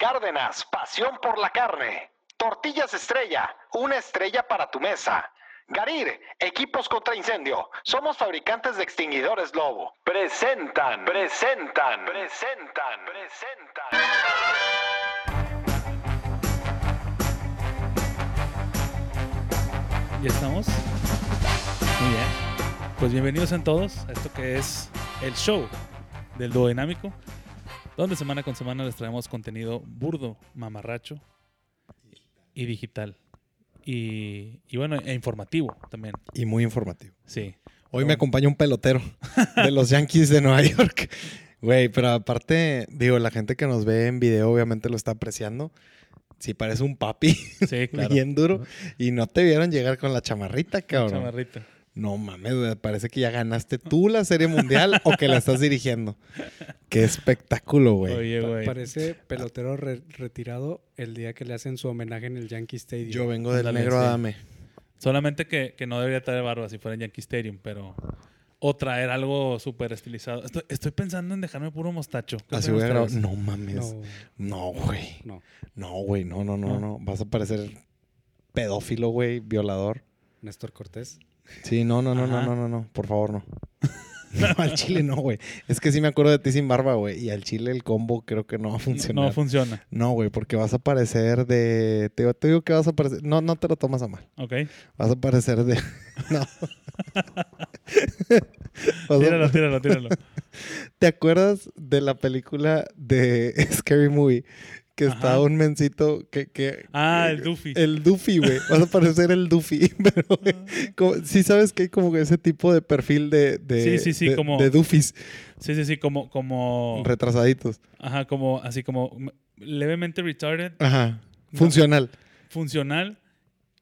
Cárdenas, pasión por la carne. Tortillas estrella, una estrella para tu mesa. Garir, equipos contra incendio. Somos fabricantes de extinguidores Lobo. Presentan, presentan, presentan, presentan. ¿Ya estamos? Muy bien. Pues bienvenidos a todos a esto que es el show del Dúo Dinámico, donde semana con semana les traemos contenido burdo, mamarracho y digital. Y, y bueno, e informativo también. Y muy informativo. Sí. Hoy me acompaña un pelotero de los Yankees de Nueva York. Güey, pero aparte, digo, la gente que nos ve en video obviamente lo está apreciando. Sí, parece un papi Sí, claro. bien duro. Y no te vieron llegar con la chamarrita, cabrón. Chamarrita. No mames, güey, parece que ya ganaste tú la Serie Mundial o que la estás dirigiendo. Qué espectáculo, güey. Oye, Pa- güey. Ah. Parece pelotero re- retirado el día que le hacen su homenaje en el Yankee Stadium. Yo vengo del Ándale, negro sí. Adame. Solamente que, que no debería traer barba si fuera en Yankee Stadium, pero. O traer algo súper estilizado. Estoy, estoy pensando en dejarme puro mostacho. ¿Qué opinan Así voy a grabar. ustedes? No mames. no, No, güey. no, No, güey. No, no, no, No. no. Vas a parecer pedófilo, güey. Violador. Néstor Cortés. Sí, no, no, no, no, Ajá. no, no, no, por favor, no. No, al chile no, güey. Es que sí me acuerdo de ti sin barba, güey. Y al chile el combo creo que no va a No, funcionar. no funciona. No, güey, porque vas a parecer de. Te, te digo que vas a parecer. No, no te lo tomas a mal. Ok. Vas a parecer de. No. Vas a- Tíralo, tíralo, tíralo. ¿Te acuerdas de la película de Scary Movie? Que Ajá. está un mencito que. que Ah, el Duffy. El Duffy, güey. Vas a parecer el Duffy. Pero, güey, como- sí sabes que hay como que ese tipo de perfil de. de Sí, sí, sí, de- como- de Duffys Sí, sí, sí, como, como, retrasaditos. ajá, como, así como m- levemente retarded, Ajá. Funcional. funcional,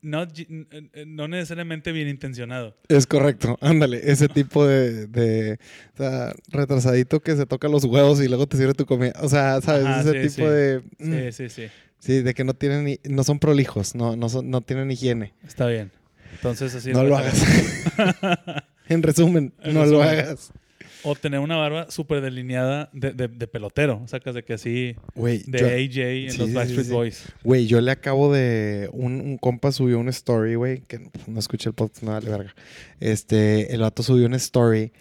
no, gi- n- n- no necesariamente bien intencionado. Es correcto. Ándale. Ese tipo de. de- o sea, retrasadito que se toca los huevos y luego te sirve tu comida. O sea, ¿sabes? Ajá, ese sí, tipo sí. de. Sí, mm, sí, sí, sí, de que no tienen. ni- No son prolijos. No, no, son, no tienen higiene. está bien. Entonces así. no voy lo a hagas. hacer. en resumen, En no lo resumen. hagas. O tener una barba súper delineada de, de, de pelotero, sacas de que así, Güey, de yo- AJ en sí, sí, los sí, Backstreet sí. Boys. Güey, yo le acabo de. Un, un compa subió una story, güey. Que no, no escuché el podcast, no vale verga. Este, el vato subió una story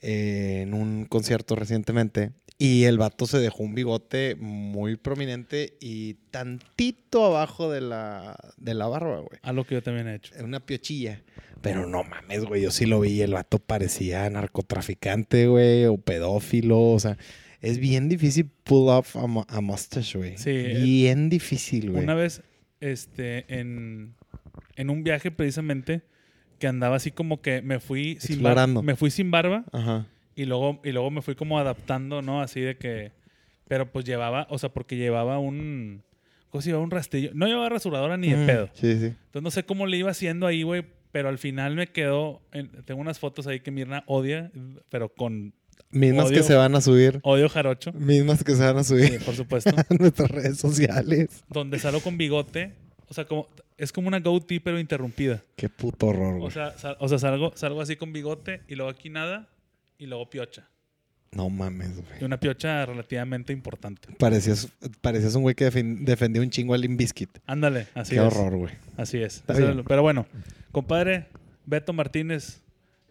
eh, en un concierto recientemente. Y el vato se dejó un bigote muy prominente y tantito abajo de la, de la barba, güey. Algo que yo también he hecho. Una piochilla. Pero no mames, güey. Yo sí lo vi. El vato parecía narcotraficante, güey. O pedófilo. O sea, es bien difícil pull off a, mu- a mustache, güey. Sí, eh, Bien difícil, güey. Una vez, este, en, en un viaje precisamente, que andaba así como que me fui sin barba. Explorando. Me fui sin barba. Ajá. Y luego, y luego me fui como adaptando, ¿no? Así de que. Pero pues llevaba, o sea, porque llevaba un. ¿Cómo se llevaba un rastillo? No llevaba rasuradora ni de Mm, pedo. Sí, sí. Entonces no sé cómo le iba haciendo ahí, güey. Pero al final me quedó. en- tengo unas fotos ahí que Mirna odia, pero con Mismas Odio. que se van a subir. odio jarocho. Mismas que se van a Sí, subir por supuesto. a nuestras redes sociales. donde salgo con bigote. O sea, como. Es como una goatee, pero interrumpida. Qué puto horror, güey. O sea, sal- o sea salgo, salgo así con bigote y luego aquí nada y luego piocha. no mames, güey. Y una piocha relativamente importante. Parecías, parecías un güey que defen- defendió un chingo al Limbiskit. Ándale, así Qué es. horror, güey. Así es. Está Ese era bien. lo- Pero bueno, compadre, Beto Martínez,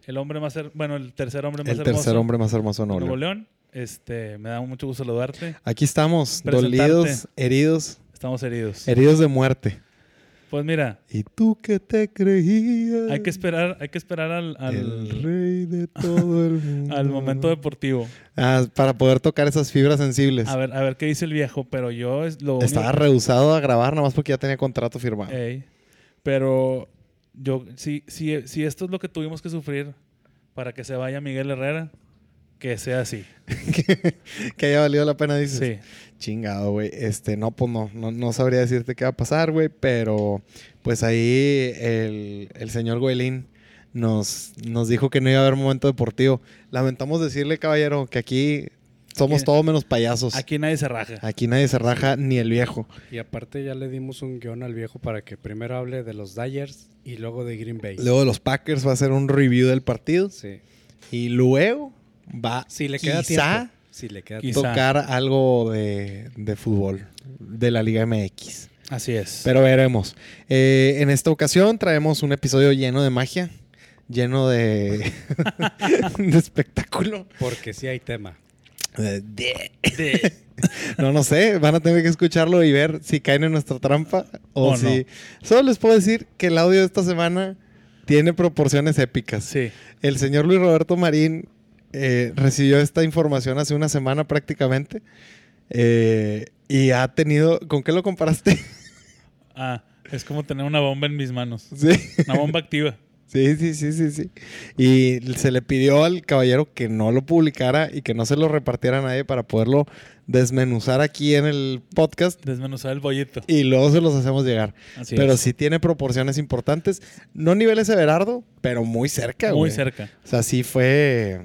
el hombre más her- bueno, el tercer hombre más El hermoso tercer hombre más hermoso, de no. Nuevo León. Este, me da mucho gusto saludarte. Aquí estamos, Presentarte. dolidos, heridos, Estamos heridos. heridos de muerte. Pues mira, ¿Y tú que te creías? hay que esperar, hay que esperar al, El al, rey de todo el mundo. al momento deportivo. Ah, para poder tocar esas fibras sensibles. A ver, a ver qué dice el viejo, pero yo es lo único- Estaba rehusado a grabar nada más porque ya tenía contrato firmado. Eh. Ey, pero yo, si, si, si esto es lo que tuvimos que sufrir para que se vaya Miguel Herrera, que sea así. que haya valido la pena, dices. Sí. Chingado, güey. Este, no, pues no, no, no sabría decirte qué va a pasar, güey, pero pues ahí el, el señor Güelín nos, nos dijo que no iba a haber momento deportivo. Lamentamos decirle, caballero, que aquí somos Aquí- todos menos payasos. pues, Aquí, Aquí nadie se raja. nadie se raja, ni el viejo. Y aparte ya le dimos un guión al viejo para que primero hable de los Dyers y luego de Green Bay. Luego de los Packers va a hacer un review del partido Sí. y luego va Si le queda quizá tiempo. Si le queda Quizá. tocar algo de, de fútbol. de la Liga MX. Así es. Pero veremos. Eh, en esta ocasión traemos un episodio lleno de magia, lleno de, de espectáculo. Porque sí hay tema. Eh, de- De- No, no sé, van a tener que escucharlo y ver si caen en nuestra trampa o O no. si... Solo les puedo decir que el audio de esta semana tiene proporciones épicas. sí. El señor Luis Roberto Marín eh, recibió esta información hace una semana prácticamente eh, y ha tenido... ¿Con qué lo comparaste? Ah, es como tener una bomba en mis manos. sí. Una bomba activa. Sí, sí, sí, sí, sí. Y se le pidió al caballero que no lo publicara y que no se lo repartiera a nadie para poderlo desmenuzar aquí en el podcast Desmenuzar el bollito. y luego se los hacemos llegar. Así pero es. sí tiene proporciones importantes, no niveles de Berardo, pero muy cerca, Muy güey. cerca. O sea, sí fue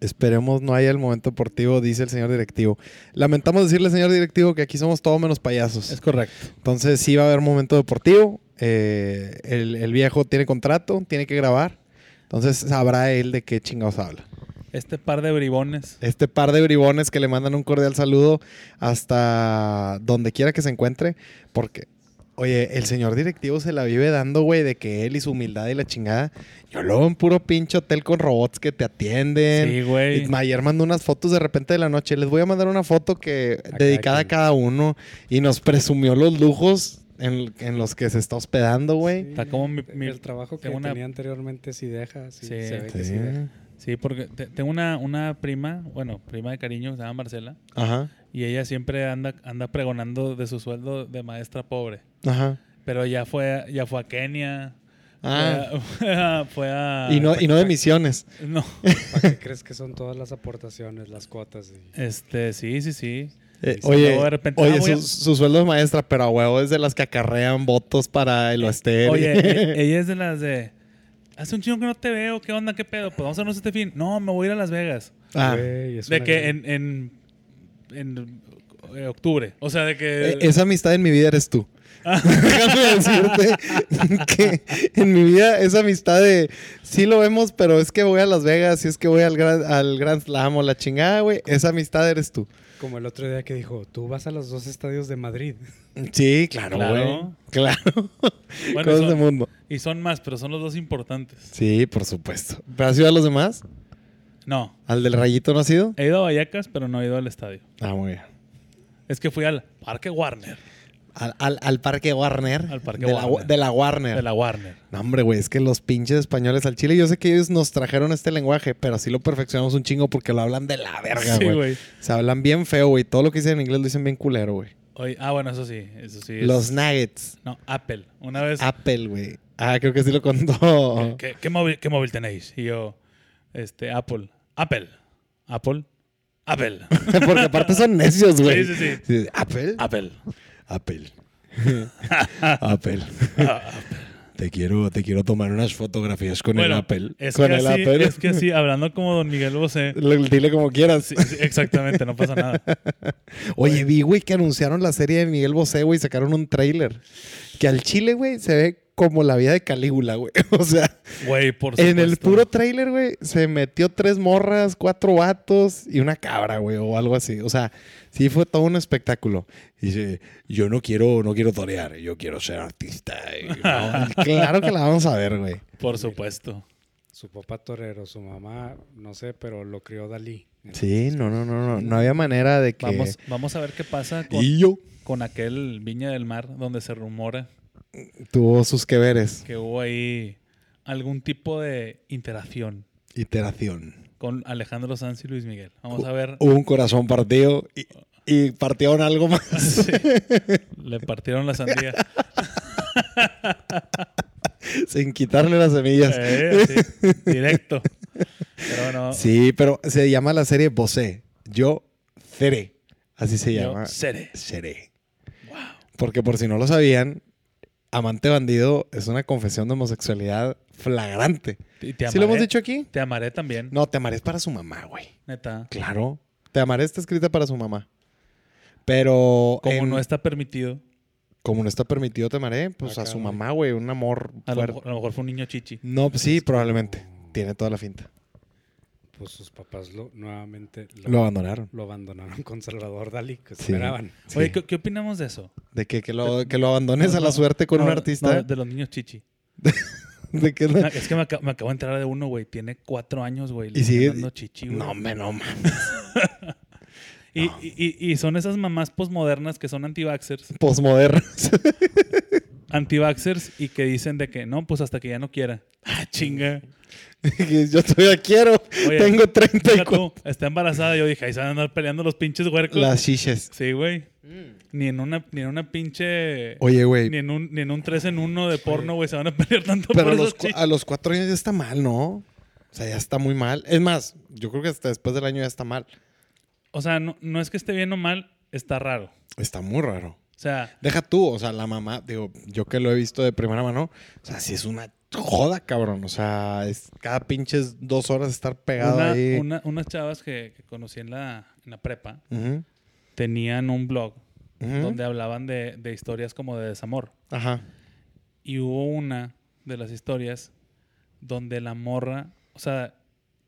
Esperemos no haya el momento deportivo, dice el señor directivo. Lamentamos decirle, señor directivo, que aquí somos todo menos payasos. Es correcto. Entonces sí va a haber momento deportivo. eh, el, el viejo tiene contrato, tiene que grabar. Entonces sabrá él de qué chingados habla. Este par de bribones. Este par de bribones que le mandan un cordial saludo hasta donde quiera que se encuentre. Porque, oye, el señor directivo se la vive dando, güey, de que él y su humildad y la chingada. Yo lo veo en puro pinche hotel con robots que te atienden. Sí, güey. Y Ayer mandó unas fotos de repente de la noche. Les voy a mandar una foto que A dedicada a cada quien. cada uno y nos presumió los lujos en, en los que se está hospedando, güey. Está como mi- mi- el trabajo que tengo una- tenía anteriormente sí deja, sí, Sí. se ve Sí. que sí deja. Sí, porque te- tengo una, una prima, bueno, prima de cariño, que se llama Marcela, Ajá. y ella siempre anda, anda pregonando de su sueldo de maestra pobre. Ajá. Pero ya fue, ya fue a Kenia. Ah. Fue a. fue a- Y no, y no de misiones. No. ¿Para qué crees que son todas las aportaciones, las cuotas? y- Este, sí, sí, sí. Eh, Y oye, luego de repente, oye ah, voy a- su, su sueldo es maestra, pero a huevo es de las que acarrean votos para el oeste. Eh, Oye, e- ella es de las de. Hace un chingo que no te veo, ¿qué onda? ¿Qué pedo? Pues vamos a vernos este fin. No, me voy a ir a Las Vegas. Ah, Güey, es de una- que en, en, en, eh, octubre. O sea, de que. eh, esa amistad en mi vida eres tú. Ah. Déjame decirte que en mi vida esa amistad de sí lo vemos, pero es que voy a Las Vegas, y es que voy al gran, al Grand Slam o la chingada, güey. Esa amistad eres tú. Como el otro día que dijo, tú vas a los dos estadios de Madrid. Sí, claro, Claro. güey. Claro. Bueno, Cosas son- de mundo. Y son más, pero son los dos importantes. Sí, por supuesto. ¿Pero has ido a los demás? No, ¿Al del rayito no has ido? he ido a Vallecas, pero no he ido al estadio. Ah, muy bien. Es que fui al Parque Warner. Al, al- al Parque Warner. Al Parque de La, Warner. de la Warner. De la Warner. No, hombre, güey, es que los pinches españoles al Chile, yo sé que ellos nos trajeron este lenguaje, pero sí lo perfeccionamos un chingo porque lo hablan de la verga, Sí, güey. güey. Se hablan bien feo, güey. Todo lo que dicen en inglés lo dicen bien culero, güey. Oye, Ah, bueno, eso sí. Eso sí. es- Los nuggets. No, Apple. Una vez. Apple, güey. Ah, creo que sí lo contó. ¿Qué, qué móvil, qué móvil tenéis? Y yo, este, Apple. Apple. Apple. Apple. Porque aparte son necios, güey. Sí, sí, sí. Apple. Apple. Apple. Apple. Te quiero, te quiero tomar unas fotografías con Bueno, el Apple. Es, con que el así, Apple. es que así, hablando como Don Miguel Bosé. Lo- Dile como quieras. sí, sí, exactamente, no pasa nada. Oye, vi, güey, que anunciaron la serie de Miguel Bosé, güey, sacaron un tráiler. Que al chile, güey, se ve como la vida de Calígula, güey. O sea, Güey, por supuesto. en el puro tráiler, güey, se metió tres morras, cuatro vatos y una cabra, güey, o algo así. O sea, sí fue todo un espectáculo. Y dice, yo no quiero, no quiero torear, yo quiero ser artista. Y, no, claro que la vamos a ver, güey. Por supuesto. Su papá torero, su mamá, no sé, pero lo crió Dalí. Sí, no, no, no, no. No había manera de que. Vamos, vamos a ver qué pasa con, Y yo con aquel Viña del Mar donde se rumora tuvo sus que veres. que hubo ahí algún tipo de interacción Iteración. con Alejandro Sanz y Luis Miguel. Vamos a ver. hubo un corazón partido y, y partieron algo más. Sí. Le partieron la sandía. sin quitarle las semillas. Eh, sí, directo. Pero bueno, Sí, pero se llama la serie Bosé. Yo seré. Así se yo llama. seré. Seré. Porque por si no lo sabían, Amante Bandido es una confesión de homosexualidad flagrante. Y te ¿Sí lo hemos amaré. dicho aquí? Te amaré también, No, Te amaré es para su mamá, güey. neta. Claro. Te amaré está escrita para su mamá. Pero Como en- no está permitido, como no está permitido te amaré, pues Ah, a su caray. mamá, güey, un amor a lo, fuerte. mejor, a lo mejor fue un niño chichi. No, pues sí, probablemente. Tiene toda la finta. pues sus papás lo, nuevamente lo, Lo abandonaron. lo abandonaron con Salvador Dalí, que Sí. esperaban. Sí. Oye, ¿qué, qué opinamos de eso? De que, que lo, que lo abandones a la suerte con No, un no, artista. de los niños chichi. de que Ah, Es que me, aca- me acabo de enterar de uno, güey. Tiene cuatro años, güey. le Y sigue- están dando chichi, güey. No, hombre, no, man. Y, y- y- y son esas mamás posmodernas que son antivaxers, Postmodernos. antivaxers y que dicen de que no, pues hasta que ya no quiera. Ah, chinga. Que Yo todavía quiero. Oye, Tengo Mira 34. tú, está embarazada. Yo dije, ahí se van a andar peleando los pinches huercos. Las chiches. Sí, güey. Ni en una, ni en una pinche. Oye, güey. Ni en un, ni en un 3 en 1 de porno, güey. Se van a pelear tanto Pero por a esos los, cua- chichis. a los cuatro años ya está mal, ¿no? O sea, ya está muy mal. Es más, yo creo que hasta después del año ya está mal. O sea, no, no es que esté bien o mal, está raro. Está muy raro. O sea, Deja tú, o sea, la mamá, digo, yo que lo he visto de primera mano, o sea, sí es una joda, cabrón. O sea, es cada pinches dos horas estar pegado una- ahí. una- unas chavas que, que conocí en la, en la prepa Ujú, tenían un blog ujú. donde hablaban de, de historias como de desamor. Ajá. Y hubo una de las historias donde la morra, o sea,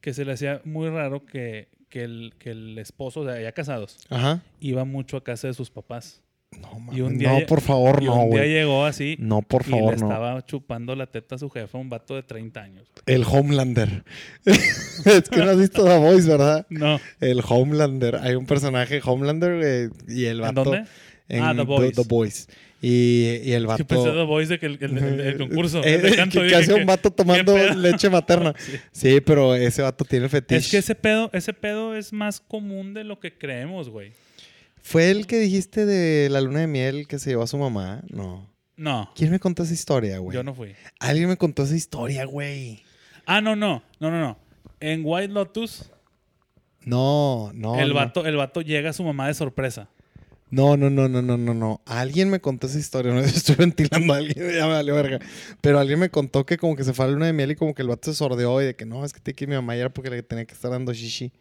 que se le hacía muy raro que, que, el, que el esposo, o sea, ya casados, Ajá. iba mucho a casa de sus papás. No, Y un mames, día no, ya- por favor, y no, un día güey. llegó así No, por y le favor, no. estaba chupando la teta a su jefe, un vato de 30 años. El Homelander. es que no has visto The Voice, ¿verdad? No, El Homelander. Hay un personaje Homelander güey, y el ¿en vato. dónde? Ah, The Boys. Y, y el vato. Yo pensé The Voice de que el, el- el- el concurso. Eh, el de eh, canto, que, que dije hace que- un vato tomando pedo? leche materna. sí. pero ese vato tiene fetiche. Es que ese pedo, ese pedo es más común de lo que creemos, güey. ¿Fue el que dijiste de la luna de miel que se llevó a su mamá? No. No, ¿Quién me contó esa historia, güey? yo no fui. Alguien me contó esa historia, güey. Ah, no, no, no, no, no. En White Lotus, No, no. el, no. vato, el vato llega a su mamá de sorpresa. No, no, no, no, no, no, no. Alguien me contó esa historia. No estoy ventilando a alguien, ya me valió verga. Pero alguien me contó que como que se fue a la luna de miel y como que el vato se sordeó y de que no, es que tiene que ir mi mamá y era porque le tenía que estar dando shishi.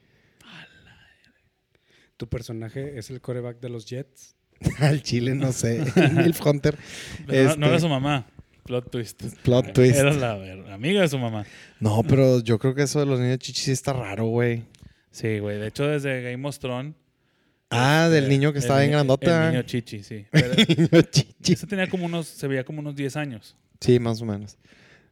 Tu personaje es el coreback de los Jets. Al chile, no sé. Milf Hunter. Pero no- no, Este- era su mamá. Plot twist. Plot twist. Era la ver- amiga de su mamá. No, pero yo creo que eso de los niños chichis sí está raro, güey. Sí, güey. De hecho, desde Game of Thrones. Ah, del eh, niño que el estaba bien ni- grandote. El niño ¿verdad? chichi, sí. Pero Niño chichis. ese tenía como unos, se veía como unos 10 años. Sí, más o menos.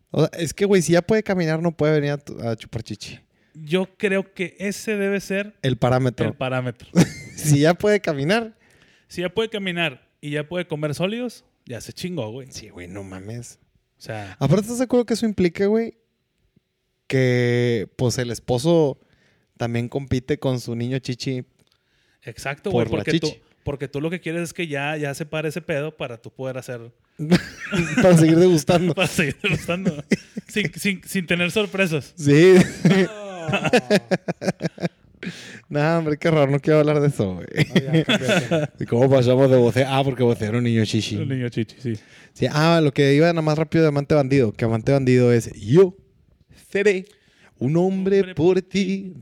O sea, es que, güey, si ya puede caminar, no puede venir a, tu- a chupar chichi. Yo creo que ese debe ser El el parámetro. parámetro. si ya puede caminar. Si ya puede caminar y ya puede comer sólidos, ya se chingó, güey. Sí, güey, no mames. O sea, Aparte, ¿estás de acuerdo que eso implica, güey? Que, pues, el esposo también compite con su niño chichi. exacto, güey. Por la porque tú, chichi. porque tú lo que quieres es que ya, ya se pare ese pedo para tú poder hacer. para seguir degustando. Para seguir gustando. sin, sin, sin tener sorpresas. Sí. Nah, hombre, qué raro, no quiero hablar de eso, güey. No, Ah, ya, cámbiate. ¿Y cómo pasamos de voceo? Ah, porque voceo era un niño Un chichi. niño chichi, sí. Sí, ah, lo que iba nada más rápido de Amante Bandido, que Amante Bandido es yo seré un hombre por ti,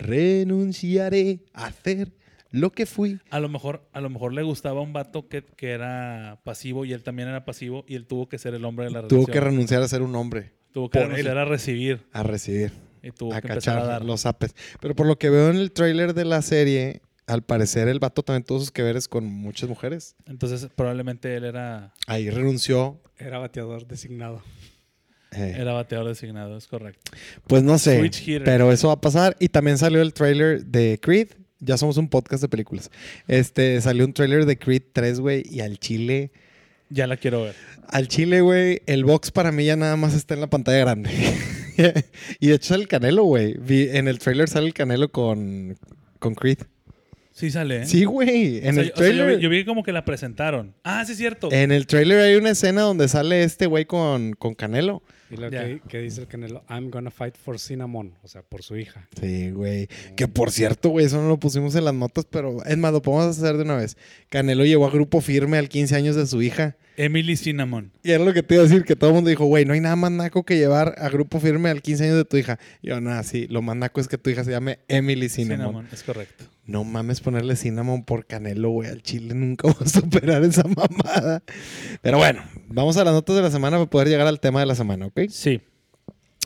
renunciaré a hacer lo que fui. A lo mejor, a lo mejor le gustaba un vato que, que era pasivo y él también era pasivo y él tuvo que ser el hombre de la Tuvo relación. que renunciar a ser un hombre, tuvo que por renunciar a recibir a recibir, y tuvo a que empezar a cachar dar. los apes. Pero por lo que veo en el tráiler de la serie, al parecer el vato también tuvo sus que veres con muchas mujeres. Entonces, probablemente él era, Ahí renunció. Era bateador designado. eh, era bateador designado, es correcto. Pues no sé, Switch hitter. pero eso va a pasar. Y también salió el tráiler de Creed. Ya somos un podcast de películas. Este, salió un tráiler de Creed 3, güey, y al chile... Ya la quiero ver. Al chile, güey, el box para mí ya nada más está en la pantalla grande. y de hecho sale el Canelo, güey. Vi- En el tráiler sale el Canelo con, con Creed. Sí sale, ¿eh? Sí, güey, O en sea, el yo- o sea, yo, tráiler... vi- yo vi que como que la presentaron. Ah, sí, es cierto. En el tráiler hay una escena donde sale este güey con, con Canelo. Y lo Ya. que, que dice el Canelo, I'm gonna fight for Cinnamon, o sea, por su hija. Sí, güey. Que por cierto, güey, eso no lo pusimos en las notas, pero es más, lo podemos hacer de una vez. Canelo llegó a grupo firme al 15 años de su hija. Emily Cinnamon. Y era lo que te iba a decir, que todo el mundo dijo, güey, no hay nada más naco que llevar a grupo firme al 15 años de tu hija. Y yo, nada, sí, lo más naco es que tu hija se llame Emily Cinnamon. Cinnamon. es correcto. No mames ponerle Cinnamon por Canelo, güey, al chile nunca voy a superar esa mamada. Pero bueno, vamos a las notas de la semana para poder llegar al tema de la semana, ¿ok? Sí.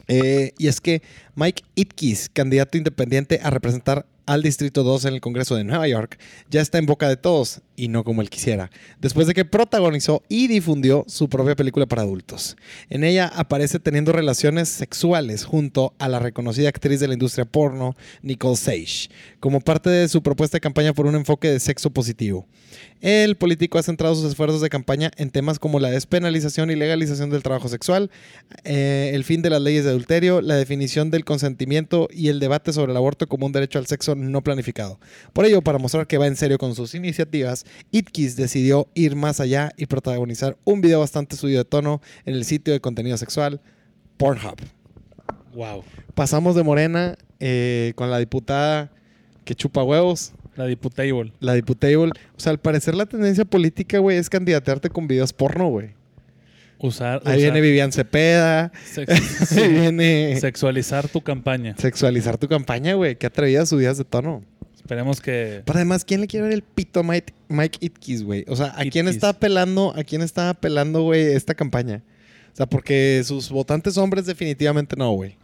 Eh, y es que Mike Itkis, candidato independiente a representar al Distrito 2 en el Congreso de Nueva York, ya está en boca de todos y no como él quisiera, después de que protagonizó y difundió su propia película para adultos. En ella aparece teniendo relaciones sexuales junto a la reconocida actriz de la industria porno, Nicole Sage, como parte de su propuesta de campaña por un enfoque de sexo positivo. El político ha centrado sus esfuerzos de campaña en temas como la despenalización y legalización del trabajo sexual, eh, el fin de las leyes de adulterio, la definición del consentimiento y el debate sobre el aborto como un derecho al sexo no planificado. Por ello, para mostrar que va en serio con sus iniciativas, Itkis decidió ir más allá y protagonizar un video bastante subido de tono en el sitio de contenido sexual Pornhub. Wow. Pasamos de Morena eh, con la diputada que chupa huevos La Diputable. la Diputable. O sea, al parecer la tendencia política, güey, es candidatearte con videos porno, güey. Usar, usar- Ahí viene Vivian Cepeda, sex- ahí viene sexualizar tu campaña. sexualizar tu campaña, güey. Qué atrevidas subidas de tono. Esperemos que. Pero además, ¿quién le quiere ver el pito a Mike, Mike Itkis, güey? O sea, ¿a quién Itkis. está apelando, a quién está apelando, güey, esta campaña? O sea, porque sus votantes hombres definitivamente no, güey.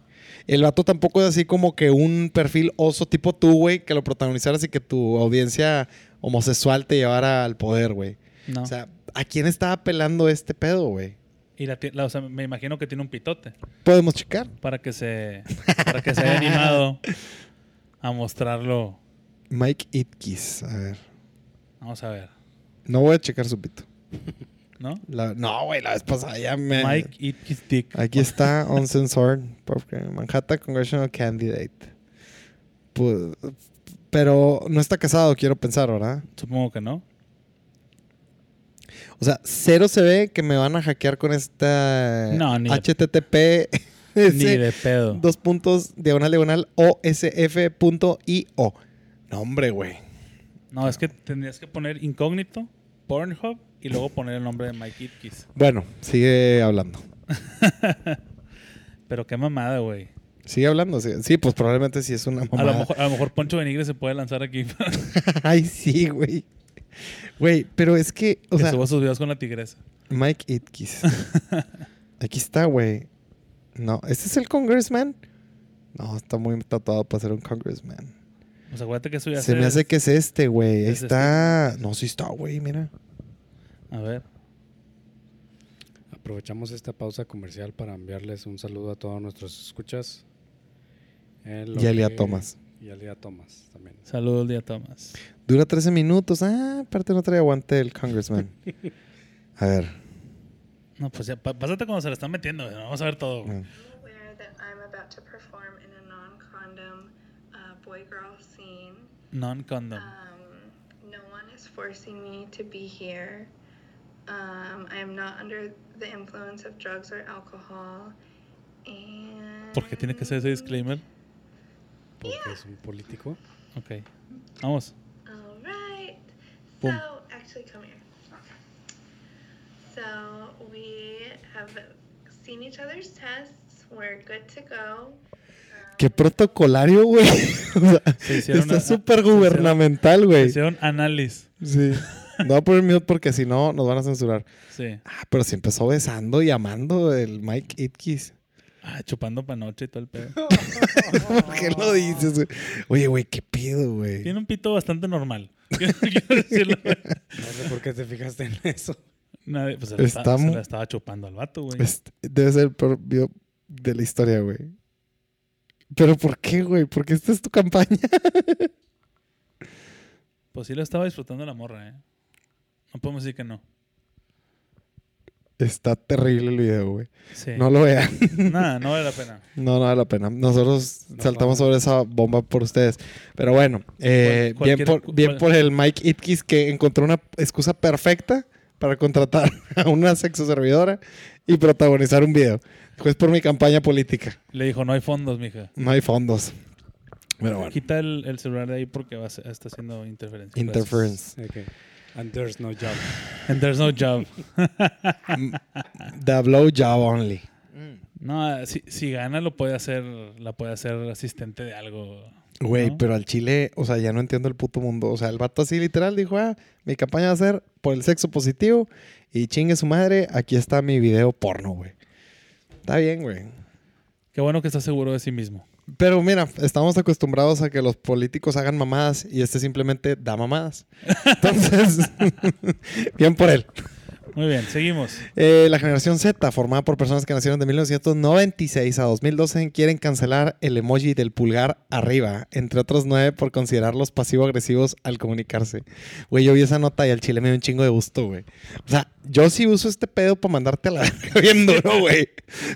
El vato tampoco es así como que un perfil oso tipo tú, güey, que lo protagonizaras y que tu audiencia homosexual te llevara al poder, güey. No. O sea, ¿a quién está apelando este pedo, güey? y la, ti- la- o sea, me imagino que tiene un pitote Podemos checar. para que se, para que se haya animado a mostrarlo. Mike Itkis, a ver. Vamos a ver, No voy a checar su pito. ¿no? La- no, güey, la vez pasada ya me... Mike Eat His Dick. Aquí está Uncensored, porque Manhattan Congressional Candidate. Pu- pero no está casado, quiero pensar, ¿verdad? Supongo que no. O sea, cero se ve que me van a hackear con esta No, ni de- HTTP. Ni de pedo. Dos puntos, diagonal, diagonal, osf.io. No, hombre, güey. No, es que tendrías que poner incógnito, Pornhub y luego poner el nombre de Mike Itkis. Bueno, sigue hablando. Pero qué mamada, güey. Sigue hablando. sigue- Sí, pues probablemente sí es una mamada. A lo, mejor, a lo mejor Poncho Benigre se puede lanzar aquí. Ay, sí, güey. Güey, pero es que, o que sea, suba sus videos con la tigresa. Mike Itkis. Aquí está, güey. No, ¿este es el congressman? No, está muy tatuado para ser un congressman. O sea, acuérdate que eso ya Se me hace que es este, güey. Ahí es este. está. No, sí está, güey, mira. A ver. Aprovechamos esta pausa comercial para enviarles un saludo a todos nuestros escuchas. En lo Y a Lía que- Tomás. Y a Lía Tomás también. Saludos, Día Tomás. Dura 13 minutos. Ah, aparte no trae aguante el congressman. A ver. No, pues ya, pa- pásate cuando se la están metiendo. güey. Vamos a ver todo. Mm. güey. aware that I'm about to perform in a non condom uh, boy girl scene. Non-condom. Um, no one is forcing me to be here. Um, I am not under the influence of drugs or alcohol. And. ¿Por qué tiene que ser ese disclaimer? Porque es un político. Ok. Vamos. All right. Boom. So, actually, come here. So, we have seen each other's tests. We're good to go. Qué protocolario, güey. O sea, Se hicieron está a- súper se gubernamental, güey. Hicieron análisis. Sí. No voy a poner mute porque si no nos van a censurar. Sí. Ah, pero se empezó besando y amando el Mike Itkis. Ah, chupando panoche y todo el pedo. ¿Por qué lo dices? güey? Oye, güey, ¿qué pido, güey? Tiene un pito bastante normal. Quiero decirlo. No sé por qué te fijaste en eso. Nadie, pues se la, Está estaba, se mu- la estaba chupando al vato, güey. Este, debe ser el peor video de la historia, güey. ¿Pero por qué, güey? Porque esta es tu campaña. Pues sí lo estaba disfrutando la morra, ¿eh? No podemos decir que no. Está terrible el video, güey. Sí. No lo vean. Nada, no vale la pena. No, no vale la pena. Nosotros No, saltamos no. sobre esa bomba por ustedes. Pero bueno, eh, Cual- bien, cualquier- por, bien cual- por el Mike Itkis que encontró una excusa perfecta para contratar a una sexo servidora y protagonizar un video. Pues por mi campaña política. Le dijo, no hay fondos, mija. No hay fondos. Pero bueno. Quita el, el celular de ahí porque va a ser- está haciendo interferencia. Interference. Ok. And there's no job. Gracias. And there's no job. The blow job only. No, si, si gana lo puede hacer, la puede hacer asistente de algo. Güey, ¿no? pero al chile, o sea, ya no entiendo el puto mundo. O sea, el vato así literal dijo, ah, mi campaña va a ser por el sexo positivo y chingue su madre, aquí está mi video porno, güey. Está bien, güey. Qué bueno que está seguro de sí mismo. Pero mira, estamos acostumbrados a que los políticos hagan mamadas y este simplemente da mamadas. Entonces, bien por él. Muy bien, seguimos. Eh, la generación Z, formada por personas que nacieron de 1996 a 2012, quieren cancelar el emoji del pulgar arriba, entre otros nueve por considerarlos pasivo-agresivos al comunicarse. Güey, yo vi esa nota y al chile me dio un chingo de gusto, güey. O sea, yo sí uso este pedo para mandarte a la verga bien duro, güey.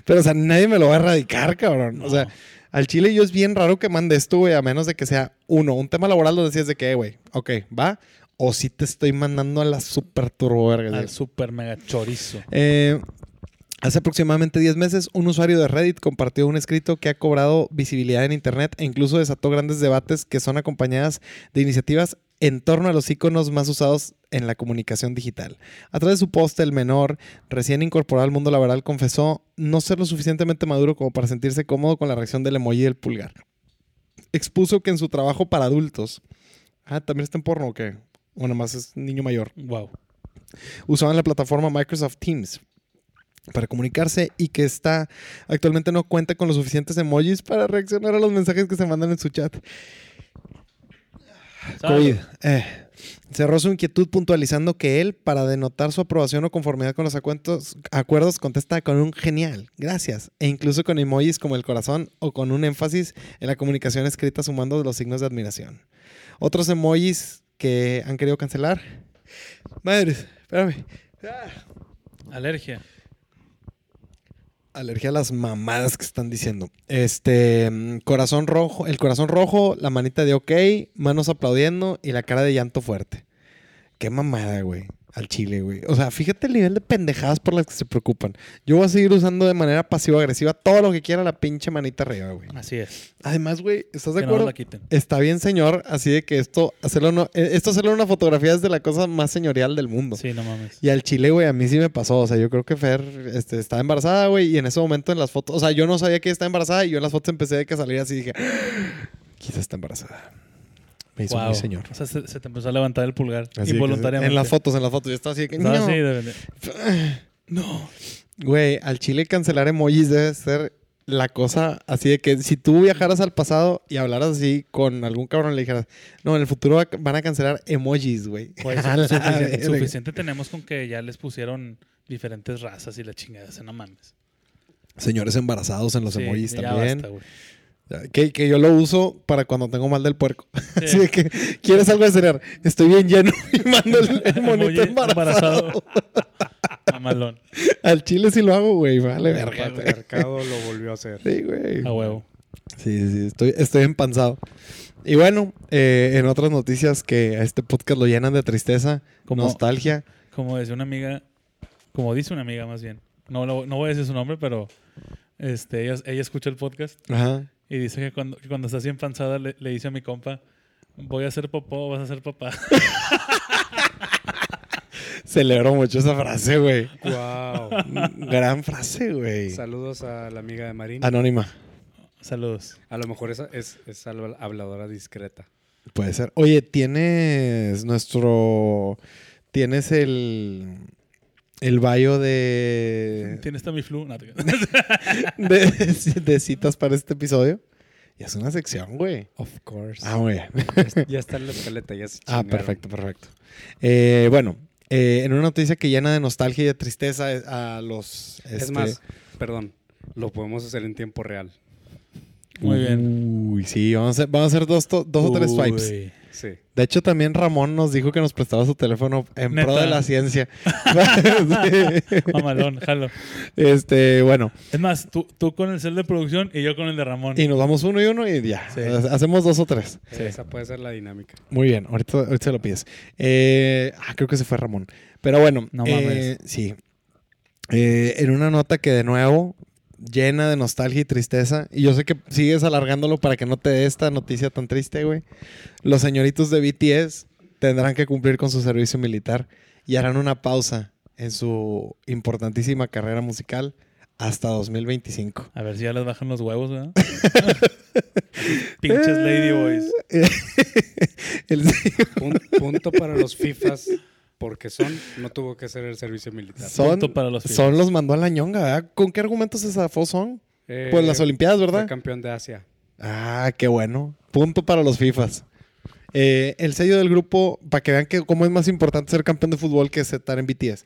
Pero, o sea, nadie me lo va a erradicar, cabrón. O sea, al chile yo es bien raro que mande esto, güey, a menos de que sea uno, un tema laboral donde decías de que, eh, güey, ok, va. O si te estoy mandando a la super turbo verga. Al sí. super mega chorizo. Eh, hace aproximadamente 10 meses, un usuario de Reddit compartió un escrito que ha cobrado visibilidad en Internet e incluso desató grandes debates que son acompañadas de iniciativas en torno a los iconos más usados en la comunicación digital. A través de su post, el menor, recién incorporado al mundo laboral, confesó no ser lo suficientemente maduro como para sentirse cómodo con la reacción del emoji del pulgar. Expuso que en su trabajo para adultos... Ah, ¿también está en porno o qué? O nada más es niño mayor Wow. usaban la plataforma Microsoft Teams para comunicarse y que está actualmente no cuenta con los suficientes emojis para reaccionar a los mensajes que se mandan en su chat. COVID. Eh, cerró su inquietud puntualizando que él, para denotar su aprobación o conformidad con los acuentos- acuerdos, contesta con un genial, gracias, e incluso con emojis como el corazón o con un énfasis en la comunicación escrita sumando los signos de admiración. Otros emojis que han querido cancelar. Madre, espérame. Ah. Alergia. Alergia a las mamadas que están diciendo. Este, mm, corazón rojo, el corazón rojo, la manita de ok, manos aplaudiendo y la cara de llanto fuerte. Qué mamada, güey. Al chile, güey. O sea, fíjate el nivel de pendejadas por las que se preocupan. Yo voy a seguir usando de manera pasivo-agresiva todo lo que quiera la pinche manita arriba, güey. Así es. Además, güey, ¿estás de Que no nos acuerdo? la quiten. Está bien, señor, así de que esto hacerlo, no- eh, esto hacerlo en una fotografía es de la cosa más señorial del mundo. Sí, no mames. Y al chile, güey, a mí sí me pasó. O sea, yo creo que Fer este, estaba embarazada, güey, y en ese momento en las fotos, o sea, yo no sabía que ella estaba embarazada y yo en las fotos empecé de que salir así y dije, "Ah, quizás está embarazada. Me hizo Guau. muy señor. O sea, se, se te empezó a levantar el pulgar Así de que- involuntariamente. En las fotos, en las fotos. Yo estaba así de que, ¿Sabes? no. Sí, de- de- No. Güey, al chile cancelar emojis debe ser la cosa así de que si tú viajaras al pasado y hablaras así con algún cabrón le dijeras, no, en el futuro va- van a cancelar emojis, güey. Pues, A la suficiente, verga. suficiente tenemos con que ya les pusieron diferentes razas y la chingada, se no mames. Señores embarazados en los Sí, emojis ya también. basta, güey. Que, que yo lo uso para cuando tengo mal del puerco. Sí. Así de que quieres algo de cenar. Estoy bien lleno y mando el, el Emoji monito embarazado. embarazado. Mamalón, Al chile sí lo hago, güey. Vale, verga. El güey. Ah, mercado lo volvió a hacer. Sí, güey. a huevo. Sí, sí, sí, estoy, estoy empanzado. Y bueno, eh, en otras noticias que a este podcast lo llenan de tristeza, Como- nostalgia. Como decía una amiga, como dice una amiga más bien, no, lo- no voy a decir su nombre, pero este, ella, ella escucha el podcast Ajá. y dice que cuando, que cuando está así empanzada le, le dice a mi compa, voy a ser popó, vas a ser papá. Celebró mucho esa frase, güey. Wow. Gran frase, güey. Saludos a la amiga de Marín. Anónima. Saludos. A lo mejor esa es, es habla- habladora discreta. Puede ser. Oye, tienes nuestro. Tienes el. El bayo de. ¿Tienes Tamiflu? No, te- De, de citas para este episodio. Y es una sección, güey. Of course. Ah, muy Pues, bien. Ya está en la escaleta, ya se Ah, chingaron. perfecto, perfecto. Eh, bueno, eh, en una noticia que llena de nostalgia y de tristeza eh, a los. Es este- más, perdón, lo podemos hacer en tiempo real. Muy bien. Uy, sí, vamos a hacer, vamos a hacer dos, to- dos o tres swipes. Uy. Sí. De hecho, también Ramón nos dijo que nos prestaba su teléfono en pro Neta. de la ciencia. Sí. Mamalón, jalo. este, bueno, Es más, tú, tú con el cel de producción y yo con el de Ramón. y nos damos uno y uno y ya. Sí. Ha- Hacemos dos o tres. Sí. Esa puede ser la dinámica. Muy bien, ahorita, ahorita se lo pides. Eh, ah, creo que se fue Ramón. Pero bueno, No eh, sí. Eh, en una nota que de nuevo llena de nostalgia y tristeza, y yo sé que sigues alargándolo para que no te dé esta noticia tan triste, güey. Los señoritos de BTS tendrán que cumplir con su servicio militar y harán una pausa en su importantísima carrera musical hasta 2025. A ver si ya les bajan los huevos, ¿verdad? Pinches ladyboys. Eh, El- Pun- punto para los FIFAs, porque son, no tuvo que hacer el servicio militar. son, para los son los mandó a la ñonga, ¿verdad? ¿Con qué argumentos se zafó son? Eh, Pues las Olimpiadas, fue ¿verdad? campeón de Asia. Ah, qué bueno. Punto para los FIFAs. Eh, el sello del grupo, para que vean que cómo es más importante ser campeón de fútbol que estar en BTS.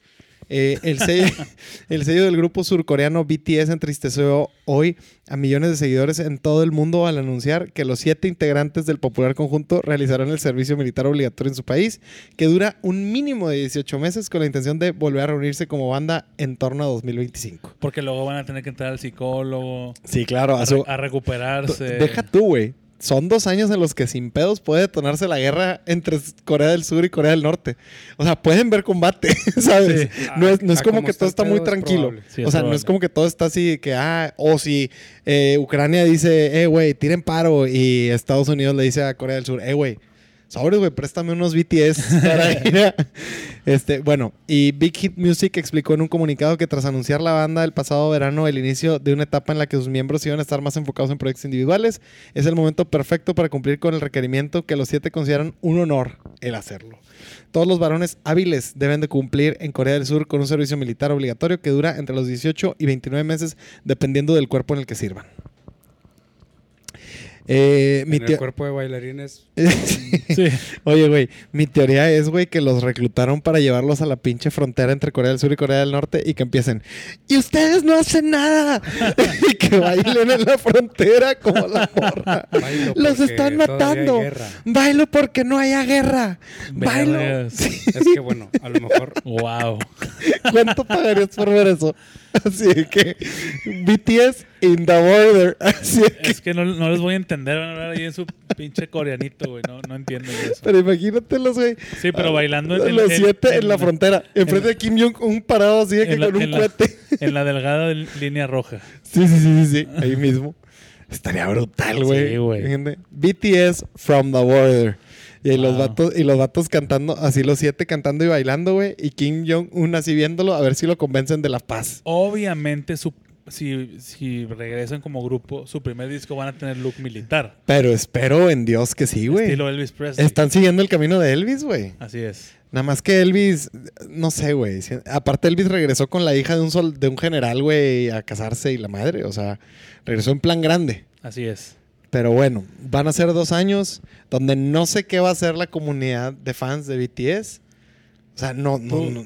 Eh, el, sello, el sello del grupo surcoreano BTS entristeció hoy a millones de seguidores en todo el mundo al anunciar que los siete integrantes del popular conjunto realizarán el servicio militar obligatorio en su país, que dura un mínimo de 18 meses con la intención de volver a reunirse como banda en torno a 2025. Porque luego van a tener que entrar al psicólogo Sí, claro, a, re- a recuperarse. T- Deja tú, güey. Son dos años en los que sin pedos puede detonarse la guerra entre s- Corea del Sur y Corea del Norte. O sea, pueden ver combate, ¿sabes? Sí. No es, no es Ah, como como que está todo el está muy pedo, es tranquilo. probable. Sí, o es sea, no probable. es como que todo está así que, ah, o si eh, Ucrania dice, eh, güey, tiren paro y Estados Unidos le dice a Corea del Sur, eh, güey, Sobres, güey, préstame unos BTS para ir a- Este, bueno, y Big Hit Music explicó en un comunicado que tras anunciar la banda el pasado verano el inicio de una etapa en la que sus miembros iban a estar más enfocados en proyectos individuales, es el momento perfecto para cumplir con el requerimiento que los siete consideran un honor el hacerlo. Todos los varones hábiles deben de cumplir en Corea del Sur con un servicio militar obligatorio que dura entre los 18 y 29 meses dependiendo del cuerpo en el que sirvan. Eh, mi en tío- el cuerpo de bailarines. Sí. Sí. Oye, güey, mi teoría es, güey, que los reclutaron para llevarlos a la pinche frontera entre Corea del Sur y Corea del Norte y que empiecen. ¡Y ustedes no hacen nada! y que bailen en la frontera como la morra. bailo ¡Los porque están todavía hay matando! guerra. ¡Bailo porque no haya guerra! ¡Bailo! Vergas. Sí, Es que bueno, a lo mejor Wow. ¿Cuánto pagarías por ver eso? Así de que BTS in the border. Así de que Es que no, no les voy a entender. Van a hablar ahí en su pinche coreanito, güey. No, no entienden eso. Pero imagínatelos, güey. Sí, pero bailando en- en- Los en- siete en, en- la frontera. Enfrente de Kim Jong-un parado así de que En la- con un en la- cohete. en la delgada línea roja. Sí, sí, sí, sí, sí. Ahí mismo. Estaría brutal, güey. Sí, güey. Fíjate. BTS from the border. Y ahí los Wow. vatos, y los vatos cantando, así los siete cantando y bailando, güey. Y Kim Jong-un así viéndolo, a ver si lo convencen de la paz. Obviamente, su- si, si regresan como grupo, su primer disco van a tener look militar. Pero espero en Dios que sí, güey. Estilo Elvis Presley. Están siguiendo el camino de Elvis, güey. Así es. Nada más que Elvis, no sé, güey. Si- Aparte, Elvis regresó con la hija de un sol, de un general, güey, a casarse y la madre. O sea, regresó en plan grande. Así es. Pero bueno, van a ser dos años donde no sé qué va a hacer la comunidad de fans de BTS. O sea, no, no, Tú- no.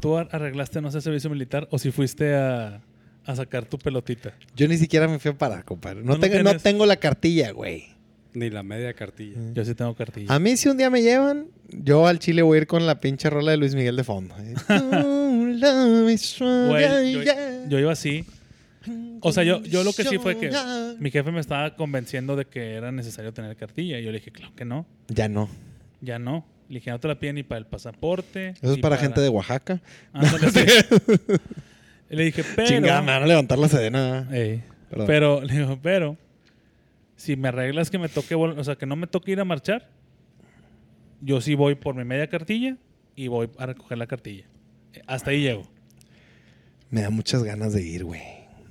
¿Tú ar- arreglaste, no sé, servicio militar o si fuiste a, a sacar tu pelotita? Yo ni siquiera me fui a parar, compadre. No, ¿Tú no tengo, no tienes? tengo la cartilla, güey. ni la media Mm. cartilla. Yo sí tengo cartilla. A mí si un día me llevan, yo al Chile voy a ir con la pinche rola de Luis Miguel de fondo. Don't love me strong, Güey, yo, yeah, yo iba así. O sea, yo, yo lo que sí fue que mi jefe me estaba convenciendo de que era necesario tener cartilla. Y yo le dije, claro que no. Ya no. Ya no. Le dije, no te la piden ni para el pasaporte. Eso es ni para, gente de Oaxaca. Ándale, sí. Le dije, pero... Eh. Chingada, me van a levantar la sedena. Ey, Perdón. pero, le digo, pero, si me arreglas que me toque, vol- o sea, que no me toque ir a marchar, yo sí voy por mi media cartilla y voy a recoger la cartilla. Eh, Hasta ahí llego. Me da muchas ganas de ir, güey.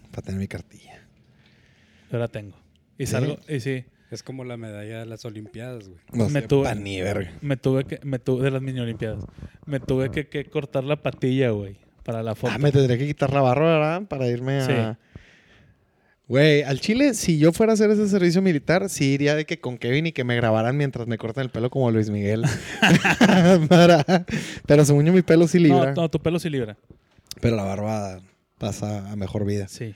Para tener mi cartilla. Yo la tengo. Y ¿Sí? salgo, y sí, Es como la medalla de las Olimpiadas, güey. No Me sé, tuve- pa' ni verga. me tuve que, me tuve, de las mini olimpiadas, me tuve que, que cortar la patilla, güey, para la foto. Ah, me tendría que quitar la barra, ¿verdad? Para irme a. Pues, Sí. Güey, al Chile, si yo fuera a hacer ese servicio militar, sí iría de que con Kevin y que me grabaran mientras me cortan el pelo como Luis Miguel. Para- Pero según yo, mi pelo sí no, libra. no, tu pelo sí libra. Pero la barba pasa a mejor vida. Sí.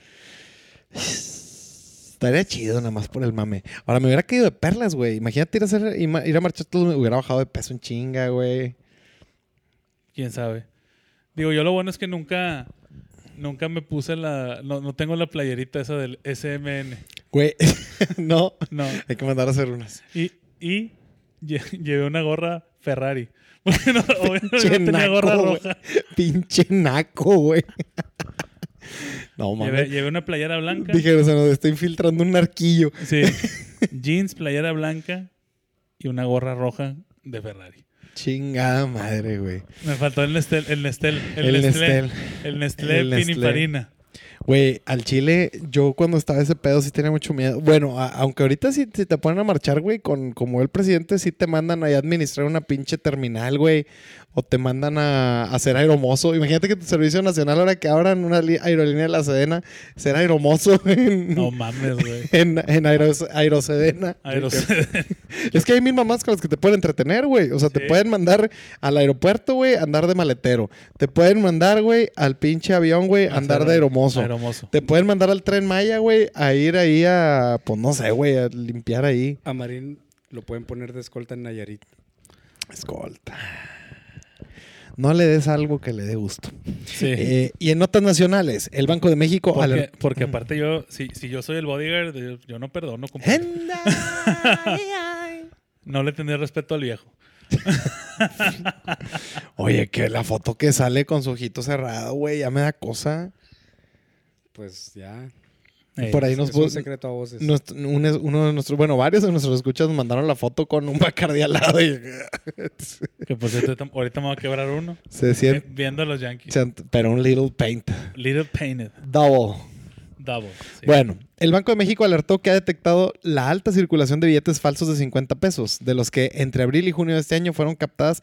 Estaría chido nada más por el mame. Ahora me hubiera caído de perlas, güey. Imagínate ir a, hacer, ima- ir a marchar todo, me hubiera bajado de peso en chinga, güey. Quién sabe. Digo, yo lo bueno es que nunca, nunca me puse la, no, no tengo la playerita esa del SMN. Güey, no. No. Hay que mandar a hacer unas. Y, y lle- llevé una gorra Ferrari. Porque no, obviamente Pinche no tenía naco, gorra güey. roja. Pinche naco, güey. No Llevé, mames. llevé una playera blanca. Dijeron, se nos está infiltrando un arquillo. Sí. Jeans, playera blanca y una gorra roja de Ferrari. Chingada madre, güey. Me faltó el Nestel. El Nestel. El, El Nestlé. Nestel. El Nestlé El Nestlé. Piniparina. Güey, al Chile, yo cuando estaba ese pedo sí tenía mucho miedo. Bueno, a- aunque ahorita si te ponen a marchar, güey, con como el presidente, sí te mandan ahí a administrar una pinche terminal, güey. O te mandan a, a ser aeromozo. Imagínate que tu servicio nacional, ahora que abran una li- aerolínea de la Sedena, ser aeromozo en, No mames, güey. en, en aeros- Aerosedena. Aeros- Es que hay mil mamás con las que te pueden entretener, güey. O sea, te Sí. pueden mandar al aeropuerto, güey, a andar de maletero. Te pueden mandar, güey, al pinche avión, güey, a andar de aeromozo. Aeromozo. Te pueden mandar al tren Maya, güey, a ir ahí a, pues no sé, güey, a limpiar ahí. A Marín lo pueden poner de escolta en Nayarit. Escolta. No le des algo que le dé gusto. Sí. Eh, y en notas nacionales, el Banco de México... Porque, aler- porque aparte yo, si, si yo soy el bodyguard, yo, yo no perdono. compadre. Enda, ay, ay. No le tendría respeto al viejo. Oye, que la foto que sale con su ojito cerrado, güey, ya me da cosa. Pues ya. Ey, Por ahí Es- nos es un puso... secreto a voces. Nuestro- un es- uno de nuestros, bueno, varios de nuestros escuchas nos mandaron la foto con un bacardi al lado y Eh, Que por cierto, ahorita- ahorita me va a quebrar uno. se Eh, siente, Viendo a los Yankees. se- pero un little paint. Little Painted. Double. Double. sí. Bueno, el Banco de México alertó que ha detectado la alta circulación de billetes falsos de 50 pesos, de los que entre abril y junio de este año fueron captadas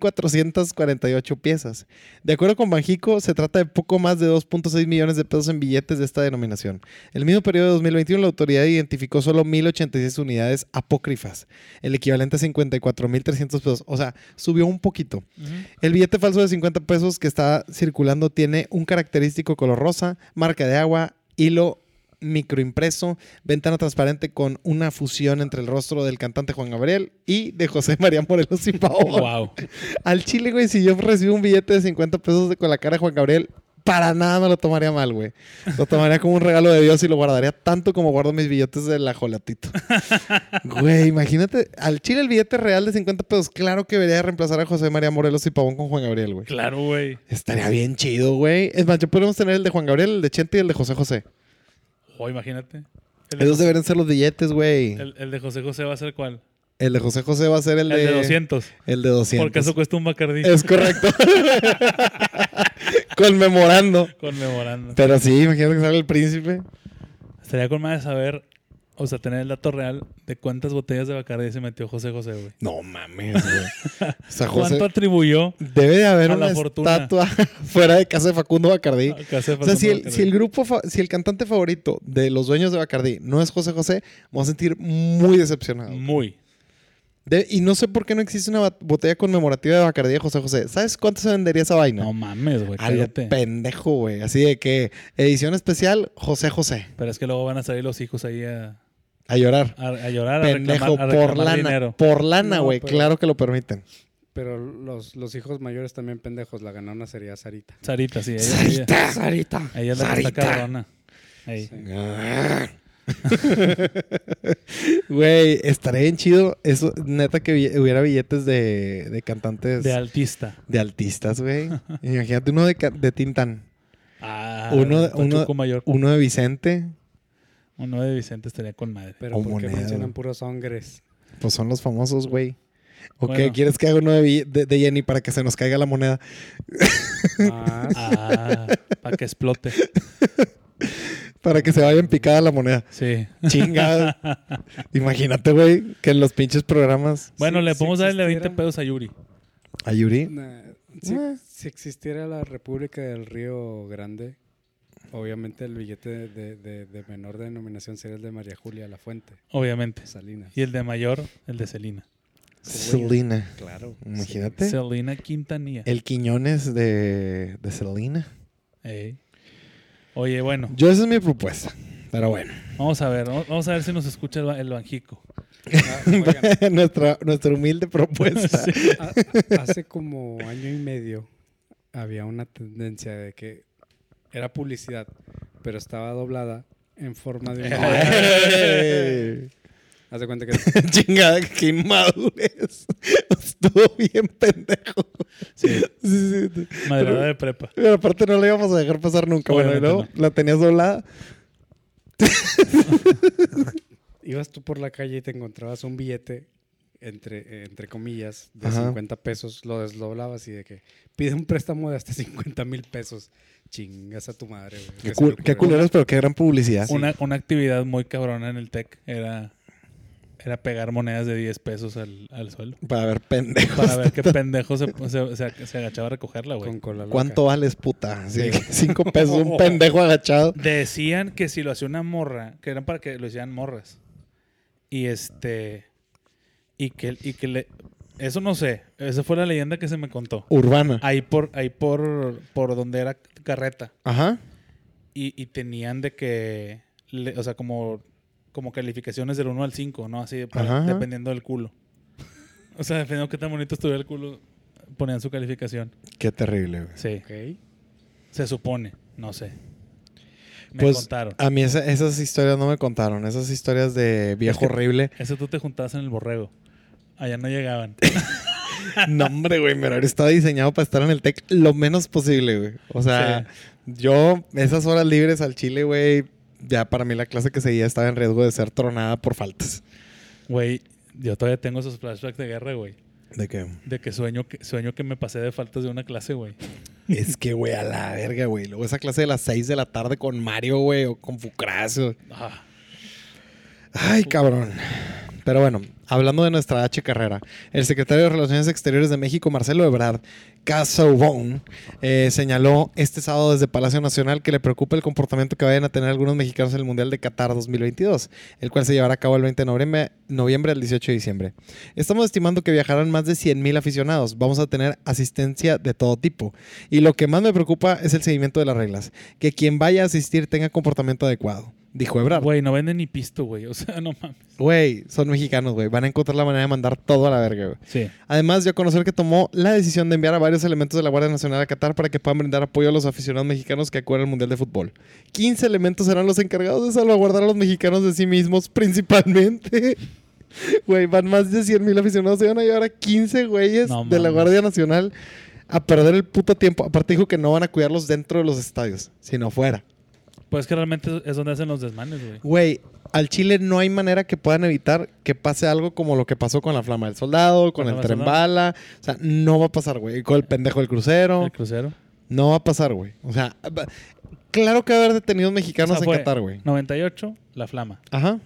52.448 piezas. De acuerdo con Banjico, se trata de poco más de 2.6 millones de pesos en billetes de esta denominación. El mismo periodo de 2021, la autoridad identificó solo 1.086 unidades apócrifas, el equivalente a 54.300 pesos. O sea, subió un poquito. Ujú. El billete falso de 50 pesos que está circulando tiene un característico color rosa, marca de agua, hilo microimpreso, ventana transparente con una fusión entre el rostro del cantante Juan Gabriel y de José María Morelos y Paola. Wow. Al chile, güey, si yo recibo un billete de 50 pesos de- con la cara de Juan Gabriel, para nada me lo tomaría mal, güey. Lo tomaría como un regalo de Dios y lo guardaría tanto como guardo mis billetes de la jolatito. Güey, imagínate, al chile el billete real de 50 pesos, claro que debería reemplazar a José María Morelos y Pavón con Juan Gabriel, güey. Claro, güey. Estaría bien chido, güey. Es más, ya podríamos tener el de Juan Gabriel, el de Chente y el de José José. Oh, imagínate. El de, Esos José, deberían ser los billetes, güey. el- el de José José va a ser cuál? El de José José va a ser el El, de... de, 200. El de 200. Porque eso cuesta un Bacardi. Es correcto. Conmemorando. Conmemorando. Pero sí, imagínate que sale el príncipe. Estaría con más de saber, o sea, tener el dato real de cuántas botellas de Bacardi se metió José José, güey. No mames, güey. O sea, José. ¿Cuánto atribuyó? Debe de haber a la una fortuna? estatua fuera de casa de Facundo Bacardí. a- que hace O sea, si el, Facundo si el grupo, fa- si el cantante favorito de los dueños de Bacardí no es José José, me voy a sentir muy decepcionado. Bacardi? Muy. De- y no sé por qué no existe una ba- botella conmemorativa de Bacardí de José José. ¿Sabes cuánto se vendería esa vaina? No mames, güey. a lo cállate. pendejo, güey. Así de que edición especial José José. Pero es que luego van a salir los hijos ahí a, A llorar. a- a llorar, Pendejo, a reclamar, a por reclamar lana. dinero. Por lana, No, güey. pero- Claro que lo permiten. Pero los, los hijos mayores también pendejos. La ganona sería Sarita. Sarita, sí. Ella, Sarita, Sarita. Ella es la que está cabrona. Ahí. Güey, estaría bien chido. Eso, neta que bi- hubiera billetes de, de cantantes. De De, altista. altistas, güey. Imagínate uno de, ca- de Tintán. Ah, Uno de- Pachuco uno- mayor. Uno de Vicente. Uno de Vicente estaría con madre. Pero O ¿por qué moneda. mencionan puros hombres? Pues son los famosos, güey. ¿O qué? Bueno. ¿Quieres que haga uno de, bi- de- de Jenny para que se nos caiga la moneda? Ah, Ah, para que explote. Para que se vaya en picada la moneda. Sí. Chingada. Imagínate, güey, que en los pinches programas. Bueno, Sí, le sí podemos darle 20 existiera. pedos a Yuri. A Yuri. na- si, Eh. si existiera la República del Río Grande, obviamente el billete de, de- de menor denominación sería el de María Julia La Fuente, Obviamente. Salinas. Y el de mayor, el de Celina. Selena. Claro. Imagínate. Celina Quintanilla. El Quiñones de, de Selena. Ey. Oye, bueno, Yo esa es mi propuesta. Pero bueno. vamos a ver. ¿no? Vamos a ver si nos escucha el, ba- el Banjico. Sí. Ah, oigan, nuestra, nuestra humilde propuesta. Ah, Hace como año y medio había una tendencia de que era publicidad, pero estaba doblada en forma de un... Eh. Ay. Haz de cuenta que Chingada, qué inmadurez. Estuvo bien pendejo. Sí. Sí, sí, sí. Madrugada de prepa. Pero aparte no la íbamos a dejar pasar nunca. Bueno, y Obviamente luego la tenías doblada. ibas tú por la calle y te encontrabas un billete entre, entre comillas, de Ajá. 50 pesos, lo desdoblaba así de que pide un préstamo de hasta 50 mil pesos. Chingas a tu madre, güey. Qué, Qué cul- locura. qué culeros, pero qué gran publicidad. Una, una actividad muy cabrona en el TEC era, era pegar monedas de 10 pesos al, al suelo. Para ver pendejos. Para ver qué pendejo se, se, se- se agachaba a recogerla, güey. Con cola loca. ¿Cuánto vales, puta? Así Sí. que cinco pesos, un pendejo agachado. Decían que si lo hacía una morra, que eran para que lo hicieran morras. Y este. Y que, y que le. Eso no sé. Esa fue la leyenda que se me contó. Urbana. Ahí por, ahí por, por donde era carreta. Ajá. Y, y tenían de que. le- o sea, como, como calificaciones del 1 al 5, ¿no? Así, para- Ajá. dependiendo del culo. O sea, dependiendo qué tan bonito estuviera el culo, ponían su calificación. Qué terrible, güey. Sí. Ok. Se supone. No sé. Me Pues contaron. a mí esa- esas historias no me contaron. Esas historias de Es viejo que- horrible. Ese tú te juntabas en el borrego. Allá no llegaban. No, hombre, güey, mi horario estaba diseñado para estar en el TEC lo menos posible, güey. O sea, yo esas horas libres al Chile, güey, ya para mí la clase que seguía estaba en riesgo de ser tronada por faltas. Güey, yo todavía tengo esos flashbacks de guerra, güey. ¿De qué? De que sueño que, sueño que me pasé de faltas de una clase, güey. Es que, güey, a la verga, güey. Luego esa clase de las 6 de la tarde con Mario, güey, o con Fucrazo. Ah, Ay, cabrón. Pero bueno, hablando de nuestra H carrera, el secretario de Relaciones Exteriores de México, Marcelo Ebrard Casaubon, eh, señaló este sábado desde Palacio Nacional que le preocupa el comportamiento que vayan a tener algunos mexicanos en el Mundial de Qatar 2022, el cual se llevará a cabo el 20 de noviembre, noviembre al 18 de diciembre. Estamos estimando que viajarán más de 100.000 aficionados. Vamos a tener asistencia de todo tipo. Y lo que más me preocupa es el seguimiento de las reglas. Que quien vaya a asistir tenga comportamiento adecuado, dijo Ebrard. Güey, no venden ni pisto, güey. O sea, no mames. Güey, son mexicanos, güey. Van a encontrar la manera de mandar todo a la verga, güey. Sí. Además, dio a conocer que tomó la decisión de enviar a varios elementos de la Guardia Nacional a Qatar para que puedan brindar apoyo a los aficionados mexicanos que acuden al Mundial de Fútbol. 15 elementos serán los encargados de salvaguardar a los mexicanos de sí mismos, principalmente. Güey, van más de 100 mil aficionados. Se van a llevar a 15 güeyes No de la mames. Guardia Nacional a perder el puto tiempo. Aparte, dijo que no van a cuidarlos dentro de los estadios, sino fuera. Pues que realmente es donde hacen los desmanes, güey. Güey, al Chile no hay manera que puedan evitar que pase algo como lo que pasó con la flama del soldado, con Con la el Flama del tren Soldado. bala. O sea, no va a pasar, güey. Con el pendejo del crucero. El crucero. No va a pasar, güey. O sea, va- claro que va a haber detenidos mexicanos O sea, fue en Qatar, güey. 98, la flama. Ajá.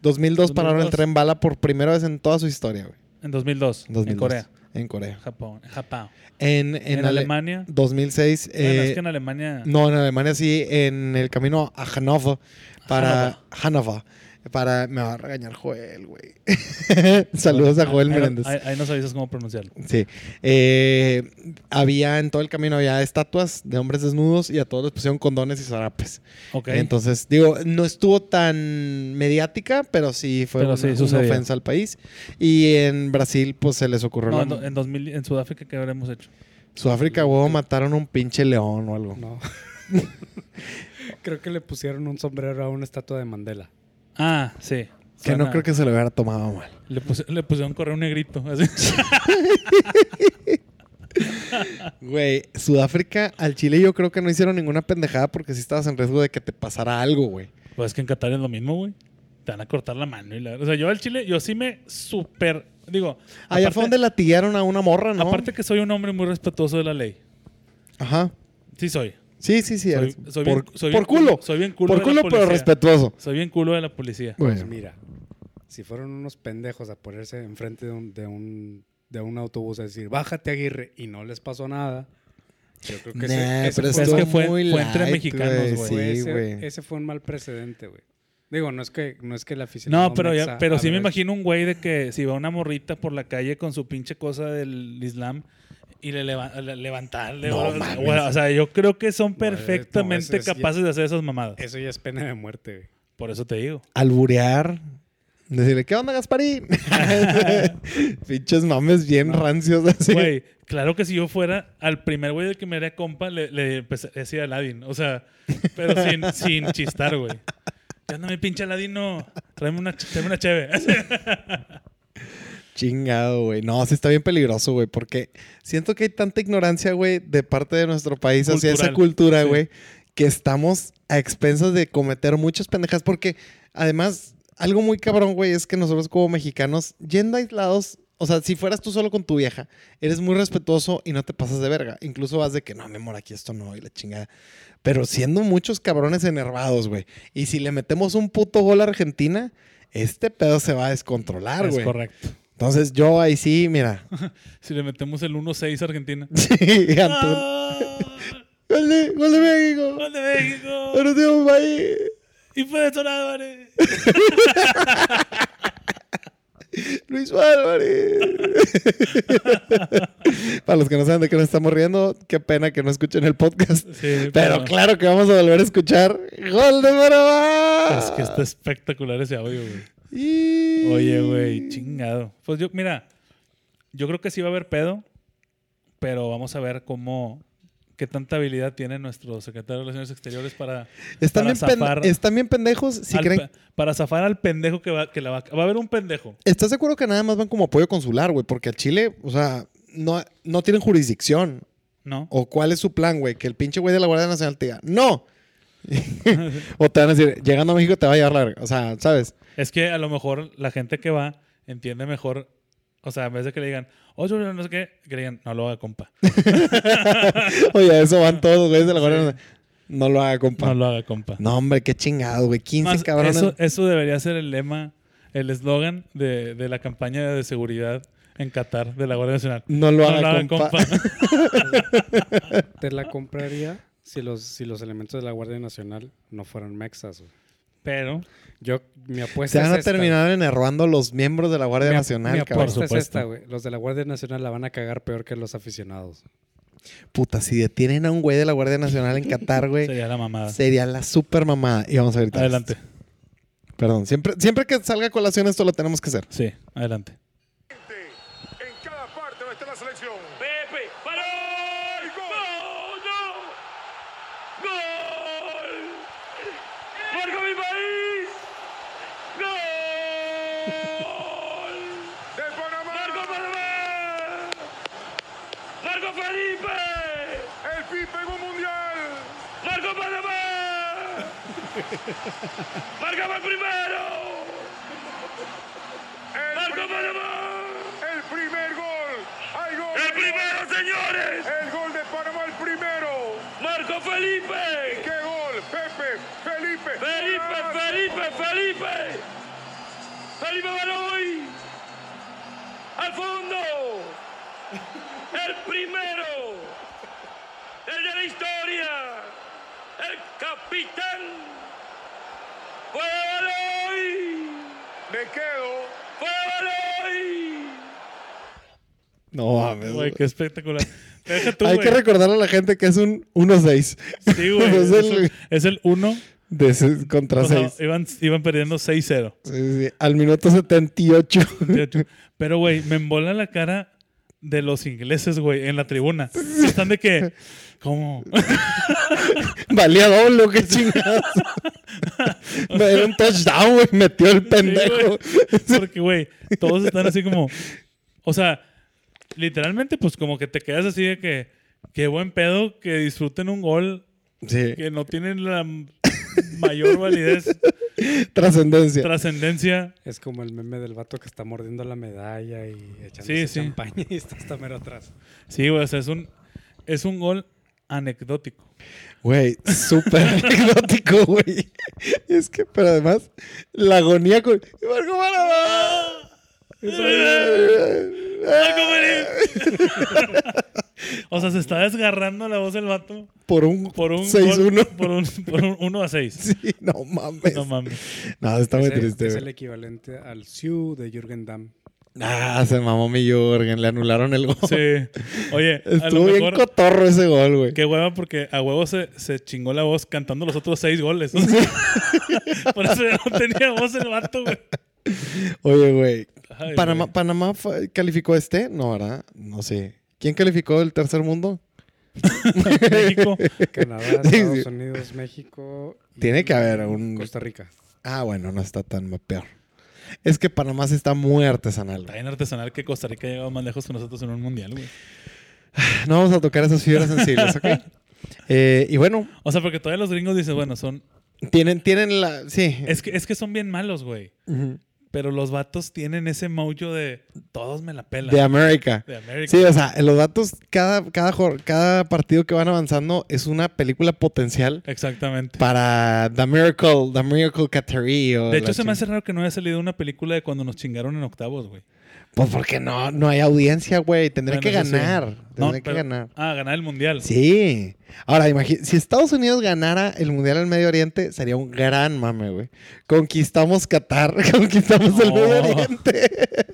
2002 pararon el 2002. tren bala por primera vez en toda su historia, güey. En 2002, 2002. en Corea. En Corea. Japón. Japón. En, en En, Ale- Alemania. 2006. bueno, eh, es que en Alemania. No, en Alemania sí, en el camino a Hannover para Hannover. Para, me va a regañar Joel, güey. Saludos a Joel Ahí- Meléndez. Ahí, ahí no sabías cómo pronunciarlo. Sí. Eh, había en todo el camino había estatuas de hombres desnudos y a todos les pusieron condones y zarapes. Ok. Entonces, digo, no estuvo tan mediática, pero sí fue Pero una, sí, una sucedió. ofensa al país. Y en Brasil, pues se les ocurrió. no, la- en, do- en 2000, en Sudáfrica, ¿qué habremos hecho? Sudáfrica, huevo, mataron un pinche león o algo. No. Creo que le pusieron un sombrero a una estatua de Mandela. Ah, sí. que no Suena- creo que se lo hubiera tomado mal. Le, puse, le pusieron correo negrito. así. Güey, Sudáfrica al Chile yo creo que no hicieron ninguna pendejada porque sí estabas en riesgo de que te pasara algo, güey. Pues es que en Qatar es lo mismo, güey. Te van a cortar la mano. Y la... O sea, yo al Chile, yo sí me súper. Digo. Allá aparte- fue donde latigaron a una morra, ¿no? Aparte que soy un hombre muy respetuoso de la ley. Ajá. Sí, soy. Sí, sí, sí. Soy, eres- soy por, bien, soy por bien culo. culo. Soy bien culo. por de la culo, pero policía. respetuoso. Soy bien culo de la policía. Pues Bueno, mira, si fueron unos pendejos a ponerse enfrente de un, de un, de un autobús a decir, bájate Aguirre, y no les pasó nada, yo creo que ese- Nah, ese, pero fue, pues, es estuvo que fue- muy fue entre light, mexicanos, güey. fue Sí, ese- güey. ese fue un mal precedente, güey. Digo, no es que, no es que la afición... No, pero, ya- mexa pero sí me haber- imagino un güey de que si va una morrita por la calle con su pinche cosa del Islam y le, leva- le- levantarle. No o- mames. o- o sea, yo creo que son No, eh, no, perfectamente eso es ya- capaces de hacer esas mamadas. Eso ya es pena de muerte, güey. Por eso te digo. Alburear. Decirle, ¿qué onda, Gasparín? Pinches mames bien rancios así. Güey, claro que si yo fuera al primer güey del que me haría compa, le, le empecé- le decía Aladdin. O sea, pero sin, sin chistar, güey. Ya no me pinche Aladdin, no. Tráeme una, ch- tráeme una cheve. Chingado, güey. No, sí está bien peligroso, güey, porque siento que hay tanta ignorancia, güey, de parte de nuestro país hacia esa Cultural, cultura, sí. güey, que estamos a expensas de cometer muchas pendejas, porque además algo muy cabrón, güey, es que nosotros como mexicanos, yendo aislados, o sea, si fueras tú solo con tu vieja, eres muy respetuoso y no te pasas de verga. Incluso vas de que, no, mi amor, aquí esto no, y la chingada. Pero siendo muchos cabrones enervados, güey. Y si le metemos un puto gol a Argentina, este pedo se va a descontrolar, es güey. correcto. Entonces yo ahí sí, mira. Si le metemos el 1-6 a Argentina. Sí, ante un- Ah. ¡Gol de, gol de México! ¡Gol de México! ¡Pero tiene un país! ¡Y fue de Son Álvarez! Luis Álvarez. Para los que no saben de qué nos estamos riendo, qué pena que no escuchen el podcast. Sí, Pero claro que vamos a volver a escuchar Gol de Marabá. Es que está espectacular ese audio, güey. Y- Oye, güey, chingado. Pues yo, mira, yo creo que sí va a haber pedo, pero vamos a ver cómo, qué tanta habilidad tiene nuestro secretario de Relaciones Exteriores para, para Están bien, pen- zafar están bien pendejos. Si al creen... pe- para zafar al pendejo que va, que la va, va a haber un pendejo. ¿Estás de acuerdo que nada más van como apoyo consular, güey? Porque al Chile, o sea, no, no tienen jurisdicción. ¿No? ¿O cuál es su plan, güey? Que el pinche güey de la Guardia Nacional te diga, ¡no! o te van a decir, llegando a México te va a llevar la verga". O sea, ¿sabes? Es que a lo mejor la gente que va entiende mejor. O sea, en vez de que le digan, oye, no sé qué, que le digan, no lo haga, compa. Oye, a eso van todos los güeyes de la Guardia Nacional. No lo haga, compa. No No, lo haga, compa. hombre, qué chingado, güey. 15 Más, cabrones. Eso, eso debería ser el lema, el eslogan de, de la campaña de seguridad en Qatar de la Guardia Nacional. No lo haga, compa. Te la compraría si los, si los elementos de la Guardia Nacional no fueran mexas. güey. Pero, Yo, mi Se apuesta van es a esta. terminar enervando los miembros de la Guardia Mi ap- Nacional, mi cabrón. apuesta es Por supuesto. esta, güey. Los de la Guardia Nacional la van a cagar peor que los aficionados. Puta, si detienen a un güey de la Guardia Nacional en Qatar, güey, sería la mamada. sería la super mamada. Y vamos a gritar. Adelante. Perdón, siempre, siempre que salga a colación esto lo tenemos que hacer. Sí, adelante. En cada parte donde está la selección. Pepe, paró. ¡Gol! ¡No, no! ¡Gol! ¡Marcó mi país! ¡Gol! De ¡Marcó Panamá. Panamá! ¡Marcó Felipe! El Pipe en un mundial. ¡Marcó Panamá! ¡Marcaba el primero! El, ¡Marcó Panamá! el primer gol. Hay gol. ¡El primero, señores! El gol de Panamá, el primero. ¡Marcó Felipe! ¡Qué gol! Pepe, Felipe. Felipe, Felipe, Felipe. Felipe Baloy. Al fondo. El primero. El de la historia. El capitán. Fue Baloy. Me quedo. Fue Baloy. No mames. Güey, güey. qué espectacular. Deja tú, Hay güey. que recordarle a la gente que es un 1-6. Sí, güey. es el Es el 1. de ese- contra O sea, 6. iban, iban perdiendo 6-0. Sí, sí, Al minuto 78. Pero, güey, me embola la cara de los ingleses, güey, en la tribuna. Están de que, ¿cómo? Valía doble, qué chingados. Era un touchdown, güey. Metió el pendejo. Sí, güey. Porque, güey, todos están así como. O sea, literalmente, pues como que te quedas así de que. Qué buen pedo que disfruten un gol Sí. que no tienen la m- mayor validez, Trascendencia. trascendencia. Es como el meme del vato que está mordiendo la medalla y echando Sí, sí. champaña y está hasta mero atrás. Sí, güey, o sea, es un, es un gol anecdótico. Güey, súper anecdótico, güey. Es que, pero además, la agonía con. ¡Y Marco Barabá! O sea, se está desgarrando la voz del vato Por un, por un gol- 6-1. por un, por un 1 a 6. Sí, no mames. No mames. No, está muy Ese triste, Es güey. el equivalente al Siu de Jürgen Damm. Ah, se mamó mi Jürgen, le anularon el gol. Sí. Oye, a lo Estuvo bien mejor cotorro ese gol, güey. Qué hueva, porque a huevo se, se chingó la voz cantando los otros seis goles. Por eso ya no tenía voz el vato, güey. Oye, güey. Ay, Panamá, güey. Panamá fue- calificó este, no, ¿verdad? No sé. ¿Quién calificó el tercer mundo? México. Canadá, Sí, Estados sí. Unidos, México. y Tiene que haber un- Costa Rica. Ah, bueno, no está tan peor. Es que Panamá se está muy artesanal. Está güey. bien artesanal que Costa Rica ha llegado más lejos que nosotros en un mundial, güey. No vamos a tocar esas fibras sensibles, ¿ok? Eh, y bueno, O sea, porque todavía los gringos dicen, bueno, son Tienen, tienen la. Sí. Es que, es que son bien malos, güey. Ujú. Pero los vatos tienen ese mojo de todos me la pelan. De América. De América. Sí, o sea, los datos, cada, cada, jor- cada partido que van avanzando es una película potencial Exactamente. para The Miracle, The Miracle Cattery. o de hecho, la se me ching- hace raro que no haya salido una película de cuando nos chingaron en octavos, güey. Pues porque no, no hay audiencia, güey. Tendría Bueno, que eso sí. ganar. No, Tendría que pero- ganar. Ah, ganar el mundial. Sí. Ahora, imagínate, si Estados Unidos ganara el Mundial del Medio Oriente, sería un gran mame, güey. Conquistamos Qatar, conquistamos el No. Medio Oriente.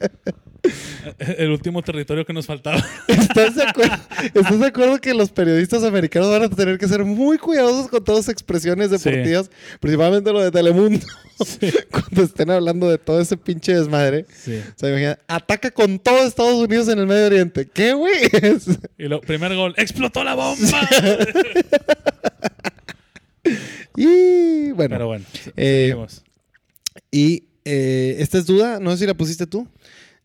El último territorio que nos faltaba. ¿Estás de, acuerdo, ¿Estás de acuerdo que los periodistas americanos van a tener que ser muy cuidadosos con todas las expresiones deportivas? Principalmente lo de Telemundo. Cuando estén hablando de todo ese pinche desmadre. Sí. O sea, imagina, ataca con todo Estados Unidos en el Medio Oriente. ¿Qué, güey? Es- Y lo, primer gol. ¡Explotó la bomba! y bueno. Pero bueno. Eh, seguimos. Y eh, esta es duda, no sé si la pusiste tú.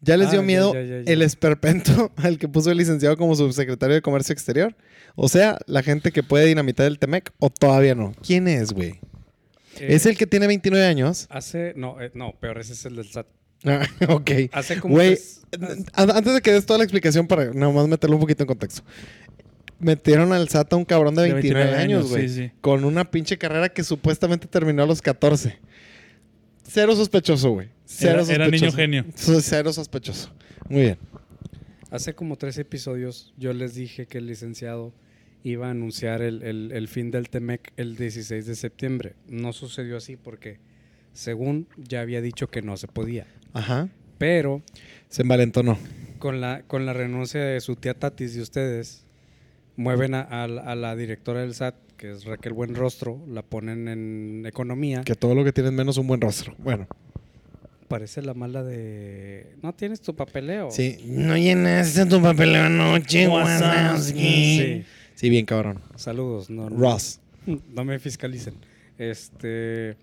Ya les Ah, dio ya, miedo ya, ya, ya. el esperpento al que puso el licenciado como subsecretario de Comercio Exterior. O sea, la gente que puede dinamitar el Temec o todavía no. ¿Quién es, güey? Eh. ¿Es el que tiene 29 años? Hace. No, eh, no, peor, ese es el del SAT. Ah, ok. Hace como. Güey, tres- an- ah, antes de que des toda la explicación para nomás meterlo un poquito en contexto. Metieron al SAT a un cabrón de De 29, 29 años, años, güey. sí, sí. Con una pinche carrera que supuestamente terminó a los 14. Cero sospechoso, güey. Cero Era- era niño sospechoso. genio. So- Cero sospechoso. Muy bien. Hace como tres episodios yo les dije que el licenciado iba a anunciar el, el- el fin del Temec el 16 de septiembre. No sucedió así porque, según ya había dicho que no se podía. Ajá. Pero Se envalentonó. con la, con la renuncia de su tía Tatis de ustedes, mueven a, a la- a la directora del SAT, que es Raquel Buenrostro, la ponen en economía. Que todo lo que tienes menos un buen rostro. Bueno. Parece la mala de... No tienes tu papeleo. Oh. Sí. No llenaste tu papel anoche, Sí. Sí. Sí, bien, cabrón. Saludos. No, no- Ross. No me fiscalicen. Este.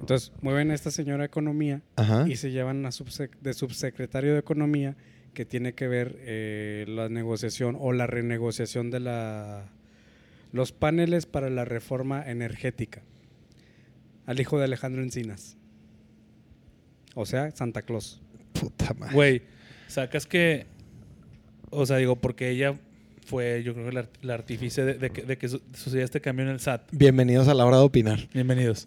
Entonces, mueven a esta señora a economía Ajá. y se llevan a subsec- de subsecretario de economía que tiene que ver eh, la negociación o la renegociación de la los paneles para la reforma energética al hijo de Alejandro Encinas. O sea, Santa Claus. Puta madre. Güey, sacas que. O sea, digo, porque ella fue, yo creo que la, art- la artífice de, de que, de que su- sucediera este cambio en el SAT. Bienvenidos a la hora de opinar. Bienvenidos.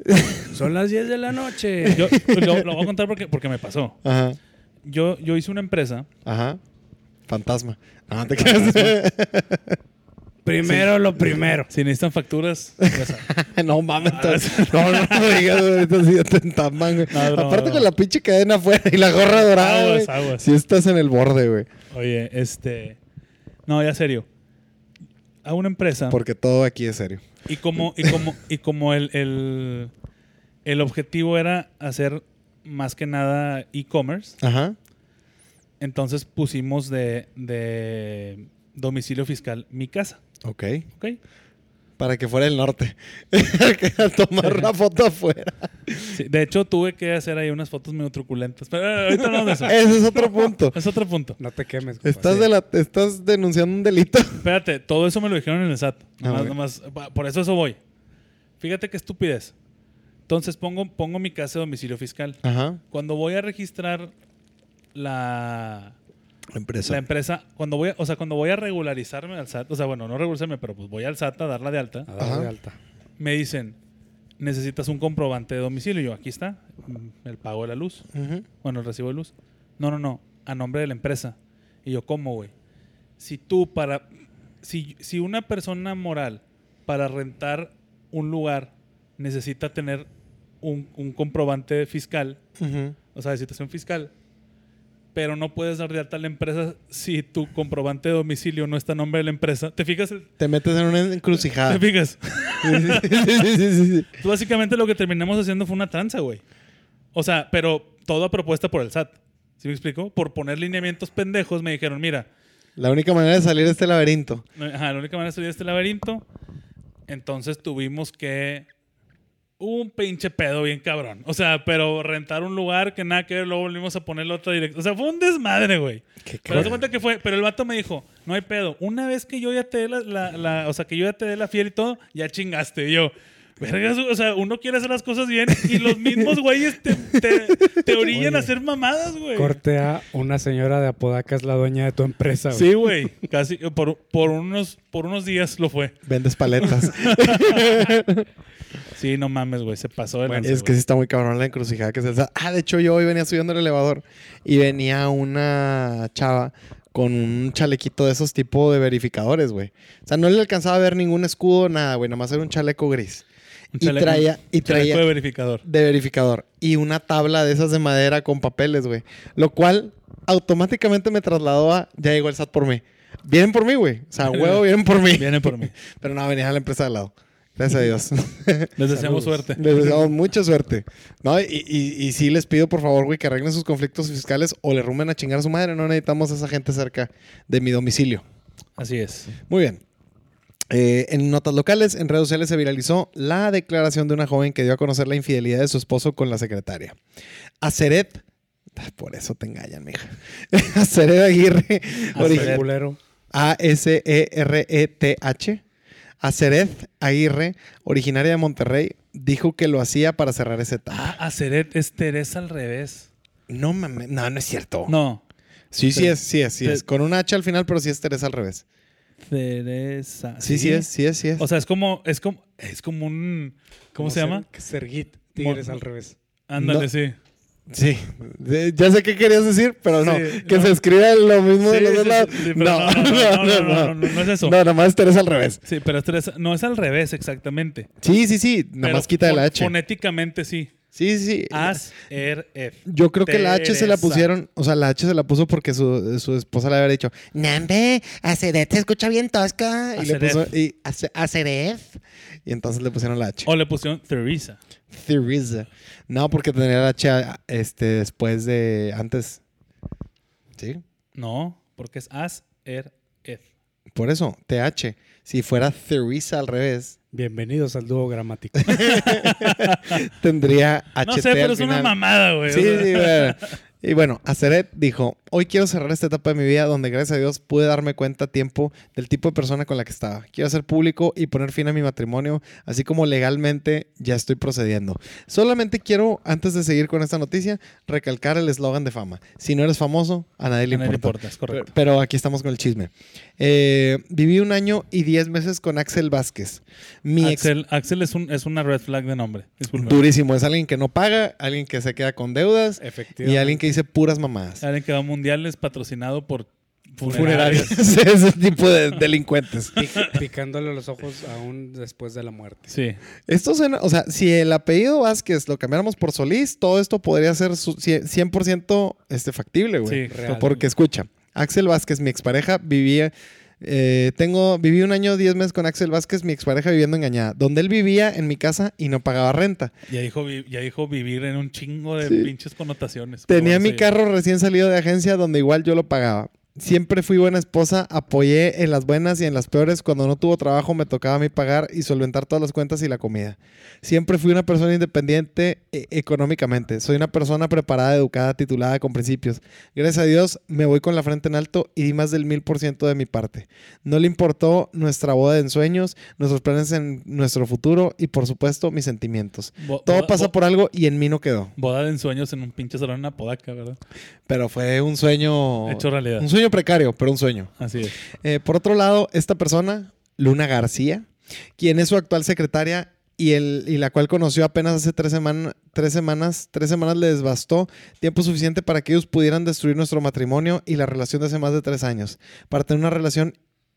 Son las 10 de la noche. Yo lo, lo voy a contar porque, porque me pasó. Ajá. Yo, yo hice una empresa. Ajá. Fantasma. No, te creas. primero lo primero. Si necesitan facturas, ya saben. no mames. entonces- No, no, no digas, güey, ahorita sí ya te entamban, güey. No, no, Aparte no. con la pinche cadena afuera y la gorra dorada, Aguas, güey. aguas. Si estás en el borde, güey. Oye, este. No, ya serio. A una empresa. Porque todo aquí es serio. Y como, y como, y como el, el, el objetivo era hacer más que nada e-commerce, Ajá. entonces pusimos de, de domicilio fiscal mi casa. Ok. ¿Ok? Para que fuera el norte. A Tomar la foto afuera. Sí, de hecho, tuve que hacer ahí unas fotos medio truculentas. Pero eh, ahorita no de eso. Ese es otro punto. Es otro punto. No te quemes. compa. Estás, de la, estás denunciando un delito. Espérate, todo eso me lo dijeron en el SAT. Nomás- ok. nomás, pa- por eso eso voy. Fíjate qué estupidez. Entonces pongo, pongo mi casa de domicilio fiscal. Ajá. Cuando voy a registrar la, Empresa. la empresa, cuando voy, a, o sea, cuando voy a regularizarme al SAT, o sea, bueno, no regularizarme, pero pues voy al SAT a darla de alta, A darle Ajá. de alta. me dicen, necesitas un comprobante de domicilio. Y yo, aquí está, mm, el pago de la luz. Ujú. Bueno, el recibo de luz. No, no, no, a nombre de la empresa. Y yo, ¿cómo, güey? Si tú para, si, si una persona moral para rentar un lugar necesita tener un, un comprobante fiscal, Ujú. o sea, de situación fiscal, pero no puedes dar de alta a la empresa si tu comprobante de domicilio no está a nombre de la empresa. ¿Te fijas? el- Te metes en una encrucijada. ¿Te fijas? Sí, sí, sí, sí, sí. Pues básicamente lo que terminamos haciendo fue una tranza, güey. O sea, pero toda propuesta por el SAT. ¿Sí me explico? Por poner lineamientos pendejos me dijeron, mira, La única manera de salir de este laberinto. no- ajá, la única manera de salir de este laberinto, entonces tuvimos que... Un pinche pedo bien cabrón. O sea, pero rentar un lugar que nada que ver, luego volvimos a ponerlo otra dirección. O sea, fue un desmadre, güey. Qué Pero haz de cuenta que fue, pero el vato me dijo, no hay pedo, una vez que yo ya te dé la, la- la- o sea, que yo ya te dé la fiel y todo, ya chingaste. Y yo, Vergas, o sea, uno quiere hacer las cosas bien y los mismos güeyes te, te, te orillan Oye. a hacer mamadas, güey. Corte a una señora de Apodaca es la dueña de tu empresa, güey. Sí, güey. Casi por, por unos, por unos días lo fue. Vendes paletas. Sí, no mames, güey. Se pasó de lanza, es que sí güey. está muy cabrón la encrucijada que se alza. Ah, de hecho yo hoy venía subiendo el elevador y venía una chava con un chalequito de esos tipo de verificadores, güey. O sea, no le alcanzaba a ver ningún escudo, nada, güey. Nada más era un chaleco gris. Un y chaleco- traía- y un chaleco traía- de verificador. de verificador y una tabla de esas de madera con papeles, güey. Lo cual automáticamente me trasladó a ya llegó el SAT por mí. Vienen por mí, güey. O sea, huevo, vienen por mí. Vienen por mí. Pero no, venían a la empresa de al lado. Gracias a Dios. Les deseamos suerte. Les deseamos mucha suerte. No, y, y, y sí les pido, por favor, güey, que arreglen sus conflictos fiscales o le rumben a chingar a su madre. No necesitamos a esa gente cerca de mi domicilio. Así es. Muy bien. Eh, en notas locales, en redes sociales se viralizó la declaración de una joven que dio a conocer la infidelidad de su esposo con la secretaria. Aceret, ah, por eso te engañan, mija. Aceret Aguirre, Hasta el origi- culero. E A-S-E-R-E-T-H. Aceret Aguirre, originaria de Monterrey, dijo que lo hacía para cerrar ese Ah, etapa. Aceret es Teresa al revés. No mames, no, no es cierto. No. Sí, sí Te- es, sí es, sí te- es. Con un H al final, pero sí es Teresa al revés. Teresa. Sí, sí, es, sí es, sí es. O sea, es como, es como, es como un, ¿cómo, se llama? Sergit. Tigres Mo- al revés. Ándale, No. sí. Sí, de- ya sé qué querías decir, pero no. Sí, que no. se escriba lo mismo de los Sí, dos sí, lados. sí, sí, pero no, no, no, no, no, no es eso. No, nomás Teresa al revés. Sí, pero es Teresa, no es al revés exactamente. Sí, sí, sí, nomás Pero quita el fon- H. Fonéticamente sí. Sí, sí, sí. As, er, ef. Yo creo que la H se la Teresa. pusieron, o sea, la H se la puso porque su, su esposa le había dicho, Nambe, Aceref se escucha bien tosca. Y le Aceref. puso, y "Ace- Aceref. Y entonces le pusieron la H. O le pusieron Teresa. Theresa. No, porque tenía la H este, después de, antes. Sí. No, porque es as, er, ef. Por eso, TH. Si fuera Theresa al revés, Bienvenidos al dúo gramático. tendría HT No sé, pero al es una final. mamada, güey. Sí, O sea, sí, bueno. Y bueno, Aceret dijo, hoy quiero cerrar esta etapa de mi vida donde gracias a Dios pude darme cuenta a tiempo del tipo de persona con la que estaba. Quiero hacer público y poner fin a mi matrimonio, así como legalmente ya estoy procediendo. Solamente quiero, antes de seguir con esta noticia, recalcar el eslogan de fama. Si no eres famoso, a nadie le No le importa. importa, es correcto. Pero, pero aquí estamos con el chisme. Eh, viví un año y diez meses con Axel Vázquez. Mi ex Axel, Axel es, un, es una red flag de nombre. Disculpe. Durísimo. Es alguien que no paga, alguien que se queda con deudas Efectivamente. y alguien que dice puras mamadas. Alguien que va a mundiales patrocinado por funerarias. Funerarias. Ese tipo de delincuentes. Pic- Picándole los ojos aún después de la muerte. Sí. Esto suena, o sea, si el apellido Vázquez lo cambiáramos por Solís, todo esto podría ser su- cien- 100% este, factible, güey. Sí, Real. Porque escucha, Axel Vázquez, mi expareja, vivía. eh, tengo, viví un año, 10 meses con Axel Vázquez, mi expareja viviendo engañada, donde él vivía en mi casa y no pagaba renta. Ya dijo, vi- ya dijo vivir en un chingo de Sí. pinches connotaciones. Tenía Pero mi sí. carro recién salido de agencia donde igual yo lo pagaba. Siempre fui buena esposa, apoyé en las buenas y en las peores. Cuando no tuvo trabajo me tocaba a mí pagar y solventar todas las cuentas y la comida. Siempre fui una persona independiente eh, económicamente. Soy una persona preparada, educada, titulada, con principios. Gracias a Dios me voy con la frente en alto y di más del mil por ciento de mi parte. No le importó nuestra boda de ensueños, nuestros planes en nuestro futuro y por supuesto mis sentimientos. Bo- Todo boda- pasa bo- por algo y en mí no quedó. Boda de ensueños en un pinche salón en Apodaca, ¿verdad? Pero fue un sueño. Hecho realidad. Un sueño precario, pero un sueño. Así es. Eh, por otro lado, esta persona, Luna García, quien es su actual secretaria y, el, y la cual conoció apenas hace tres, semana- tres semanas, tres semanas les bastó tiempo suficiente para que ellos pudieran destruir nuestro matrimonio y la relación de hace más de tres años, para tener una relación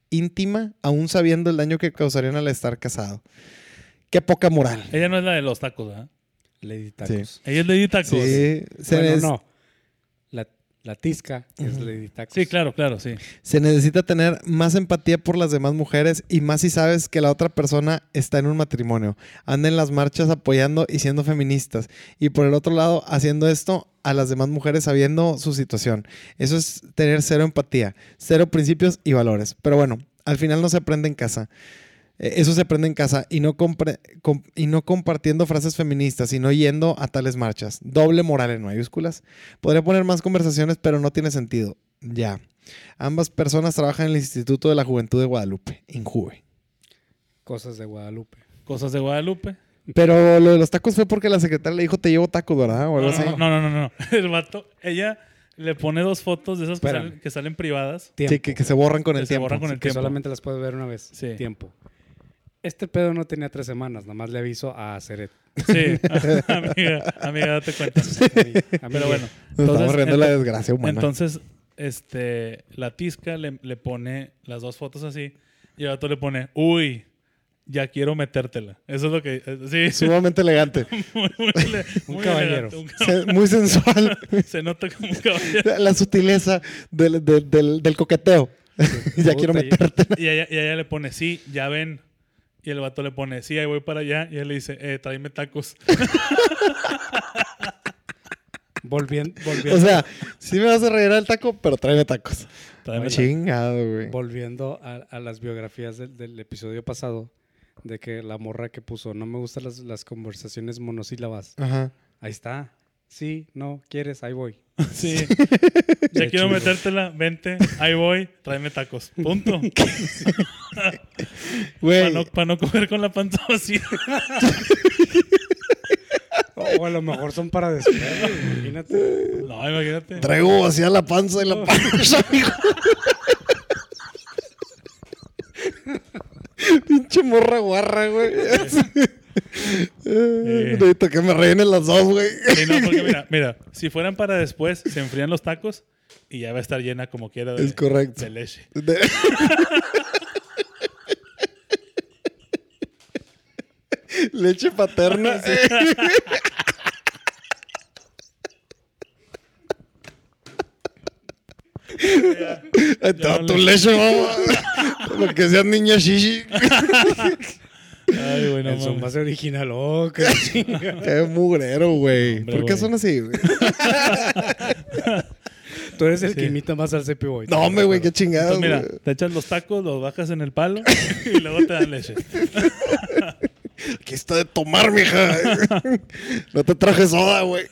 íntima, aún sabiendo el daño que causarían al estar casado. Qué poca moral. Ella no es la de los tacos, ¿verdad? Lady Tacos. Ella es Lady Tacos. Sí, Sí, se, Bueno, nes- no. La, la tisca es Lady Tacos. claro, claro, sí. se necesita tener más empatía por las demás mujeres y más si sabes que la otra persona está en un matrimonio. Anda en las marchas apoyando y siendo feministas. Y por el otro lado, haciendo esto a las demás mujeres sabiendo su situación. Eso es tener cero empatía, cero principios y valores. Pero bueno, al final no se aprende en casa. Eh, Eso se aprende en casa y no, compre- com- y no compartiendo frases feministas, sino yendo a tales marchas. Doble moral en mayúsculas. Podría poner más conversaciones, pero no tiene sentido. Ya. Ambas personas trabajan en el Instituto de la Juventud de Guadalupe, en Juve. Cosas de Guadalupe. Cosas de Guadalupe. Pero lo de los tacos fue porque la secretaria le dijo, te llevo tacos, ¿verdad? O algo No, así. no, no, no, no. El vato, ella le pone dos fotos de esas que Espérame. salen, que salen privadas. Tiempo. Sí, que, que se borran con Que el se tiempo. borran con el que tiempo. solamente las puedes ver una vez. Sí. Tiempo. Este pedo no tenía tres semanas, nada más le aviso a Ceret. Sí, amiga, amiga, date cuenta. Pero bueno. Nos estamos entonces, riendo de la ento- desgracia humana. Entonces, este, la tisca le, le pone las dos fotos así y el vato le pone, uy, ya quiero metértela. Eso es lo que... eh, Sí, Sumamente elegante. muy, muy ele- Un muy caballero. elegante, un cab- Se- Muy sensual. Se nota como un caballero. la sutileza del, del- del- del coqueteo. ya quiero Puta, meterte. Y ella, y ella le pone, sí, ya ven. Y el vato le pone, sí, ahí voy para allá. Y él le dice, eh, tráeme tacos. Volviendo, volviendo, O sea, sí me vas a rellenar el taco, pero tráeme tacos. Ah, Tráeme tacos. Chingado, güey. volviendo a, a las biografías del, del episodio pasado, de que la morra que puso, no me gustan las, las conversaciones monosílabas. Ajá. Ahí está. Sí, no, quieres, ahí voy. Sí. ya quiero metértela, vente, ahí voy, tráeme tacos. Punto. Para Güey, no, pa' no coger con la panza vacía. O, o Oh, a lo mejor son para después, güey, imagínate. No, imagínate. traigo vacía la panza y la panza, amigo. Pinche morra guarra, güey. Eh, Necesito que me rellenen las dos, güey. Sí, no, porque mira, mira, si fueran para después, se enfrían los tacos y ya va a estar llena como quiera de, Es correcto. de leche. De- Leche paterna. Ahí te va no tu le- leche, mamá. Lo que seas niña shishi. Ay, bueno, El mames. zumba se original, oh, qué chinga. Qué mugrero, güey. Hombre, ¿Por qué güey. son así, güey? Tú eres el Sí. que imita más al Cepi Boy. No, hombre, güey, qué chingada, Entonces, mira, Ah, güey. te echas los tacos, los bajas en el palo y luego te dan leche. Aquí está de tomar, mija. No te traje soda, güey.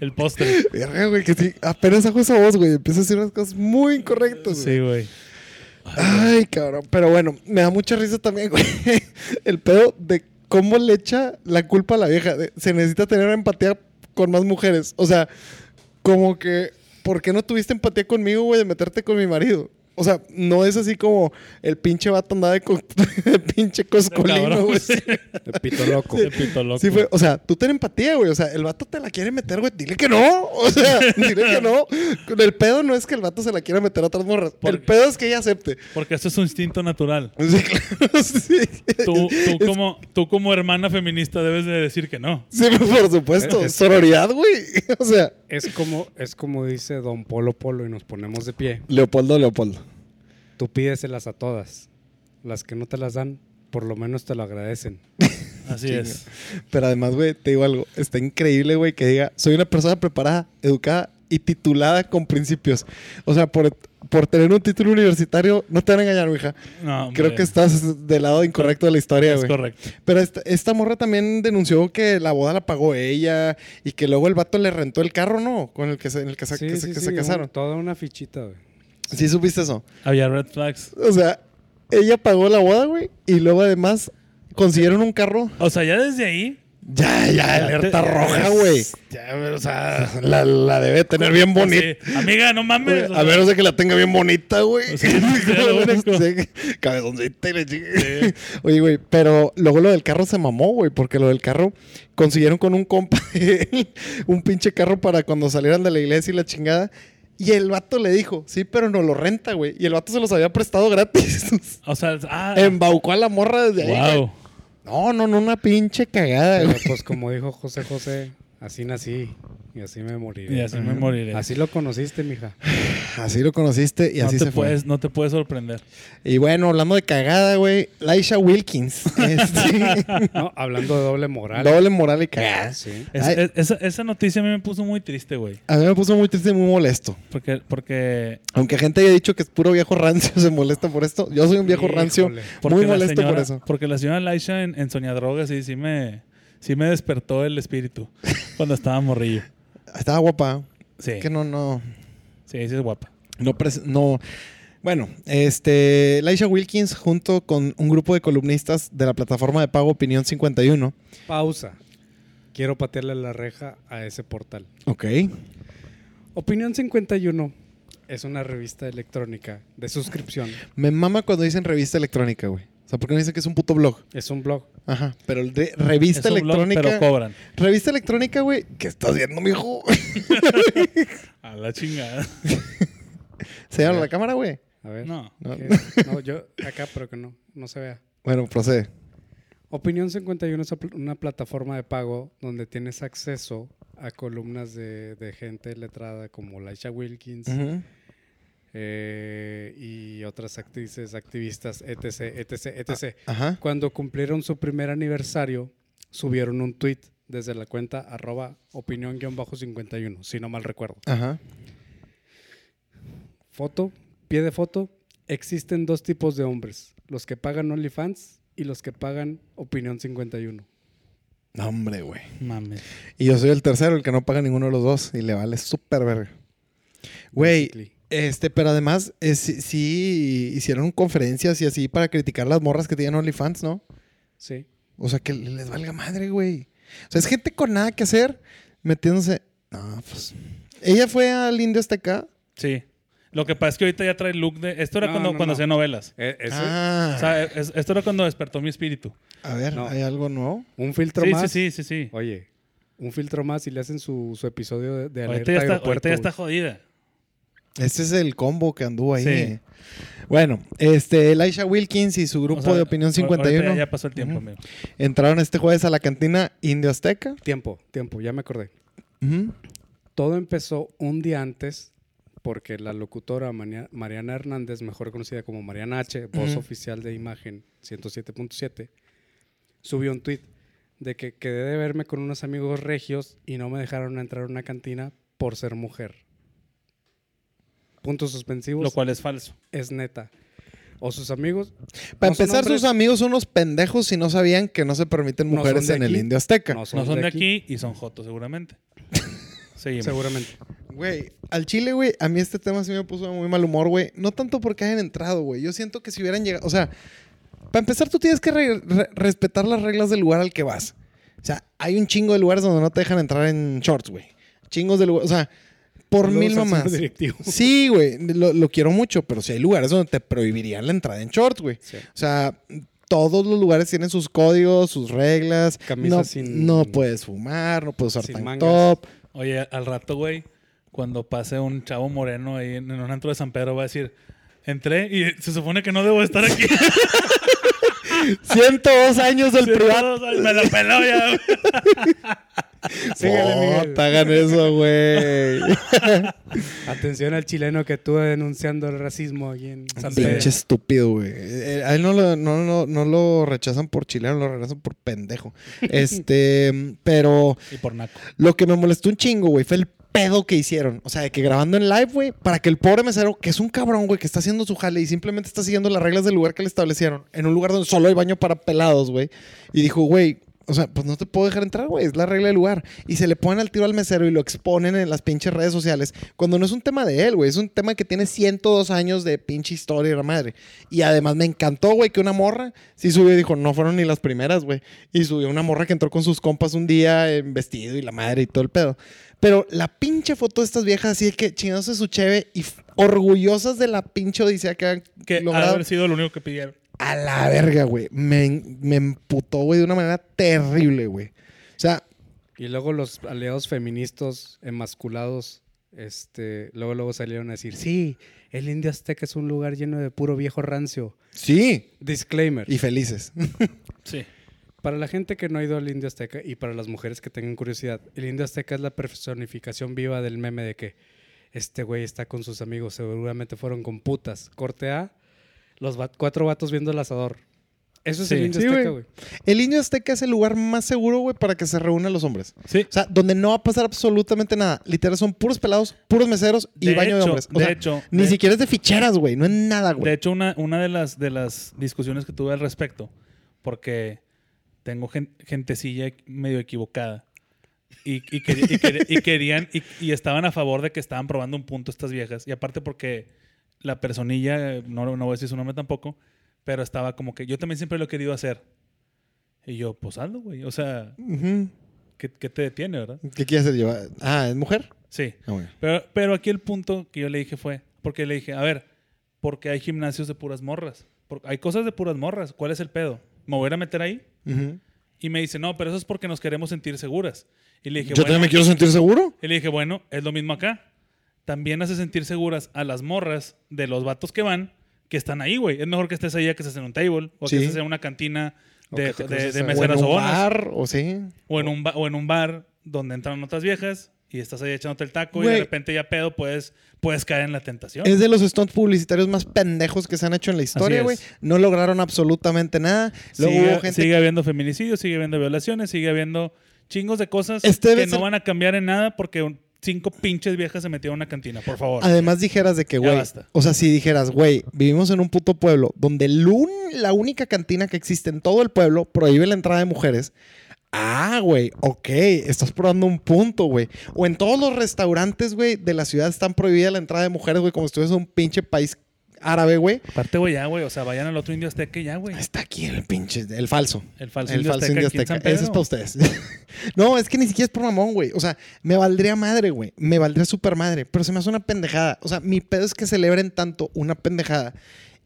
El postre. Verga, güey, que sí, apenas hago esa voz, güey. Empieza a decir unas cosas muy incorrectas, güey. Sí, güey. Ay, cabrón. Pero bueno, me da mucha risa también, güey. El pedo de cómo le echa la culpa a la vieja. De- Se necesita tener empatía con más mujeres. O sea, como que, ¿por qué no tuviste empatía conmigo, güey, de meterte con mi marido? O sea, no es así como el pinche vato andaba de, co- de pinche coscolino, Cabrón, güey. sí. De pito loco. De pito loco. Sí, fue, o sea, tú ten empatía, güey. O sea, el vato te la quiere meter, güey. Dile que no. O sea, dile que no. El pedo no es que el vato se la quiera meter a otras morras. ¿Por El qué? pedo es que ella acepte. Porque eso es un instinto natural. Sí, claro, sí. Tú, tú, como, tú como hermana feminista debes de decir que no. Sí, por supuesto. Eh, Es- es- Sororidad, güey. O sea, Es como, es como dice Don Polo Polo y nos ponemos de pie. Leopoldo, Leopoldo. Tú pídeselas a todas. Las que no te las dan, por lo menos te lo agradecen. Así Chinga. es. Pero además, güey, te digo algo. Está increíble, güey, que diga, soy una persona preparada, educada y titulada con principios. O sea, por, por tener un título universitario, no te van a engañar, mija. No, hombre, Creo que estás del lado incorrecto de la historia, es güey. correcto. Pero esta, esta morra también denunció que la boda la pagó ella y que luego el vato le rentó el carro, ¿no? Con el que se, en el que se, Sí, que sí, se- que sí, se un- casaron. toda una fichita, güey. ¿Sí supiste eso? Había red flags. O sea, ella pagó la boda, güey, y luego además consiguieron un carro. O sea, ya desde ahí. Ya, ya, alerta te- roja, güey. Ya, o sea. La, la debe tener bien bonita. sí. Amiga, no mames. o sea, A ver, o sea que la tenga bien bonita, güey. Sí, sí, a lo único. Sí, Cabezoncita y la chica. Oye, güey, pero luego lo del carro se mamó, güey, porque lo del carro consiguieron con un compa un pinche carro para cuando salieran de la iglesia y la chingada. Y el vato le dijo, sí, pero no lo renta, güey. Y el vato se los había prestado gratis. O sea, ah, Embaucó a la morra desde ahí. güey. wow. No, no, no, una pinche cagada, Pero güey. pues como dijo José José, así nací y así me moriré. Y así me moriré. Así lo conociste, mija. Así lo conociste y no, así te se puedes, no te puedes sorprender. fue. Y bueno, hablando de cagada, güey, Laisha Wilkins. Este, No, hablando de doble moral. doble moral y cagada. Sí. Es- Ay. es- esa, esa noticia a mí me puso muy triste, güey. A mí me puso muy triste y muy molesto. Porque, porque, Aunque gente haya dicho que es puro viejo rancio, se molesta por esto. Yo soy un viejo Híjole. rancio, porque muy la molesto señora- por eso. Porque la señora Laisha en, en Soñadroga sí, sí me, sí me despertó el espíritu cuando estaba morrillo. Estaba guapa. Sí, Que no, no, sí, sí es guapa. no, pres- no. Bueno, este, Laisha Wilkins junto con un grupo de columnistas de la plataforma de pago Opinión 51. Pausa. Quiero patearle la reja a ese portal. Ok. Opinión 51 es una revista electrónica de suscripción. Me mama cuando dicen revista electrónica, güey. O sea, porque no dicen que es un puto blog. Es un blog. Ajá. Pero el de revista Es un blog, electrónica. pero cobran. Revista electrónica, güey. ¿Qué estás viendo, mijo? A la chingada. Se llama la cámara, güey. A ver. No. No. que- no, yo acá, pero que no, no se vea. Bueno, procede. Opinión 51 es apl- una plataforma de pago donde tienes acceso a columnas de, de gente letrada como Laisha Wilkins Ujú. eh, y otras actrices, activistas, etc., etc., etc. Ajá. Cuando cumplieron su primer aniversario, subieron un tweet desde la cuenta arroba opinión-51, si no mal recuerdo. Ajá. Foto, pie de foto, existen dos tipos de hombres, los que pagan OnlyFans y los que pagan Opinión 51. No, hombre, güey. Mames. Y yo soy el tercero, el que no paga ninguno de los dos. Y le vale súper verga. Güey, Basically. este, pero además, eh, sí, sí hicieron conferencias y así para criticar las morras que tienen OnlyFans, ¿no? Sí. O sea, que les valga madre, güey. O sea, es gente con nada que hacer metiéndose. No, pues. Ella fue al Indio hasta acá. Sí. Lo que pasa es que ahorita ya trae look de. Esto era No, cuando, no, cuando no. hacía novelas. E- ese- Ah, O sea, es- esto era cuando despertó mi espíritu. a ver, no. ¿hay algo nuevo? Un filtro Sí, sí, más. sí, sí, sí. Oye, un filtro más y le hacen su, su episodio de, de alerta Ahorita ya, está, ahorita aeropuerto, ya güey. está jodida. Este es el combo que anduvo ahí. Sí. eh. Bueno, este, Elisha Wilkins y su grupo O sea, de Opinión ahor- ahorita 51 Ya, ya pasó el tiempo, Ujú. amigo. entraron este jueves a la cantina Indio Azteca. Tiempo, tiempo, ya me acordé. Ujú. Todo empezó un día antes porque la locutora Mania- Mariana Hernández, mejor conocida como Mariana H, voz Ujú. oficial de imagen 107.7, subió un tweet de que quedé de verme con unos amigos regios y no me dejaron entrar a una cantina por ser mujer. Puntos suspensivos. Lo cual es falso. es neta. O sus amigos. Para no son empezar, hombres, sus amigos son unos pendejos y no sabían que no se permiten No son mujeres de en el aquí. Indio Azteca. No son de aquí y son jotos, seguramente. Seguimos. Seguramente. Güey, al chile, güey, a mí este tema sí me puso de muy mal humor, güey. No tanto porque hayan entrado, güey. Yo siento que si hubieran llegado. O sea, para empezar, tú tienes que re- re- respetar las reglas del lugar al que vas. O sea, hay un chingo de lugares donde no te dejan entrar en shorts, güey. Chingos de lugares. O sea, por Saludos mil al mamás. centro directivo. Sí, güey, lo, lo quiero mucho, pero si hay lugares donde te prohibirían la entrada en shorts, güey. Sí. O sea, todos los lugares tienen sus códigos, sus reglas. Camisas no, sin- no puedes fumar, no puedes usar Sin tank mangas. top. Oye, al rato, güey, cuando pase un chavo moreno ahí en en un antro de San Pedro, va a decir: Entré y se supone que no debo estar aquí. 102 años del privado. Me la peló ya, güey. Síguele, Miguel. Puta, hagan Oh, eso, güey. Atención al chileno que estuvo denunciando el racismo aquí en San Pedro. Pinche estúpido, güey. Eh, A él no lo, no, no- no lo rechazan por chileno, lo rechazan por pendejo. Este, pero Y por naco. lo que me molestó un chingo, güey, fue el pedo que hicieron. O sea, de que grabando en live, güey, para que el pobre mesero, que es un cabrón, güey, que está haciendo su jale y simplemente está siguiendo las reglas del lugar que le establecieron, en un lugar donde solo hay baño para pelados, güey. Y dijo, güey, o sea, pues no te puedo dejar entrar, güey, es la regla del lugar. Y se le ponen al tiro al mesero y lo exponen en las pinches redes sociales, cuando no es un tema de él, güey, es un tema que tiene 102 años de pinche historia y la madre. Y además me encantó, güey, que una morra sí subió y dijo, no fueron ni las primeras, güey. Y subió una morra que entró con sus compas un día en vestido y la madre y todo el pedo. Pero la pinche foto de estas viejas así de que chingándose su cheve y f- orgullosas de la pinche odisea que han Que ha de logrado. haber sido lo único que pidieron. A la verga, güey. Me, en- me emputó, güey, de una manera terrible, güey. O sea, Y luego los aliados feministas emasculados, este, luego luego salieron a decir, sí, el Indio Azteca es un lugar lleno de puro viejo rancio. sí. Disclaimer. Y felices. Sí. Para la gente que no ha ido al Indio Azteca y para las mujeres que tengan curiosidad, el Indio Azteca es la personificación viva del meme de que este güey está con sus amigos, seguramente fueron con putas. Corte A, los va- cuatro vatos viendo el asador. Eso es Sí. el Indio Sí, Azteca, güey. güey. El Indio Azteca es el lugar más seguro, güey, para que se reúnan los hombres. Sí. O sea, donde no va a pasar absolutamente nada. Literal, son puros pelados, puros meseros y De baño de hecho, hombres. O de sea, hecho, ni de- siquiera es de ficheras, güey. No es nada, De güey. hecho, una, una de, las, de las discusiones que tuve al respecto, porque tengo gen- gentecilla medio equivocada. Y, y quer- y quer- y querían, y, y estaban a favor de que estaban probando un punto estas viejas. Y aparte porque la personilla, eh, no, no voy a decir su nombre tampoco, pero estaba como que yo también siempre lo he querido hacer. Y yo, pues hazlo, güey. O sea, Ujú. ¿qué, qué te detiene, verdad? ¿Qué quieres hacer yo? Ah, ¿es mujer? Sí. Ah, bueno. Pero, pero aquí el punto que yo le dije fue, porque le dije, a ver, porque hay gimnasios de puras morras. Por- hay cosas de puras morras. ¿Cuál es el pedo? ¿Me voy a ir a meter ahí? Ujú. Y me dice, no, pero eso es porque nos queremos sentir seguras. Y le dije, Yo bueno, también me quiero sentir seguro. y le dije, bueno, es lo mismo acá. También hace sentir seguras a las morras de los vatos que van, que están ahí, güey. Es mejor que estés ahí a que estés en un table, o Sí. que estés en una cantina O de, que te de- cruces de a- o meseras en o un bonas. bar, o sí. O en, un ba- o en un bar donde entran otras viejas y estás ahí echándote el taco y Güey. de repente ya pedo, puedes, puedes caer en la tentación. Es de los stunts publicitarios más pendejos que se han hecho en la historia, es. güey. No lograron absolutamente nada. Luego sigue, hubo gente. sigue habiendo feminicidios, sigue habiendo violaciones, sigue habiendo chingos de cosas Este debe que no ser- van a cambiar en nada porque un- cinco pinches viejas se metieron a una cantina, por favor. Además dijeras de que, Ya güey, basta. o sea, si dijeras, güey, vivimos en un puto pueblo donde el un- la única cantina que existe en todo el pueblo prohíbe la entrada de mujeres. Ah, güey, ok, estás probando un punto, güey. O en todos los restaurantes, güey, de la ciudad están prohibida la entrada de mujeres, güey, como si estuvieses en un pinche país árabe, güey. Aparte, güey, ya, güey, o sea, vayan al otro indio azteca y ya, güey. Está aquí el pinche, el falso. El falso el indio falso azteca indio aquí en azteca. San Ese es para Pedro. ustedes. no, es que ni siquiera es por mamón, güey. O sea, me valdría madre, güey. Me valdría super madre. Pero se me hace una pendejada. O sea, mi pedo es que celebren tanto una pendejada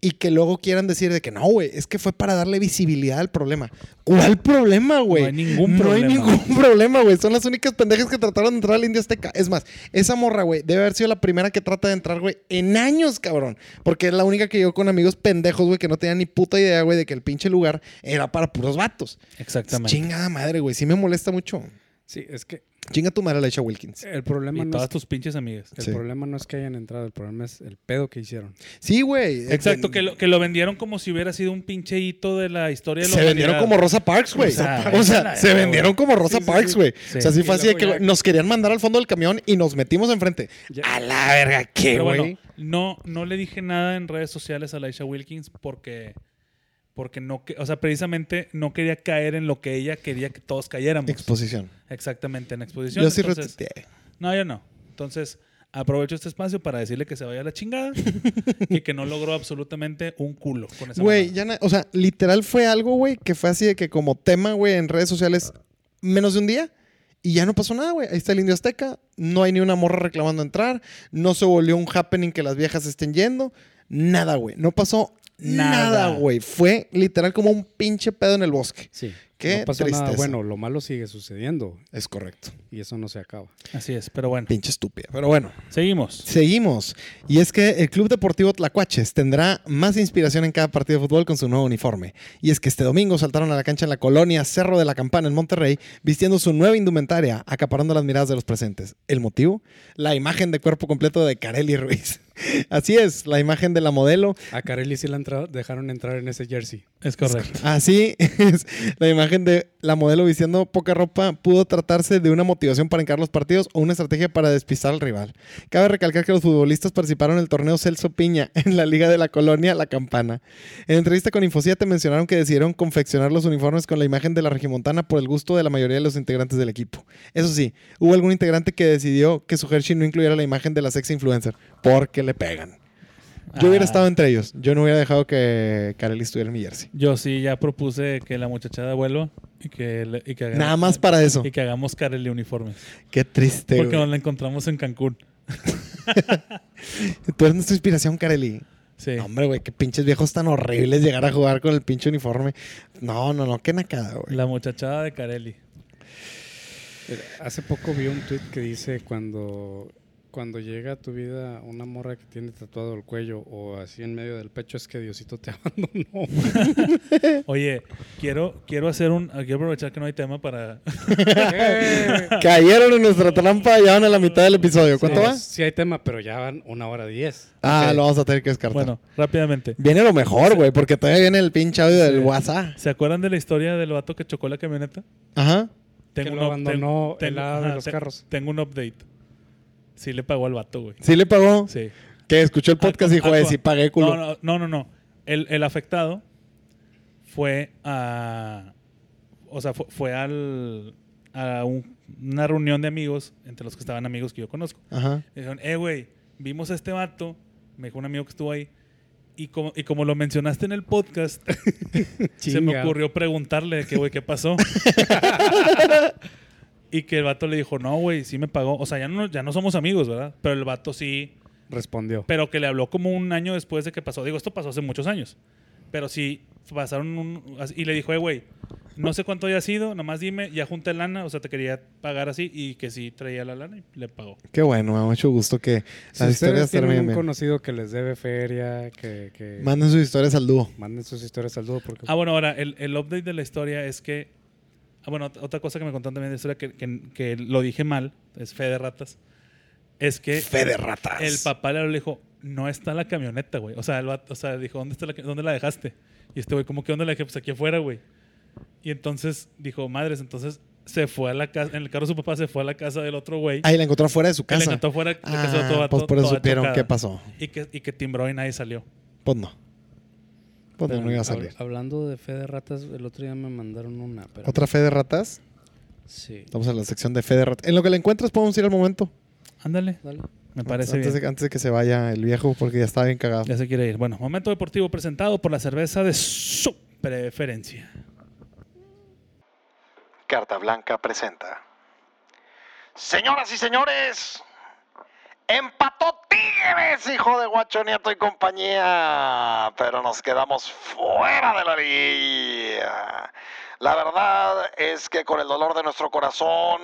y que luego quieran decir de que no, güey. Es que fue para darle visibilidad al problema. ¿Cuál problema, güey? No hay ningún No hay problema. ningún problema, güey. Son las únicas pendejas que trataron de entrar al Indio Azteca. Es más, esa morra, güey, debe haber sido la primera que trata de entrar, güey, en años, cabrón. Porque es la única que yo con amigos pendejos, güey, que no tenían ni puta idea, güey, de que el pinche lugar era para puros vatos. Exactamente. Chingada madre, güey. Sí me molesta mucho. Sí, es que Chinga tu madre, Laisha Wilkins. el problema, Y no es, todas tus pinches amigas. el Sí. problema no es que hayan entrado, el problema es el pedo que hicieron. Sí, güey. Exacto, Eh, que lo, que lo vendieron como si hubiera sido un pinche hito de la historia de la Se vendieron humanidad. como Rosa Parks, güey. O O sea, sea, esa es la se verga, vendieron como Rosa Sí, sí, Parks, sí. güey. Sí. O sea, sí Y fue así de luego que ya- nos querían mandar al fondo del camión y nos metimos enfrente. Ya- A la verga, qué, Pero güey. bueno, no, no le dije nada en redes sociales a Laisha Wilkins porque, porque no, que- o sea, precisamente no quería caer en lo que ella quería que todos cayéramos. Exposición. Exactamente, en exposición. Yo sí Entonces, retuiteé. No, yo no. Entonces, aprovecho este espacio para decirle que se vaya a la chingada y que no logró absolutamente un culo con esa Güey, mamada. ya na- o sea, literal fue algo, güey, que fue así de que como tema, güey, en redes sociales, menos de un día. Y ya no pasó nada, güey. Ahí está el Indio Azteca. No hay ni una morra reclamando entrar. No se volvió un happening que las viejas estén yendo. Nada, güey. No pasó Nada. nada, güey. Fue literal como un pinche pedo en el bosque. Sí. Qué no pasó nada tristeza. bueno, lo malo sigue sucediendo Es correcto. y eso no se acaba. Así es, pero bueno. Pinche estúpida. Pero bueno. Seguimos. Seguimos. Y es que el Club Deportivo Tlacuaches tendrá más inspiración en cada partido de fútbol con su nuevo uniforme. Y es que este domingo saltaron a la cancha en la colonia Cerro de la Campana en Monterrey, vistiendo su nueva indumentaria, acaparando las miradas de los presentes. ¿El motivo? La imagen de cuerpo completo de Carelli Ruiz. Así es, la imagen de la modelo A Carelli sí la entra- dejaron entrar en ese jersey. Es correcto. Así Ah, es, la imagen de la modelo vistiendo poca ropa pudo tratarse de una motivación para encarar los partidos o una estrategia para despistar al rival. Cabe recalcar que los futbolistas participaron en el torneo Celso Piña en la Liga de la Colonia La Campana. En entrevista con Infocía te mencionaron que decidieron confeccionar los uniformes con la imagen de la regimontana por el gusto de la mayoría de los integrantes del equipo. Eso sí, hubo algún integrante que decidió que su jersey no incluyera la imagen de la sex influencer porque le pegan. Yo hubiera Ah. estado entre ellos. Yo no hubiera dejado que Kareli estuviera en mi jersey. Yo sí ya propuse que la muchachada vuelva y que, le- y que hagamos, Nada más para eso. y que hagamos Carelli uniformes. Qué triste, porque güey. nos la encontramos en Cancún. Tú eres nuestra inspiración, Kareli. Sí. No, hombre, güey, qué pinches viejos tan horribles llegar a jugar con el pinche uniforme. No, no, no, qué nacada, güey. La muchachada de Carelli. Hace poco vi un tweet que dice cuando cuando llega a tu vida una morra que tiene tatuado el cuello o así en medio del pecho es que Diosito te abandonó. Oye, quiero, quiero hacer un. Quiero aprovechar que no hay tema para. Cayeron en nuestra trampa, ya van a la mitad del episodio. ¿Cuánto Sí, va? Sí hay tema, pero ya van una hora diez. Ah, Ok. lo vamos a tener que descartar. Bueno, rápidamente. Viene lo mejor, güey, porque todavía viene el pinche audio del Sí. WhatsApp. ¿Se acuerdan de la historia del vato que chocó la camioneta? Ajá. Que un lo up- abandonó el lado de ajá, los te- carros. Tengo un update. Sí le pagó al vato, güey. Sí le pagó. Sí. Que escuchó el podcast y dijo, Al- eh, al- sí pagué, culo. No, no, no, no. no. El, el afectado fue a... O sea, fue, fue al, a un- una reunión de amigos, entre los que estaban amigos que yo conozco. Ajá. Y dijeron, eh, güey, vimos a este vato me dijo un amigo que estuvo ahí. Y como, y como lo mencionaste en el podcast, se me Chinga. ocurrió preguntarle de que, güey, ¿qué pasó? y que el vato le dijo, no, güey, sí me pagó. O sea, ya no, ya no somos amigos, ¿verdad? Pero el vato sí, Respondió. pero que le habló como un año después de que pasó. Digo, esto pasó hace muchos años. Pero sí, pasaron un... Y le dijo, eh, güey, no sé cuánto haya sido, nomás dime, ya junté lana, o sea, te quería pagar así y que sí traía la lana y le pagó. Qué bueno, me da mucho gusto que Si las ustedes historias tienen un terminen bien. conocido que les debe feria, que, que Manden sus historias al dúo. manden sus historias al dúo porque Ah, bueno, ahora, el, el update de la historia es que. Ah, bueno, ot- otra cosa que me contaron también de la historia que, que- que lo dije mal, es fe de ratas. Es que. Fe de ratas. El papá le habló y le dijo, no está la camioneta, güey. O sea, el vato- o sea, dijo, ¿dónde, está la, ca- ¿dónde la dejaste? Y este güey, ¿cómo que dónde la dejé? Pues aquí afuera, güey. Y entonces dijo, madres, entonces se fue a la casa, en el carro de su papá se fue a la casa del otro güey. Ahí la encontró afuera de su que le casa. encantó fuera, Ah, pues por eso supieron qué pasó. Y que, y que timbró y nadie salió. Pues no. Pues no, Pero no iba a hab- salir. Hablando de fe de ratas, el otro día me mandaron una. Pero, Otra fe de ratas. Sí. Vamos a la sección de fe de ratas. En lo que la encuentras podemos ir al momento. Ándale, Dale. me parece antes, bien. De, antes de que se vaya el viejo porque ya está bien cagado. Ya se quiere ir. Bueno, momento deportivo presentado por la cerveza de su preferencia. Carta Blanca presenta. Señoras y señores, empató Tigres, hijo de Guacho Nieto y compañía, pero nos quedamos fuera de la liga. La verdad es que con el dolor de nuestro corazón,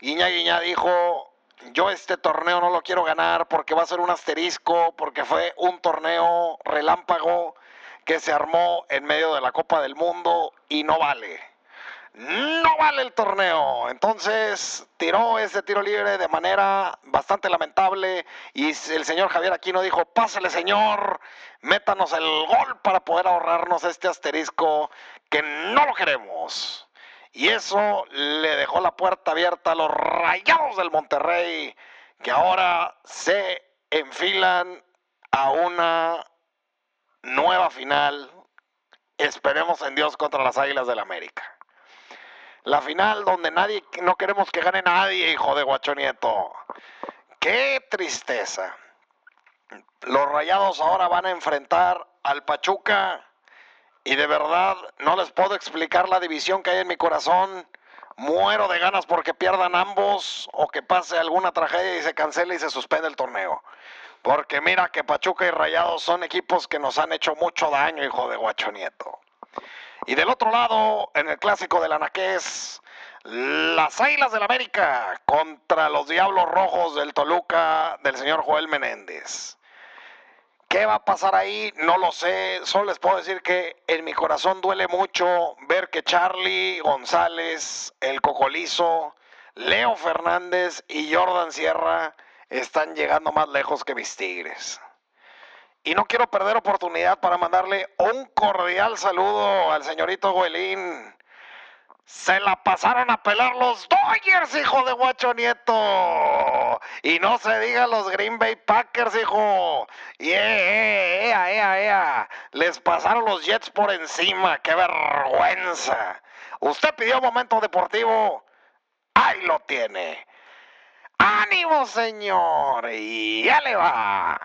Guiña Guiña dijo, yo este torneo no lo quiero ganar porque va a ser un asterisco, porque fue un torneo relámpago que se armó en medio de la Copa del Mundo y no vale no vale el torneo. Entonces tiró ese tiro libre de manera bastante lamentable y s- el señor Javier Aquino dijo, pásale señor, métanos el gol para poder ahorrarnos este asterisco que no lo queremos. Y eso le dejó la puerta abierta a los rayados del Monterrey que ahora se enfilan a una nueva final. Esperemos en Dios contra las Águilas del América. La final donde nadie, no queremos que gane nadie, hijo de Guachonieto. ¡Qué tristeza! Los rayados ahora van a enfrentar al Pachuca y de verdad no les puedo explicar la división que hay en mi corazón. Muero de ganas porque pierdan ambos o que pase alguna tragedia y se cancele y se suspende el torneo. Porque mira que Pachuca y Rayados son equipos que nos han hecho mucho daño, hijo de Guachonieto. Y del otro lado, en el clásico del Anaqués, las Águilas del América contra los Diablos Rojos del Toluca del señor Joel Menéndez. ¿Qué va a pasar ahí? No lo sé. Solo les puedo decir que en mi corazón duele mucho ver que Charlie González, el Cocolizo, Leo Fernández y Jordan Sierra están llegando más lejos que mis Tigres. Y no quiero perder oportunidad para mandarle un cordial saludo al señorito Goelín. Se la pasaron a pelar los Dodgers, hijo de Guacho Nieto. Y no se diga los Green Bay Packers, hijo. Y eh, eh, ea, ea, ea. Les pasaron los Jets por encima. ¡Qué vergüenza! Usted pidió momento deportivo. Ahí lo tiene. ¡Ánimo, señor! ¡Y ya le va!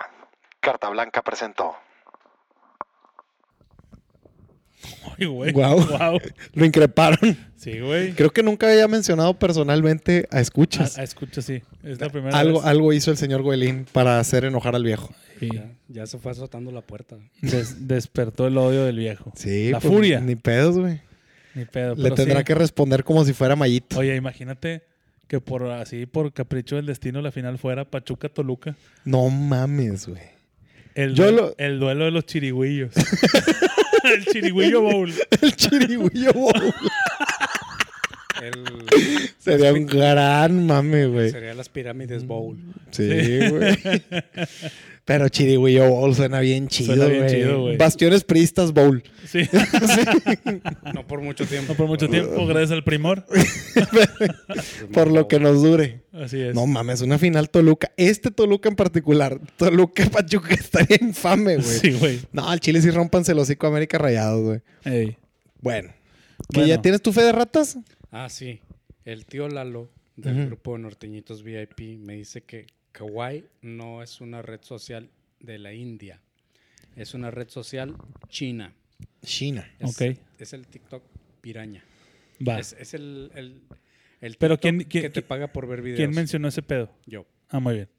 Carta Blanca presentó. Ay, güey. Guau. Guau. Lo increparon. Sí, güey. Creo que nunca había mencionado personalmente a escuchas. Ah, escucha, sí. Es la primera Algo, vez. algo hizo el señor Güelín para hacer enojar al viejo. Sí. ya, ya se fue azotando la puerta. Des- despertó el odio del viejo. Sí. La pues, furia. Ni pedos, güey. Ni pedo. Le pero tendrá sí. que responder como si fuera Mayito. Oye, imagínate que por así, por capricho del destino, la final fuera Pachuca-Toluca. No mames, güey. El, Yo due- lo- el duelo de los chirigüillos. el chirigüillo bowl. El chirigüillo bowl. El- Sería un gran mame, güey. sería las pirámides bowl. Mm. Sí, güey. Pero Chirigüillo Bowl suena bien Suena chido, bien chido, güey. Pues güey. Bastiones Priistas Bowl. Sí. No por mucho tiempo. No por mucho tiempo, gracias al primor. Por lo que nos dure. Así es. No mames, una final Toluca. Este Toluca en particular. Toluca Pachuca está bien infame, güey. Sí, güey. No, al Chile sí rompanse el hocico a América Rayados, güey. Ey. Bueno. ¿Que Bueno. ya tienes tu fe de ratas? Ah, sí. El tío Lalo del Ujú. grupo de Norteñitos VIP me dice que Kawaii no es una red social de la India. Es una red social china. China. Es, Ok. Es el TikTok piraña. Va. Es, es el, el, el Pero TikTok ¿quién- quién- que te quién- paga por ver videos. ¿Quién mencionó ese pedo? Yo. Ah, muy bien.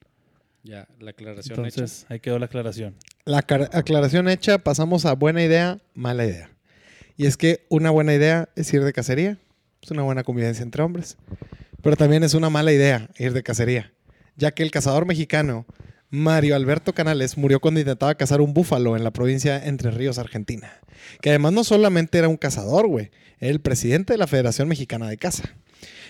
Ya, la aclaración hecha. Entonces, ahí quedó la aclaración. La car- aclaración hecha, pasamos a buena idea, mala idea. Y es que una buena idea es ir de cacería. Es una buena convivencia entre hombres. Pero también es una mala idea ir de cacería. Ya que el cazador mexicano Mario Alberto Canales murió cuando intentaba cazar un búfalo en la provincia de Entre Ríos, Argentina. Que además no solamente era un cazador, güey. Era el presidente de la Federación Mexicana de Caza.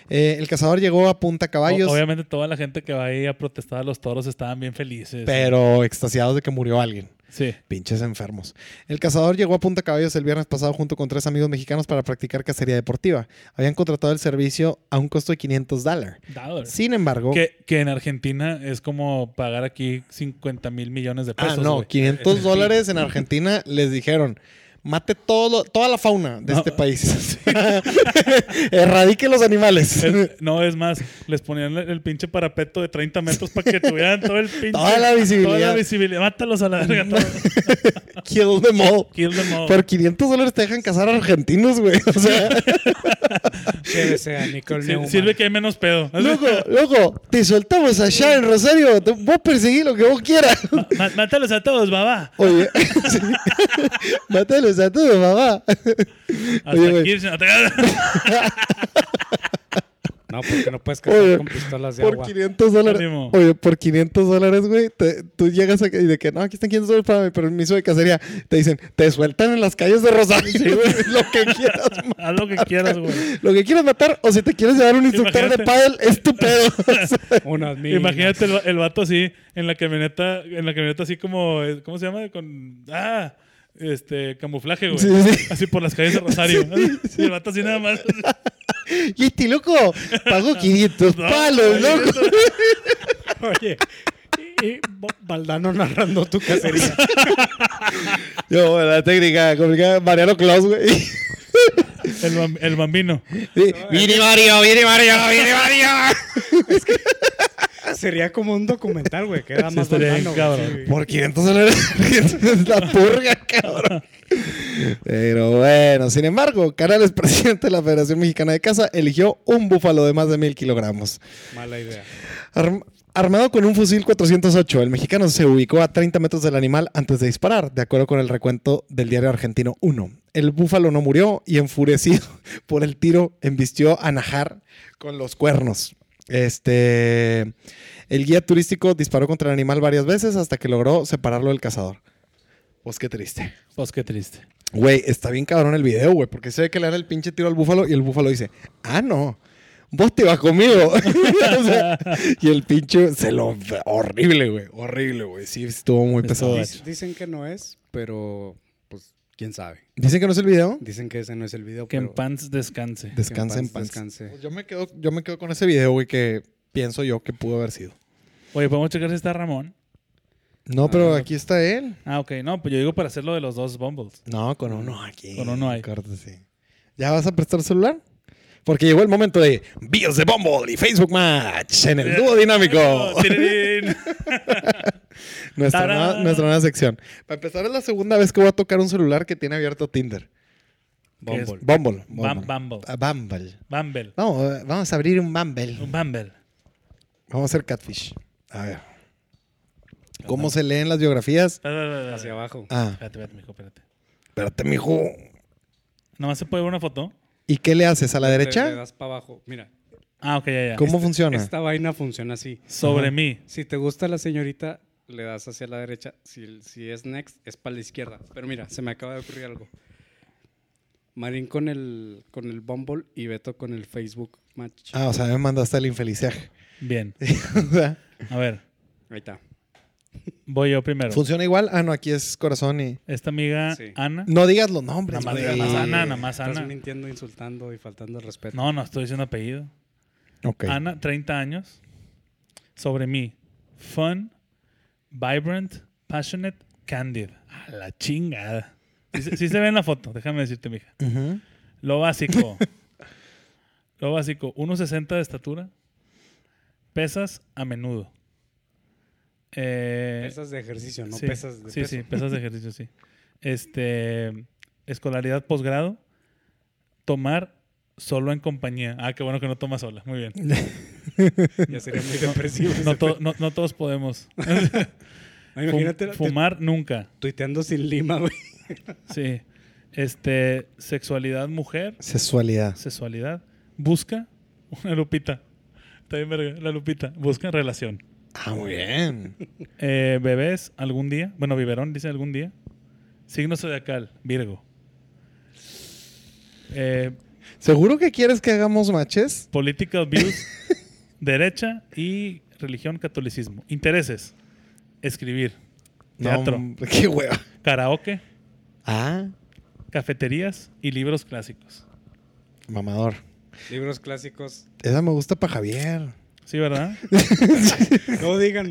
Eh, el cazador llegó a Punta Caballos. O- obviamente toda la gente que va ahí a protestar a los toros estaban bien felices. pero extasiados de que murió alguien. Sí. Pinches enfermos. El cazador llegó a Punta Caballos el viernes pasado junto con tres amigos mexicanos para practicar cacería deportiva. Habían contratado el servicio a un costo de 500 dólares. Dado. Sin embargo... Que, que en Argentina es como pagar aquí 50 mil millones de Ah, pesos. no, güey. 500 dólares en Argentina les dijeron... Mate todo lo- toda la fauna de No. este país. Erradique los animales. Es- no, es más, les ponían el, el pinche parapeto de 30 metros para que tuvieran todo el pinche. Toda la visibilidad. Toda la visibilidad. Mátalos a la verga. todos. Kill them all. Kill them all. Por 500 dólares te dejan cazar a argentinos, güey. O sea, Llévese a Nicole Sí, Neumann. sirve que hay menos pedo. loco, loco, te soltamos allá en Rosario. Te- Vos perseguís lo que vos quieras. Ma- Mátalos a todos, babá. Oye, sí. mátalos a todos, mamá. Hasta Oye, güey. Kirchner, hasta- No, porque no puedes cazar Oye, con pistolas de Por agua. 500 dólares. Ánimo. Oye, por 500 dólares, güey. te- Tú llegas a, y de que no, aquí están 500 dólares para mi permiso de cacería. Te dicen, te sueltan en las calles de Rosario, güey. Lo que quieras, ma- Haz lo que quieras, güey. lo que quieras matar. O si te quieres llevar un instructor Imagínate. de pádel, es tu pedo. Unas mil. Imagínate el, va- el vato así, en la camioneta, en la camioneta así como, eh, ¿cómo se llama? Con, ah, este, camuflaje, güey. Sí, sí. Así por las calles de Rosario. Y el vato así nada más. y este loco pagó 500 No, palos, oye, loco. Oye, y, y Bo- Baldano narrando tu cacería. Yo, bueno, la técnica complicada, Mariano Claus, güey. El, bam- el bambino. Sí, Viene Mario, viene Mario, viene Mario. Sería como un documental, güey, que era Sí, más estaría bien Baldano. güey, cabrón. sí. Por 500 dólares. es la purga, cabrón. Pero bueno, sin embargo, Canales, presidente de la Federación Mexicana de Caza, eligió un búfalo de más de mil kilogramos. Mala idea. Arm- armado con un fusil 408, el mexicano se ubicó a 30 metros del animal antes de disparar, de acuerdo con el recuento del diario argentino 1. El búfalo no murió y enfurecido por el tiro embistió a Najar con los cuernos. Este, el guía turístico disparó contra el animal varias veces hasta que logró separarlo del cazador. Pues qué triste. Pues qué triste. Güey, está bien cabrón el video, güey, porque se ve que le dan el pinche tiro al búfalo y el búfalo dice, ah, no, vos te vas conmigo. O sea, y el pinche se lo... Horrible, güey, horrible, güey. Sí, estuvo muy pesado. Estaba- Dic- Dicen que no es, pero pues quién sabe. ¿Dicen que no es el video? Dicen que ese no es el video. Que en pero- pants descanse. que en Descansa en paz. Descanse. Pues Yo me, quedo, yo me quedo con ese video, güey, que pienso yo que pudo haber sido. Oye, ¿podemos checar si está Ramón? No, pero Ah. aquí está él. Ah, ok. No, pues yo digo para hacer lo de los dos Bumbles. No, con uno aquí. Con uno ahí. Corta, sí. ¿Ya vas a prestar celular? Porque llegó el momento de Bios de Bumble y Facebook Match en Eh, el dúo dinámico. Tirirín. Nuestra Tarán. nueva, nuestra nueva sección. Para empezar, es la segunda vez que voy a tocar un celular que tiene abierto Tinder. ¿Qué es? Bumble. Bumble. Bam- Bumble. Ah, Bumble. Bumble. Vamos, eh, vamos a abrir un Bumble. Un Bumble. Vamos a hacer catfish. A ver. ¿Cómo se leen las biografías? Espera, espera, espera, Hacia espera. abajo. Ah, Espérate, espérate, mijo, espérate. espérate, mijo. ¿Nomás se puede ver una foto? ¿Y qué le haces? ¿A la Le derecha? das para abajo. Mira, este, Ah, ok, ya, ya. ¿Cómo funciona? esta vaina funciona así. Sobre mí. Si te gusta la señorita, le das hacia la derecha. Si, si es next, es para la izquierda. Pero mira, se me acaba de ocurrir algo. Marín con el, con el Bumble y Beto con el Facebook Match. Ah, o sea, me mandaste el infelizaje. Bien. O sea, A ver, Ahí está. voy yo primero. ¿Funciona igual? Ah, no, aquí es corazón y... Esta amiga Sí. Ana. No digas los nombres, Nada más güey. digas más Ana, nada más Estás Ana. mintiendo, insultando y faltando el respeto. No, no estoy diciendo apellido. Ok. Ana, 30 años. Sobre mí. Fun, vibrant, passionate, candid. A la chingada. Sí, se- sí se ve en la foto, déjame decirte, mija. Ujú. Lo básico. Lo básico. 1,60 de estatura. Pesas a menudo. eh, Pesas de ejercicio, no sí, pesas de sí, peso. sí, pesas de ejercicio, sí. Este, escolaridad posgrado, tomar solo en compañía. Ah, qué bueno que no toma sola, muy bien. Ya sería muy depresivo. No, to- ese pedo. no- no todos podemos. Ah, Imagínate Fum- te- fumar nunca, tuiteando sin lima, güey. sí. Este, sexualidad mujer, Sexualidad. sexualidad, busca una lupita. Está bien, verga, la lupita, busca relación. Ah, muy bien. Eh, bebés, algún día. Bueno, biberón dice algún día. Signo zodiacal, Virgo. Eh, ¿Seguro que quieres que hagamos matches? political views, derecha y religión, catolicismo. Intereses, escribir, Teatro. hombre, qué hueva. karaoke, Ah, cafeterías y libros clásicos. mamador. Libros clásicos. Esa me gusta para Javier. ¿Sí, verdad? No digan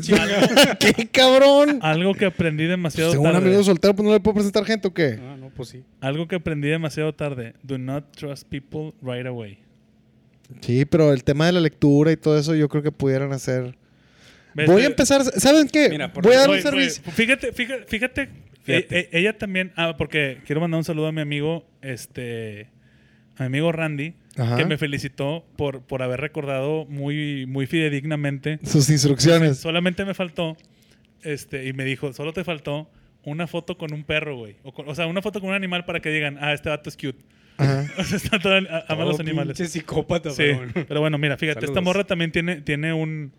chinga. ¡Qué cabrón! Algo que aprendí demasiado Según Ah, un tarde. amigo soltero, pues no le puedo presentar gente o qué. Ah, no, pues sí. Algo que aprendí demasiado tarde. Do not trust people right away. Sí, pero el tema de la lectura y todo eso, yo creo que pudieran hacer. Voy a Vete- empezar. ¿Saben qué? Mira, por Voy a dar un Oye, oye, servicio. Fíjate, fíjate, fíjate. Fíjate. eh, eh, ella también, ah, porque quiero mandar un saludo a mi amigo, este, a mi amigo Randy, Ajá. que me felicitó por, por haber recordado muy, muy fidedignamente. Sus instrucciones. Solamente me faltó, este, y me dijo, solo te faltó una foto con un perro, güey. O, con- o sea, una foto con un animal para que digan, ah, este vato es cute. Ajá. O sea, está todo- a- ama Todo los animales. Pinche psicópata, Sí, pero bueno. pero bueno, mira, fíjate, esta Saludos. morra también tiene, tiene, un,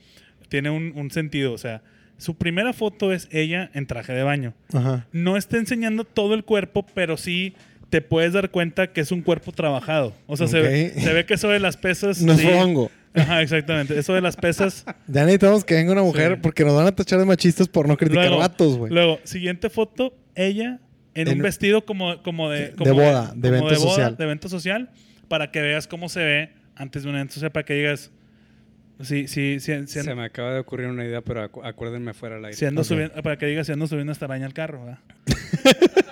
tiene un, un sentido. O sea, su primera foto es ella en traje de baño. Ajá. No está enseñando todo el cuerpo, pero sí te puedes dar cuenta que es un cuerpo trabajado. O sea, se, ve, Ok. se ve que eso de las pesas. No es sí. hongo. Ajá, exactamente. Eso de las pesas. Ya necesitamos que venga una mujer Sí. porque nos van a tachar de machistas por no criticar Luego- vatos, güey. Luego, siguiente foto, ella en, En- un vestido como, como de... De como boda, de evento boda, social. de evento social, para que veas cómo se ve antes de un evento social, para que digas, si, si, si, si- Se me acaba de ocurrir una idea, pero acu- acuérdenme fuera al aire. si ando Ok. subiendo, para que digas si ando subiendo esta araña al carro. ¿verdad?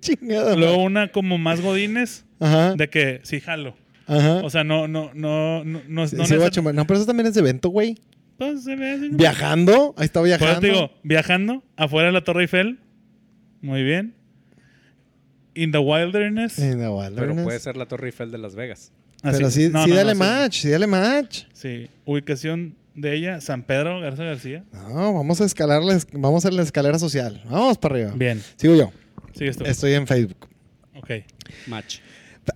Chingada. Luego una como más godines, Ajá. de que sí jalo. Ajá. O sea, no, no, no, no, no, Sí, no sí, va a necesita- chumar. No, pero eso también es evento, güey. Pues, se ve así. Viajando. Ahí está Por eso Pues, viajando. te digo, viajando afuera de la Torre Eiffel. Muy bien. In the wilderness. Sí, no, vale, Pero Ernest. puede ser la Torre Eiffel de Las Vegas. Así- Eh, Pero sí, no, no, sí no, dale Ah, sí. match, sí dale match. Sí, ubicación de ella, San Pedro Garza García. No, vamos a escalar, la es- vamos a la escalera social. Vamos para arriba. Bien, Sigo yo. sigues tú. Estoy en Facebook. Ok. Match.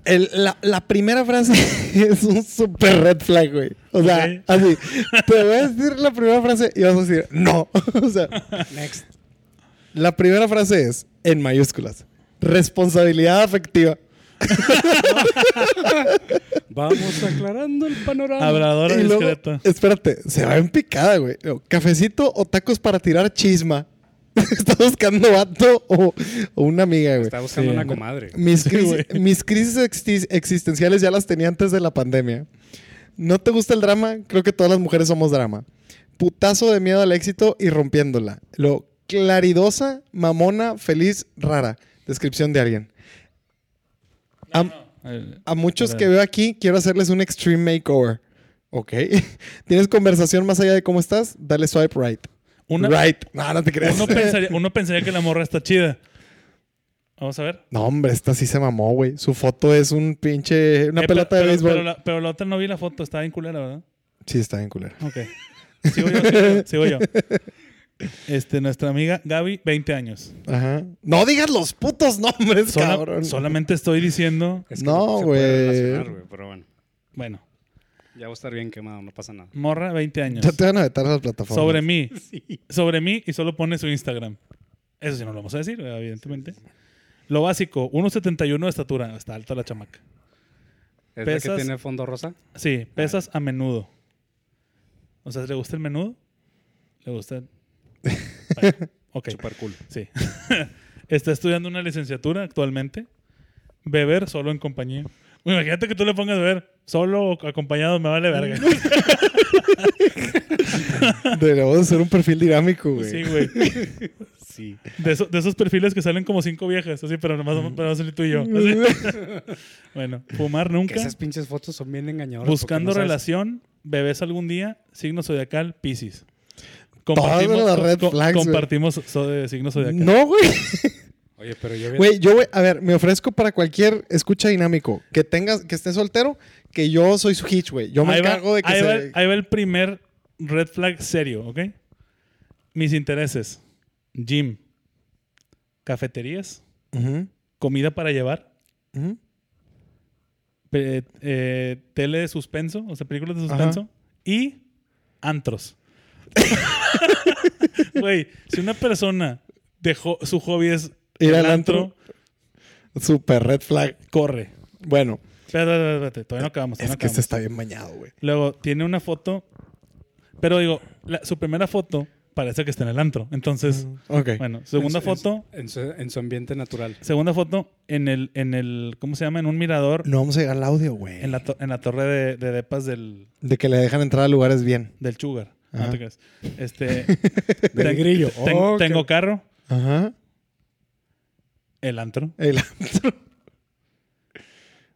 El- la, la primera frase es un super red flag, güey. O sea, Ok. así. Te voy a decir la primera frase y vas a decir, no. O sea, Next. la primera frase es, en mayúsculas, responsabilidad afectiva. Vamos aclarando el panorama. Habladora Y luego, discreta. espérate, se va en picada, güey. Luego, Cafecito o tacos para tirar chisma. Está buscando vato o, o una amiga, güey. Está buscando Sí, una no. comadre. Mis, güey. crisis, mis crisis exti- existenciales ya las tenía antes de la pandemia. ¿No te gusta el drama? Creo que todas las mujeres somos drama. Putazo de miedo al éxito y rompiéndola. Lo claridosa, mamona, feliz, rara. Descripción de alguien. Am- Eh, a muchos Para- que veo aquí, quiero hacerles un extreme makeover. Ok. ¿Tienes conversación más allá de cómo estás? Dale swipe right. Una- Right. No, no te creas. uno, pensaría, uno pensaría que la morra está chida. Vamos a ver. no, hombre, esta sí se mamó, güey. Su foto es un pinche. Una Eh, pero- pelota de pero- béisbol. Pero la, pero la otra no vi la foto, estaba bien culera, ¿verdad? Sí, está bien culera. Ok. Sigo yo, sigo yo, sigo yo. Este, nuestra amiga Gaby, 20 años. Ajá. No digas los putos nombres, Sola- cabrón. solamente estoy diciendo, Es que No, se puede güey. relacionar, güey, Pero bueno, bueno, ya voy a estar bien quemado, no pasa nada. morra, 20 años. Ya te van a vetar las plataformas. Sobre mí. Sí. sobre mí y solo pone su Instagram. Eso sí no lo vamos a decir, evidentemente. Lo básico, 1.71 de estatura. Está alta la chamaca. ¿Es la Pesas- que tiene fondo rosa? Sí, pesas a menudo. O sea, ¿le gusta el menudo? ¿Le gusta? el- Bueno, ok, Super cool. sí. Está estudiando una licenciatura actualmente. Beber solo en compañía. Bueno, imagínate que tú le pongas beber solo o acompañado, me vale verga. Deberíamos de hacer un perfil dinámico, güey. Sí, güey. Sí. De, eso- de esos perfiles que salen como cinco viejas, así, pero nomás pero vamos a salir tú y yo. así. bueno, fumar Que nunca. esas pinches fotos son bien engañadoras. porque Buscando no sabes- relación, bebés algún día, signo zodiacal, Pisces. Compartimos, las red co- flags, güey. Mm, compartimos so- eh, de signos zodiacales. No, güey. Oye, pero yo vi- Güey, yo, güey, a ver, me ofrezco para cualquier escucha dinámico. Que tengas, que estés soltero, que yo soy su hitch, güey. Yo me ahí va- encargo de que ahí va, se... ahí va el primer red flag serio, ¿ok? Mis intereses. Gym. Cafeterías. Ujú, Comida para llevar. ujú. pe- eh, tele de suspenso, o sea, películas de suspenso. Y antros. Güey, si una persona dejó, su hobby es Ir el al antro. Super red flag. corre. Bueno, Espérate, espérate, espérate, todavía no acabamos. todavía no es que este acabamos. está bien bañado, güey. Luego tiene una foto, pero digo, la- su primera foto parece que está en el antro. Entonces, Mm, Ok. bueno, segunda en su- en su- foto, En su, en su ambiente natural. segunda foto en el, en el, ¿cómo se llama? En un mirador, No vamos a llegar al audio, güey. en la, to- en la torre de, de depas del, De que le dejan entrar a lugares bien. del Sugar. No Ajá. te creas. Este, Del ten- grillo. ten- Oh, qué- Tengo carro, Ajá. el antro. El antro.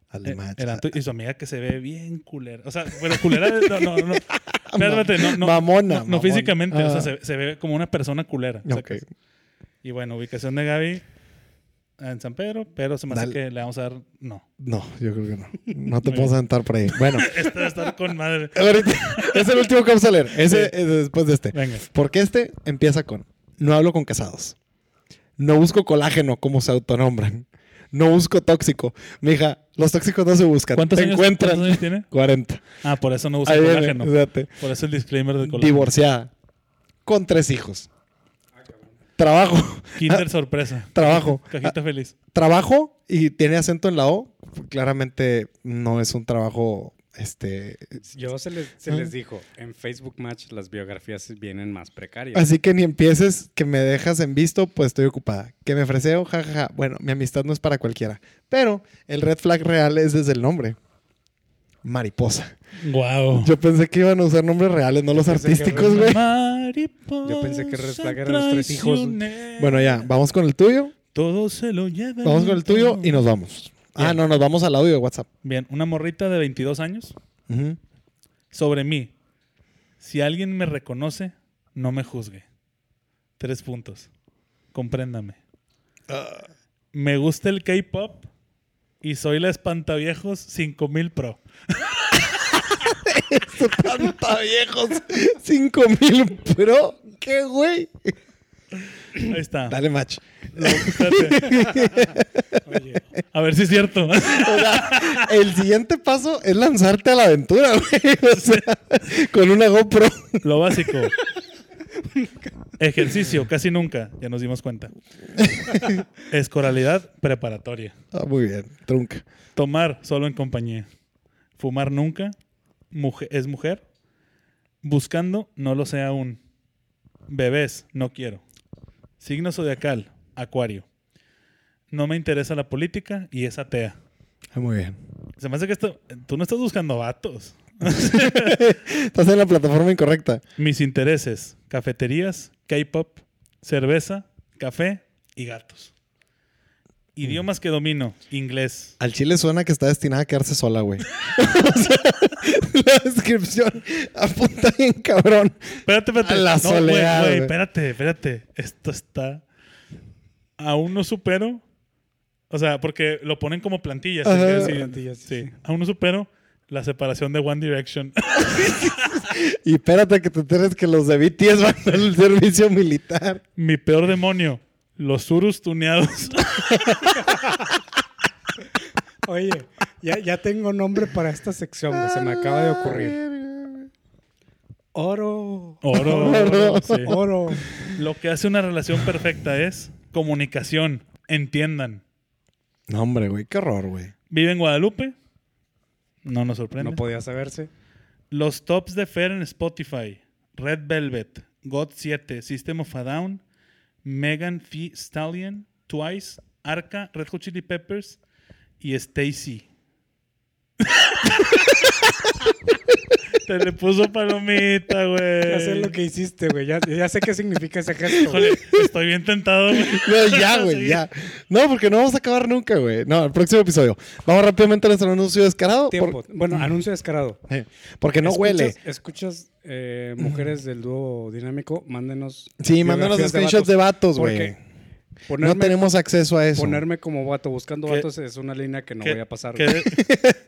Al eh, macho. el antro y su amiga que se ve bien culera. O sea, bueno, culera de- no, no, no. Espérate, no, no, Mamona, no, no mamona. físicamente, o sea, Ah. se, se ve como una persona culera. O sea, Ok. que- Y bueno, ubicación de Gaby en San Pedro, pero se me hace Dale. que le vamos a dar no. No, yo creo que no. No te Muy bien. puedo sentar por ahí. Bueno, Esto va a estar con madre. ahorita- es el último que vamos a leer. Ese Sí. es después de este. Venga. Porque este empieza con: No hablo con casados. No busco colágeno, como se autonombran. No busco tóxico. Mija, los tóxicos no se buscan. ¿Cuántos te años, encuentran. cuántos años tiene? 40. Ah, por eso no usa Ahí viene, colágeno. fíjate. Por eso el disclaimer de colágeno. Divorciada. Con tres hijos. Trabajo. Ah. Kinder sorpresa. Trabajo. Ah, Cajita feliz. trabajo y tiene acento en la O, claramente no es un trabajo, este... Yo se les, Ah. se les dijo, en Facebook Match las biografías vienen más precarias. Así que ni empieces, que me dejas en visto, pues estoy ocupada. Que me ofreceo, jajaja. Bueno, mi amistad no es para cualquiera. Pero el red flag real es desde el nombre. Mariposa. Wow. Yo pensé que iban a usar nombres reales, no los pensé que artísticos, red güey. Mariposa. Yo pensé que Red Flag eran los tres hijos. traicionera. Bueno, ya, vamos con el tuyo. Todo se lo lleva. Vamos con el tuyo y nos vamos. Ah, Bien. no, nos vamos al audio de WhatsApp. Bien, una morrita de 22 años. Ujú. Sobre mí. Si alguien me reconoce, no me juzgue. Tres puntos. Compréndame. Ah. Me gusta el K-pop y soy la espantaviejos 5000 pro. Tanta viejos. 5000 pro. ¿Qué, güey? Ahí está. Dale match. Lo- espérate. A ver si es cierto. O sea, el siguiente paso es lanzarte a la aventura, güey. O sea, con una GoPro. Lo básico. Ejercicio, casi nunca, ya nos dimos cuenta. Escoralidad preparatoria. Ah, muy bien, trunca. Tomar solo en compañía. Fumar nunca. Muje- es mujer. Buscando, no lo sé aún. Bebés, no quiero. Signo zodiacal, acuario. No me interesa la política y es atea. Ah, muy bien. Se me hace que esto, tú no estás buscando vatos. Estás en la plataforma incorrecta. Mis intereses, cafeterías, K-pop, cerveza, café y gatos. Idiomas que domino, inglés. Al chile suena que está destinada a quedarse sola, güey. O sea, la descripción apunta bien cabrón. Espérate, espérate. A la No, güey, soledad, güey, güey. espérate, espérate. Esto está. Aún no supero. O sea, porque lo ponen como plantillas. Ajá. es decir, Plantillas, sí. sí. Aún no supero la separación de One Direction. Y espérate que te enteres que los de BTS van al servicio militar. Mi peor demonio, los surus tuneados. Oye, ya, ya tengo nombre para esta sección, güey, se me acaba de Ah, ocurrir. Oro. Oro. Oro. sí. Oro. Lo que hace una relación perfecta es comunicación. Entiendan. No, hombre, güey, qué horror, güey. Vive en Guadalupe. No nos sorprende. No podía saberse. Los tops de Fer en Spotify: Red Velvet, God 7, System of a Down, Megan Thee Stallion, Twice, Arca, Red Hot Chili Peppers y Stacy. Te le puso palomita, güey. Ya sé lo que hiciste, güey. Ya, ya sé qué significa ese gesto. güey. Híjole, estoy bien tentado, güey. No, ya, güey, ya. No, porque no vamos a acabar nunca, güey. No, el próximo episodio. Vamos rápidamente a nuestro anuncio descarado. Tiempo. Bueno, anuncio descarado. por- eh, porque no Escuchas- huele. Escuchas eh, mujeres del dúo dinámico, mándenos. Sí, mándanos biografías screenshots de vatos, güey. porque No Ponerme, tenemos acceso a eso. ponerme como vato, buscando ¿Qué? vatos es una línea que no Qué- voy a pasar. Qué, güey.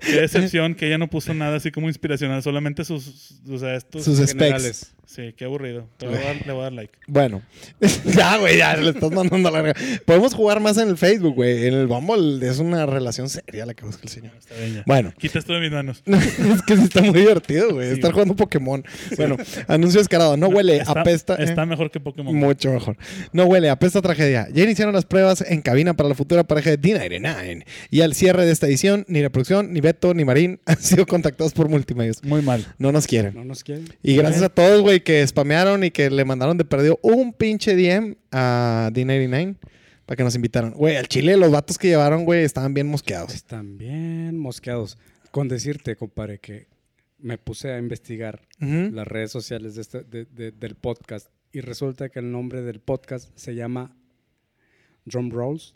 qué decepción que ella no puso nada así como inspiracional, solamente sus, o sea, estos. Sus specs. generales. sí, qué aburrido. Te voy a dar, le voy a dar like. Bueno, ya, güey, ya le estás mandando a la verga. Podemos jugar más en el Facebook, güey. En el Bumble es una relación seria la que busca el señor. Está bien ya. Bueno. Quita esto de mis manos. es que sí está muy divertido, güey. Sí, Estar güey. jugando Pokémon. Bueno, anuncio descarado. No huele, Está- apesta. eh. Está mejor que Pokémon. Mucho mejor. No huele, apesta a tragedia. Ya iniciaron las pruebas en cabina para la futura pareja de D99. Y al cierre de esta edición, ni la producción, ni Beto, ni Marín han sido contactados por multimedios. Muy mal. No nos quieren. No nos quieren. Y gracias a todos, güey, que spamearon y que le mandaron de perdido un pinche DM a D99 para que nos invitaran. Güey, al Chile los vatos que llevaron, güey, estaban bien mosqueados. Están bien mosqueados. Con decirte, compadre, que me puse a investigar Ujú. las redes sociales de este- de- de- del podcast y resulta que el nombre del podcast se llama Drum Rolls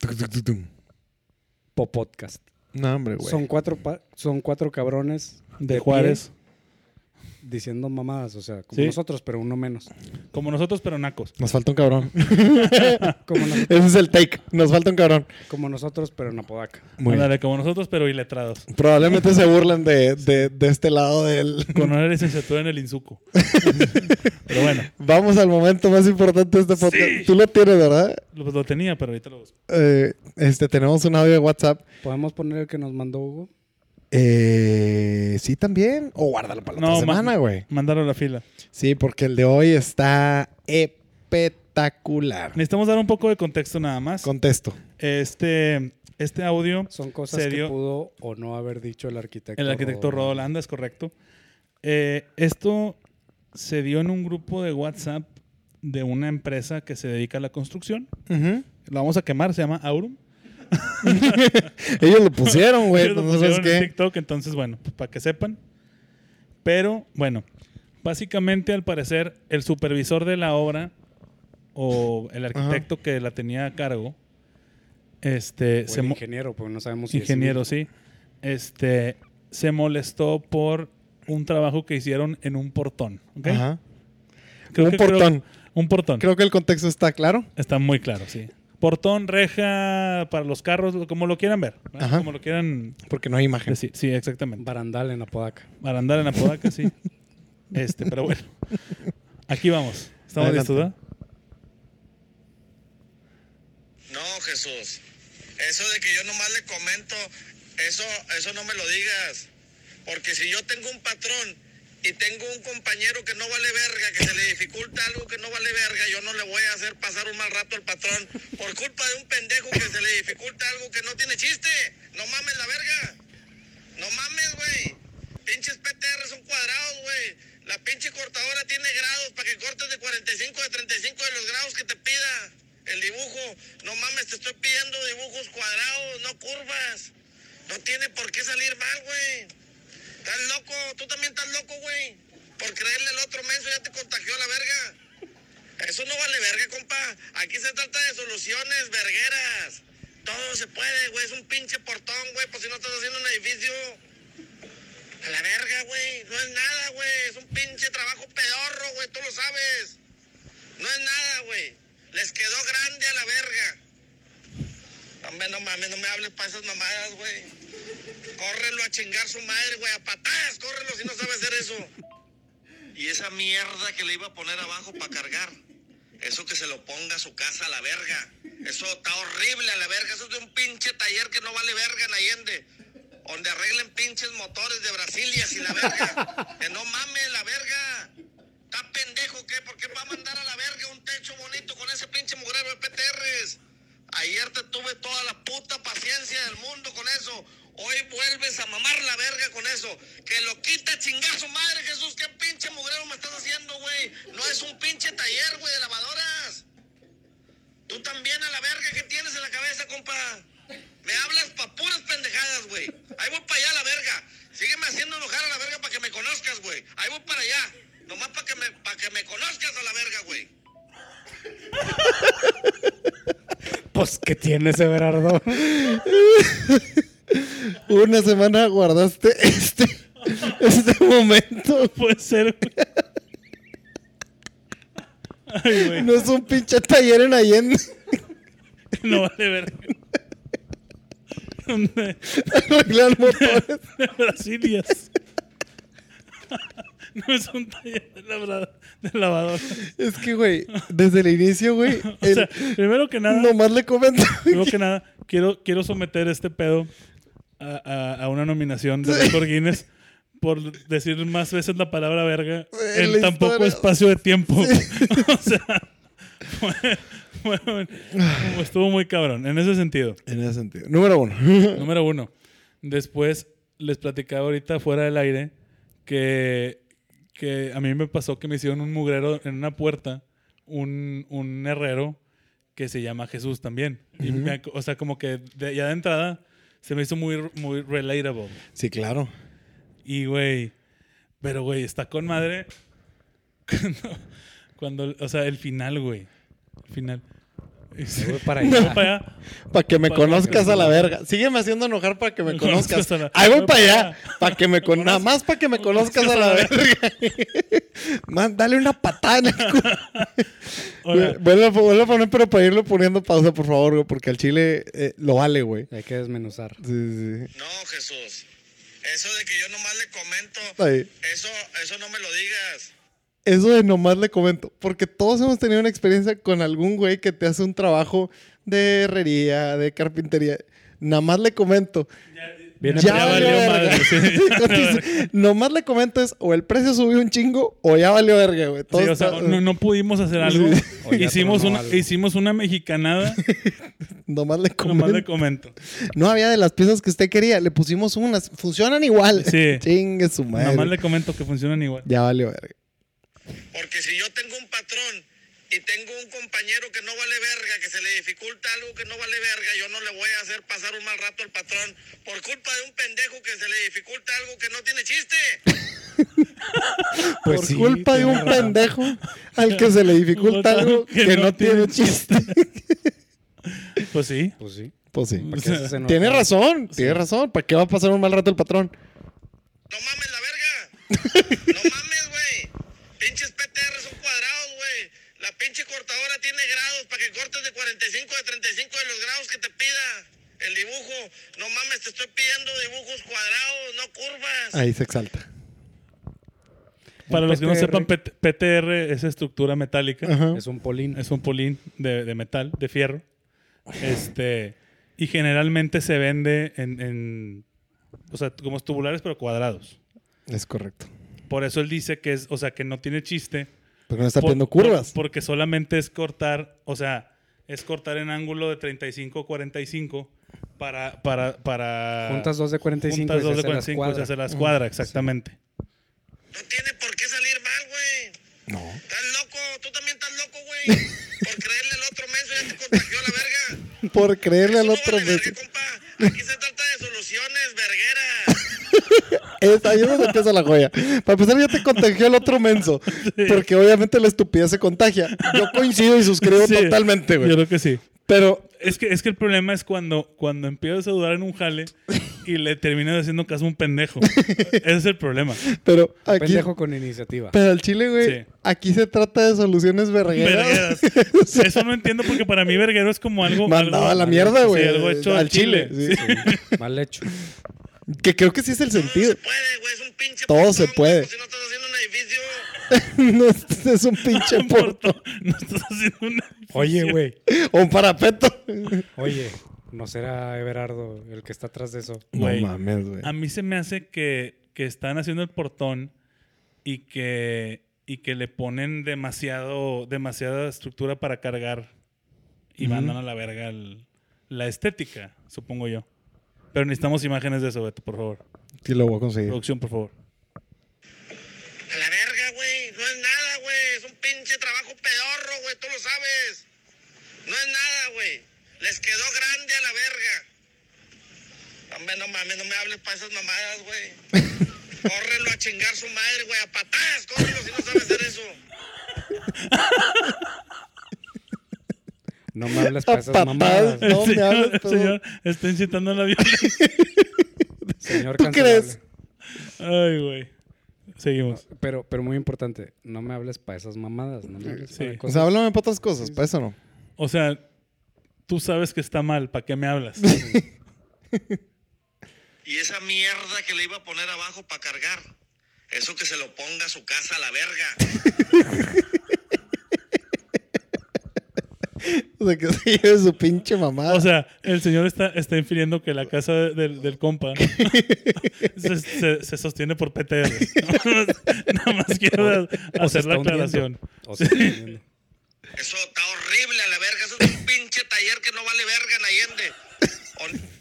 Tuc, tuc, tuc, tuc. Po Podcast. No, hombre, güey. Son cuatro, pa- son cuatro cabrones De, pie Juárez. diciendo mamadas, o sea, como Sí. nosotros, pero uno menos. Como nosotros, pero nacos. Nos falta un cabrón. Como, nos- Ese es el take. Nos falta un cabrón. como nosotros, pero en Apodaca. Muy bien. Ándale, como nosotros, pero iletrados. Probablemente se burlan de, de- de este lado del... Con una licenciatura en el Insuco. pero bueno, Vamos al momento más importante de este podcast. Tú lo tienes, ¿verdad? lo, pues lo tenía, pero ahorita lo busco. Eh, este, tenemos un audio de WhatsApp. ¿Podemos poner el que nos mandó Hugo? Eh, sí, también. O guárdalo para la otra ma- semana, güey. Mandaron la fila. Sí, porque el de hoy está espectacular. Necesitamos dar un poco de contexto nada más. Contesto. Este, este audio Son cosas Se que dio- pudo o no haber dicho el arquitecto. El arquitecto Rodo Holanda, es correcto. Eh, esto se dio en un grupo de WhatsApp de una empresa que se dedica a la construcción. La vamos a quemar, se llama Aurum. Ellos lo pusieron, güey. Ellos lo pues, Entonces, pusieron en ¿qué? TikTok, entonces, bueno, pues, para que sepan. Pero, bueno, básicamente, al parecer, el supervisor de la obra o el arquitecto que la tenía a cargo, este, O se, el mo- ingeniero, porque no sabemos si es ingeniero, sí. Este se molestó por un trabajo que hicieron en un portón. ¿ok? Ajá. ¿eh? Creo Un que- portón. creo- un portón. Creo que el contexto está claro. Está muy claro, sí. Portón, reja para los carros, como lo quieran ver, ¿no? Ajá. como lo quieran Porque no hay imagen. decir. Pues Sí, exactamente. Barandal en Apodaca. Barandal en Apodaca, sí. Este, pero bueno. Aquí vamos. ¿Estamos Adelante. listos, verdad? No, Jesús. Eso de que yo nomás le comento, eso, eso no me lo digas. Porque si yo tengo un patrón y tengo un compañero que no vale verga, que se le dificulta algo que no vale verga, yo no le voy a hacer pasar un mal rato al patrón por culpa de un pendejo que se le dificulta algo que no tiene chiste. No mames la verga. No mames, güey. Pinches PTR son cuadrados, güey. La pinche cortadora tiene grados para que cortes de 45 a 35 de los grados que te pida. El dibujo, no mames, te estoy pidiendo dibujos cuadrados, no curvas. No tiene por qué salir mal, güey. Estás loco, tú también estás loco, güey. Por creerle al otro menso ya te contagió la verga. Eso no vale verga, compa. Aquí se trata de soluciones, vergueras. Todo se puede, güey. Es un pinche portón, güey. Por si no estás haciendo un edificio. A la verga, güey. No es nada, güey. Es un pinche trabajo pedorro, güey. Tú lo sabes. No es nada, güey. Les quedó grande a la verga. Hombre, no mames, no me hables para esas mamadas, güey. Córrelo a chingar su madre, güey. A patadas, córrelo si no sabe hacer eso. Y esa mierda que le iba a poner abajo para cargar. Eso que se lo ponga a su casa a la verga. Eso está horrible a la verga. Eso es de un pinche taller que no vale verga en Allende. Donde arreglen pinches motores de Brasilia y la verga. Que no mames la verga. Está pendejo que ¿por qué va a mandar a la verga un techo bonito con ese pinche mugrero de PTRs? Ayer te tuve toda la puta paciencia del mundo con eso. Hoy vuelves a mamar la verga con eso. Que lo quita a chingar su madre, Jesús. ¿Qué pinche mugrero me estás haciendo, güey? No es un pinche taller, güey, de lavadoras. Tú también a la verga que tienes en la cabeza, compa. Me hablas pa' puras pendejadas, güey. Ahí voy para allá a la verga. Sígueme haciendo enojar a la verga para que Pues que tiene ese Berardo. Una semana guardaste este, este momento. Puede ser, güey. Ay, güey. No es un pinche taller en Allende. No vale ver. De Arreglar motores. de Brasilias. No es un taller de, labra- de lavadora. Es que, güey, desde el inicio, güey, O sea, el- primero que nada. nomás le comento. Primero que nada, quiero, quiero someter este pedo a, a- a una nominación de récord Guinness por decir más veces la palabra verga Eh, en la tan poco historia. espacio de tiempo. o sea, fue- fue un- estuvo muy cabrón en ese sentido. En ese sentido. Número uno. Número uno. Después les platicaba ahorita fuera del aire que, que a mí me pasó que me hicieron un mugrero en una puerta, un, un herrero que se llama Jesús también. Y me ac- o sea, como que de- ya de entrada se me hizo muy, muy relatable. Sí, claro. Y, güey, pero, güey, está con madre cuando, cuando- o sea, el final, güey. El final. Voy para Voy allá. para allá. Para que Pa' que me me conozcas a la conozcas. verga. Sígueme haciendo enojar para que me Me conozcas. conozcas a la- Ahí voy Me para allá. conozcas. Para que me con... Nada más para que me conozcas a la verga. Man, dale una patada en el culo. Ahora, Güey, Vuelve a, po- vuelve a poner, pero para irlo poniendo pausa, por favor, güey, porque al chile eh, lo vale, güey. Hay que desmenuzar. Sí, sí, sí. No, Jesús. Eso de que yo nomás le comento, Ay, eso, eso no me lo digas. Eso de nomás le comento, porque todos hemos tenido una experiencia con algún güey que te hace un trabajo de herrería, de carpintería. Nada más le comento. Viene ya peleado valió el verga. León Madre. sí. Sí, entonces, nomás le comento es o el precio subió un chingo o ya valió verga, güey. Todo Sí, o sea, está- no, no pudimos hacer algo. Sí. Oye, hicimos, tronó una, algo. hicimos una mexicanada. nomás le comento. Nomás le comento. No había de las piezas que usted quería, le pusimos unas. Funcionan igual. Sí. Chingue su madre. Nomás le comento que funcionan igual. Ya valió verga. Porque si yo tengo un patrón y tengo un compañero que no vale verga, que se le dificulta algo que no vale verga, yo no le voy a hacer pasar un mal rato al patrón por culpa de un pendejo que se le dificulta algo que no tiene chiste. Pues Por sí, culpa de tiene un razón. pendejo al que se le dificulta Total, algo que, no, tiene chiste. Pues sí. Pues sí. Pues sí. ¿Para qué haces enojar? Tiene razón, tiene razón. ¿Para qué va a pasar un mal rato el patrón? No mames la verga. No mames, güey. Pinches PTR son cuadrados, güey. La pinche cortadora tiene grados para que cortes de 45 a 35 de los grados que te pida. El dibujo. No mames, te estoy pidiendo dibujos cuadrados, no curvas. Ahí se exalta. Para los que no PTR. sepan, PT- PTR es estructura metálica. Ajá. Es un polín. Es un polín de, de metal, de fierro. Este. Y generalmente se vende en, en- O sea, como tubulares, pero cuadrados. Es correcto. Por eso él dice que es. O sea, que no tiene chiste. Porque no está Por- pidiendo curvas. por- porque solamente es cortar, o sea, es cortar en ángulo de 35 o 45 para, para, para... Juntas dos de 45 y Juntas se dos de hace las 45 y se cuadras. hace las cuadras, exactamente. No tiene por qué salir mal, güey. No. Estás loco, tú también estás loco, güey. Por creerle al otro menso ya te contagió la verga. Por creerle al Eso no otro. vale verga, menso. compa. Aquí se trata de soluciones, vergueras. Es, ahí es donde empieza la joya. Para empezar, ya te contagió el otro menso. Porque obviamente la estupidez se contagia. Yo coincido y suscribo Sí, totalmente, Yo güey. creo que sí. Pero Es que, es que el problema es cuando, cuando empiezas a dudar en un jale y le terminas haciendo caso a un pendejo. Ese es el problema. Pero Un aquí. Pendejo con iniciativa. Pero al chile, güey. Sí. Aquí se trata de soluciones vergueras. Vergueras. Eso no entiendo porque para mí verguero es como algo... Mandado algo- a la mierda, sí, güey. algo hecho al al chile. chile. sí. Mal hecho. Que creo que sí es el sentido. No se puede, güey, es un pinche Todo portón, se güey, puede. como Si no estás haciendo un edificio, no, este es es un pinche porto. No estás haciendo una... Oye, güey. O un parapeto. Oye, ¿no será Everardo el que está atrás de eso? Güey. Ah. No mames, güey. A mí se me hace que, que están haciendo el portón y que, y que le ponen demasiado, demasiada estructura para cargar y mandan a la verga el- la estética, supongo yo. Pero necesitamos imágenes de eso, Beto, por favor. Sí, lo voy a conseguir. Producción, por favor. a la verga, güey. No es nada, güey. Es un pinche trabajo pedorro, güey. Tú lo sabes. No es nada, güey. Les quedó grande a la verga. Hombre, no mames, no me hables para esas mamadas, güey. Córrelo a chingar su madre, güey. A patadas, córrelo si no sabe hacer eso. No me hables para A esas mamadas. patadas, no el señor, me hables, el señor está incitando a la violencia. Señor ¿Tú cancelable. crees? Ay, güey. Seguimos. Pero, pero muy importante, no me hables para esas mamadas. No me hables Sí. para O cosas. sea, háblame para otras cosas, para eso no. O sea, tú sabes que está mal, ¿para qué me hablas? Y esa mierda que le iba a poner abajo para cargar, eso que se lo ponga a su casa a la verga. O sea, que se lleve su pinche mamada. O sea, el señor está, está infiriendo que la casa de- del, del compa se, se- se sostiene por PTR. Nada más quiero hacer está la hundiendo. aclaración. O sea, entiendo. Eso está horrible a la verga, eso es un pinche taller que no vale verga en Allende. O-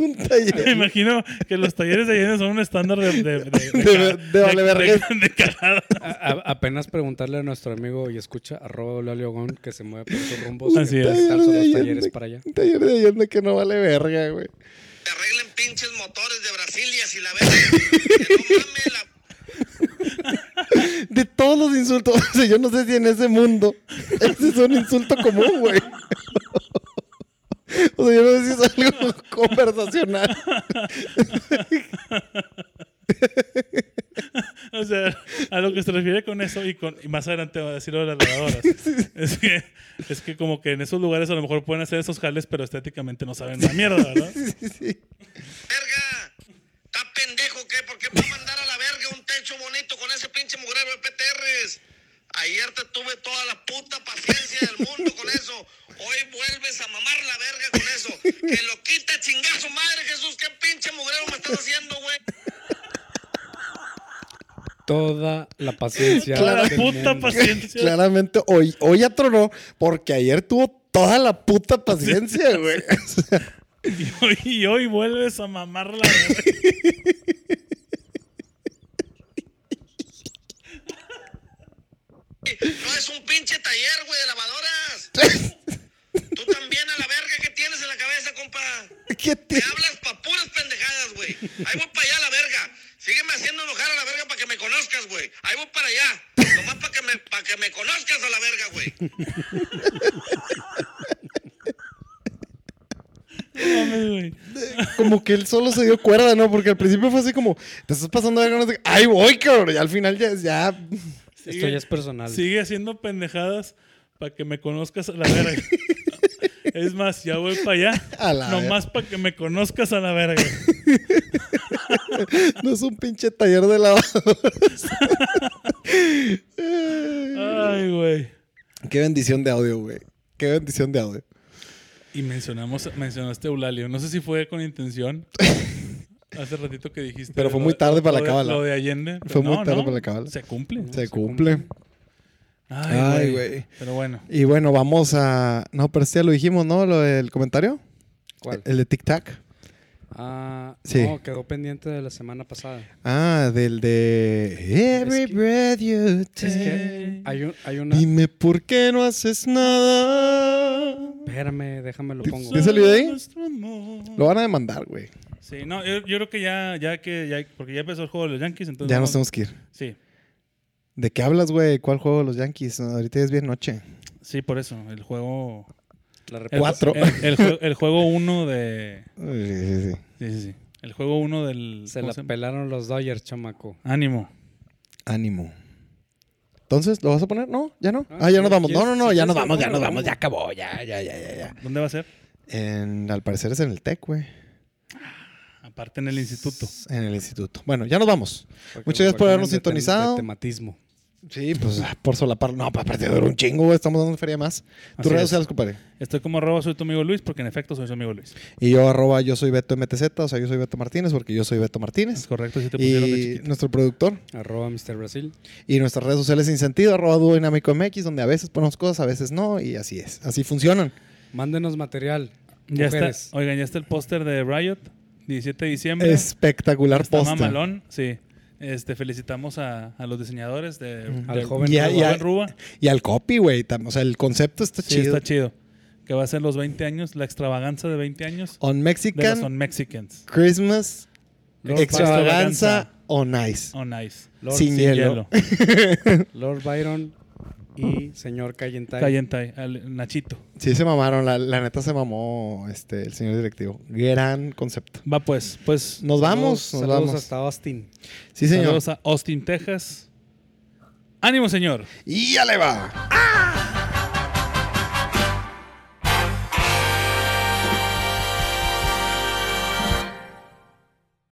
un taller. Me imagino que los talleres de lleno son un estándar de... De, de, De- de vale verga. de cagada. A- a- apenas preguntarle a nuestro amigo y escucha arroba Eulalio Gón que se mueve por esos rumbos. Así que es. tal son los Taller de- talleres para allá. Un taller de Allende que no vale verga, güey. Te arreglen pinches motores de Brasilias y la verga. Que no mames, la- De todos los insultos, o sea, yo no sé si en ese mundo ese es un insulto común, güey. O sea, yo no sé si es algo conversacional. O sea, a lo que se refiere con eso y, con, y más adelante va a decirlo de las lavadoras. Es, que, es que como que en esos lugares a lo mejor pueden hacer esos jales, pero estéticamente no saben la mierda, ¿verdad? verga. ¿Está pendejo qué? ¿Por qué va a mandar a la verga un techo bonito con ese pinche mugrero de PTRs? Ayer te tuve toda la puta paciencia del mundo con eso. Hoy vuelves a mamar la verga con eso. Que lo quita chingar su madre, Jesús. ¿Qué pinche mugrero me estás haciendo, güey? Toda la paciencia. Toda la del puta mundo. paciencia. Claramente hoy, hoy atronó porque ayer tuvo toda la puta paciencia, güey. O sea, Y hoy, y hoy vuelves a mamar la verga. No es un pinche taller, güey, de lavadoras. Tú también a la verga que tienes en la cabeza, compa. ¿Qué Me te- hablas pa' puras pendejadas, güey. Ahí voy para allá a la verga. Sígueme haciendo enojar a la verga para que me conozcas, güey. Ahí voy para allá. Nomás para que, me, pa' que me conozcas a la verga, güey. No mames, güey. Como que él solo se dio cuerda, ¿no? Porque al principio fue así como, te estás pasando de ganas de... ¡Ay, voy, cabrón! Y al final ya... ya... Esto ya es personal. Sigue haciendo pendejadas para que me conozcas a la verga. Es más, ya voy para allá. A la nomás para que me conozcas a la verga. No es un pinche taller de lavadoras. Ay, güey. Qué bendición de audio, güey. Qué bendición de audio. Y mencionamos, mencionaste a Eulalio. No sé si fue con intención. Hace ratito que dijiste. Pero fue lo muy de- tarde para la lo de- cábala. Lo de Allende. Fue muy No, tarde no, para la cábala. Se cumple. Se cumple. Ay, Ay, güey. güey. Pero bueno. Y bueno, vamos a. No, pero este ya lo dijimos, ¿no? Lo del comentario. ¿Cuál? El de Tic Tac. Ah, Sí. no, quedó pendiente de la semana pasada. Ah, del de. Every Es que- breath you Es take. que hay, un- hay una. Dime por qué no haces nada. Espérame, déjame lo pongo. ¿Ya salió de ahí? Nuestro amor. Lo van a demandar, güey. Sí, no, yo, yo creo que ya, ya que, ya, porque ya empezó el juego de los Yankees, entonces. Ya Pues no- nos tenemos que ir. Sí, ¿De qué hablas, güey? ¿Cuál juego de los Yankees? No, Ahorita es bien noche. sí, por eso. El juego. La el- repito. Cuatro. El, el jue- el juego uno de. Uy, Sí, sí, sí. Sí, sí, sí. El juego uno del. Se ¿cómo la llama? pelaron los Dodgers, chamaco. Ánimo. Ánimo. Entonces, ¿lo vas a poner? No, ya no. Ah, Ah, ya sí, nos vamos. No, ¿quieres- no, no, si ya nos quieres vamos, ya nos alguno, lo vamos, pongo. ya acabó, ya, ya, ya, ya, ya. ¿Dónde va a ser? En, al parecer es en el TEC, güey. Aparte en el instituto. En el instituto. Bueno, ya nos vamos. Porque Muchas gracias lo por habernos ponen de tem- de sintonizado. tematismo. Sí, pues ah, por solapar. No, para partir de un chingo, güey. Estamos dando feria más. Así Tus redes es. sociales, compadre. Estoy como arroba soy tu amigo Luis, porque en efecto soy su amigo Luis. Y yo arroba yo soy Beto MTZ, o sea, yo soy Beto Martínez, porque yo soy Es Beto Martínez. correcto, si te pusieron de Y chiquito. nuestro productor. Arroba Mr. Brasil. Y nuestras redes sociales sin sentido, arroba Dúo Dinámico MX, donde a veces ponemos cosas, a veces no, y así es. Así funcionan. Mándenos material. Ya está, mujeres. oigan, ya está el póster de Riot, 17 de diciembre. Espectacular Está posta. mamalón, sí. Este, felicitamos a, a los diseñadores de, Al de- joven de Ya, ya. joven Ruba. Y al copy, güey. tam- O sea, el concepto está Sí, chido. está chido. Que va a ser los 20 años, la extravaganza de 20 años On de los Mexican, On Mexicans. Christmas, Lord extravaganza on ice. Oh, On Ice. Lord, sin, Sin hielo. hielo. Lord Byron y señor Cayentai. Cayentai, al Nachito. Sí, se mamaron. La, la neta se mamó este, el señor directivo. Gran concepto. Va pues, pues. Nos vamos, Saludos- nos saludos vamos. hasta Austin. Sí, señor. Saludos a Austin, Texas. Ánimo, señor. Y ya le va.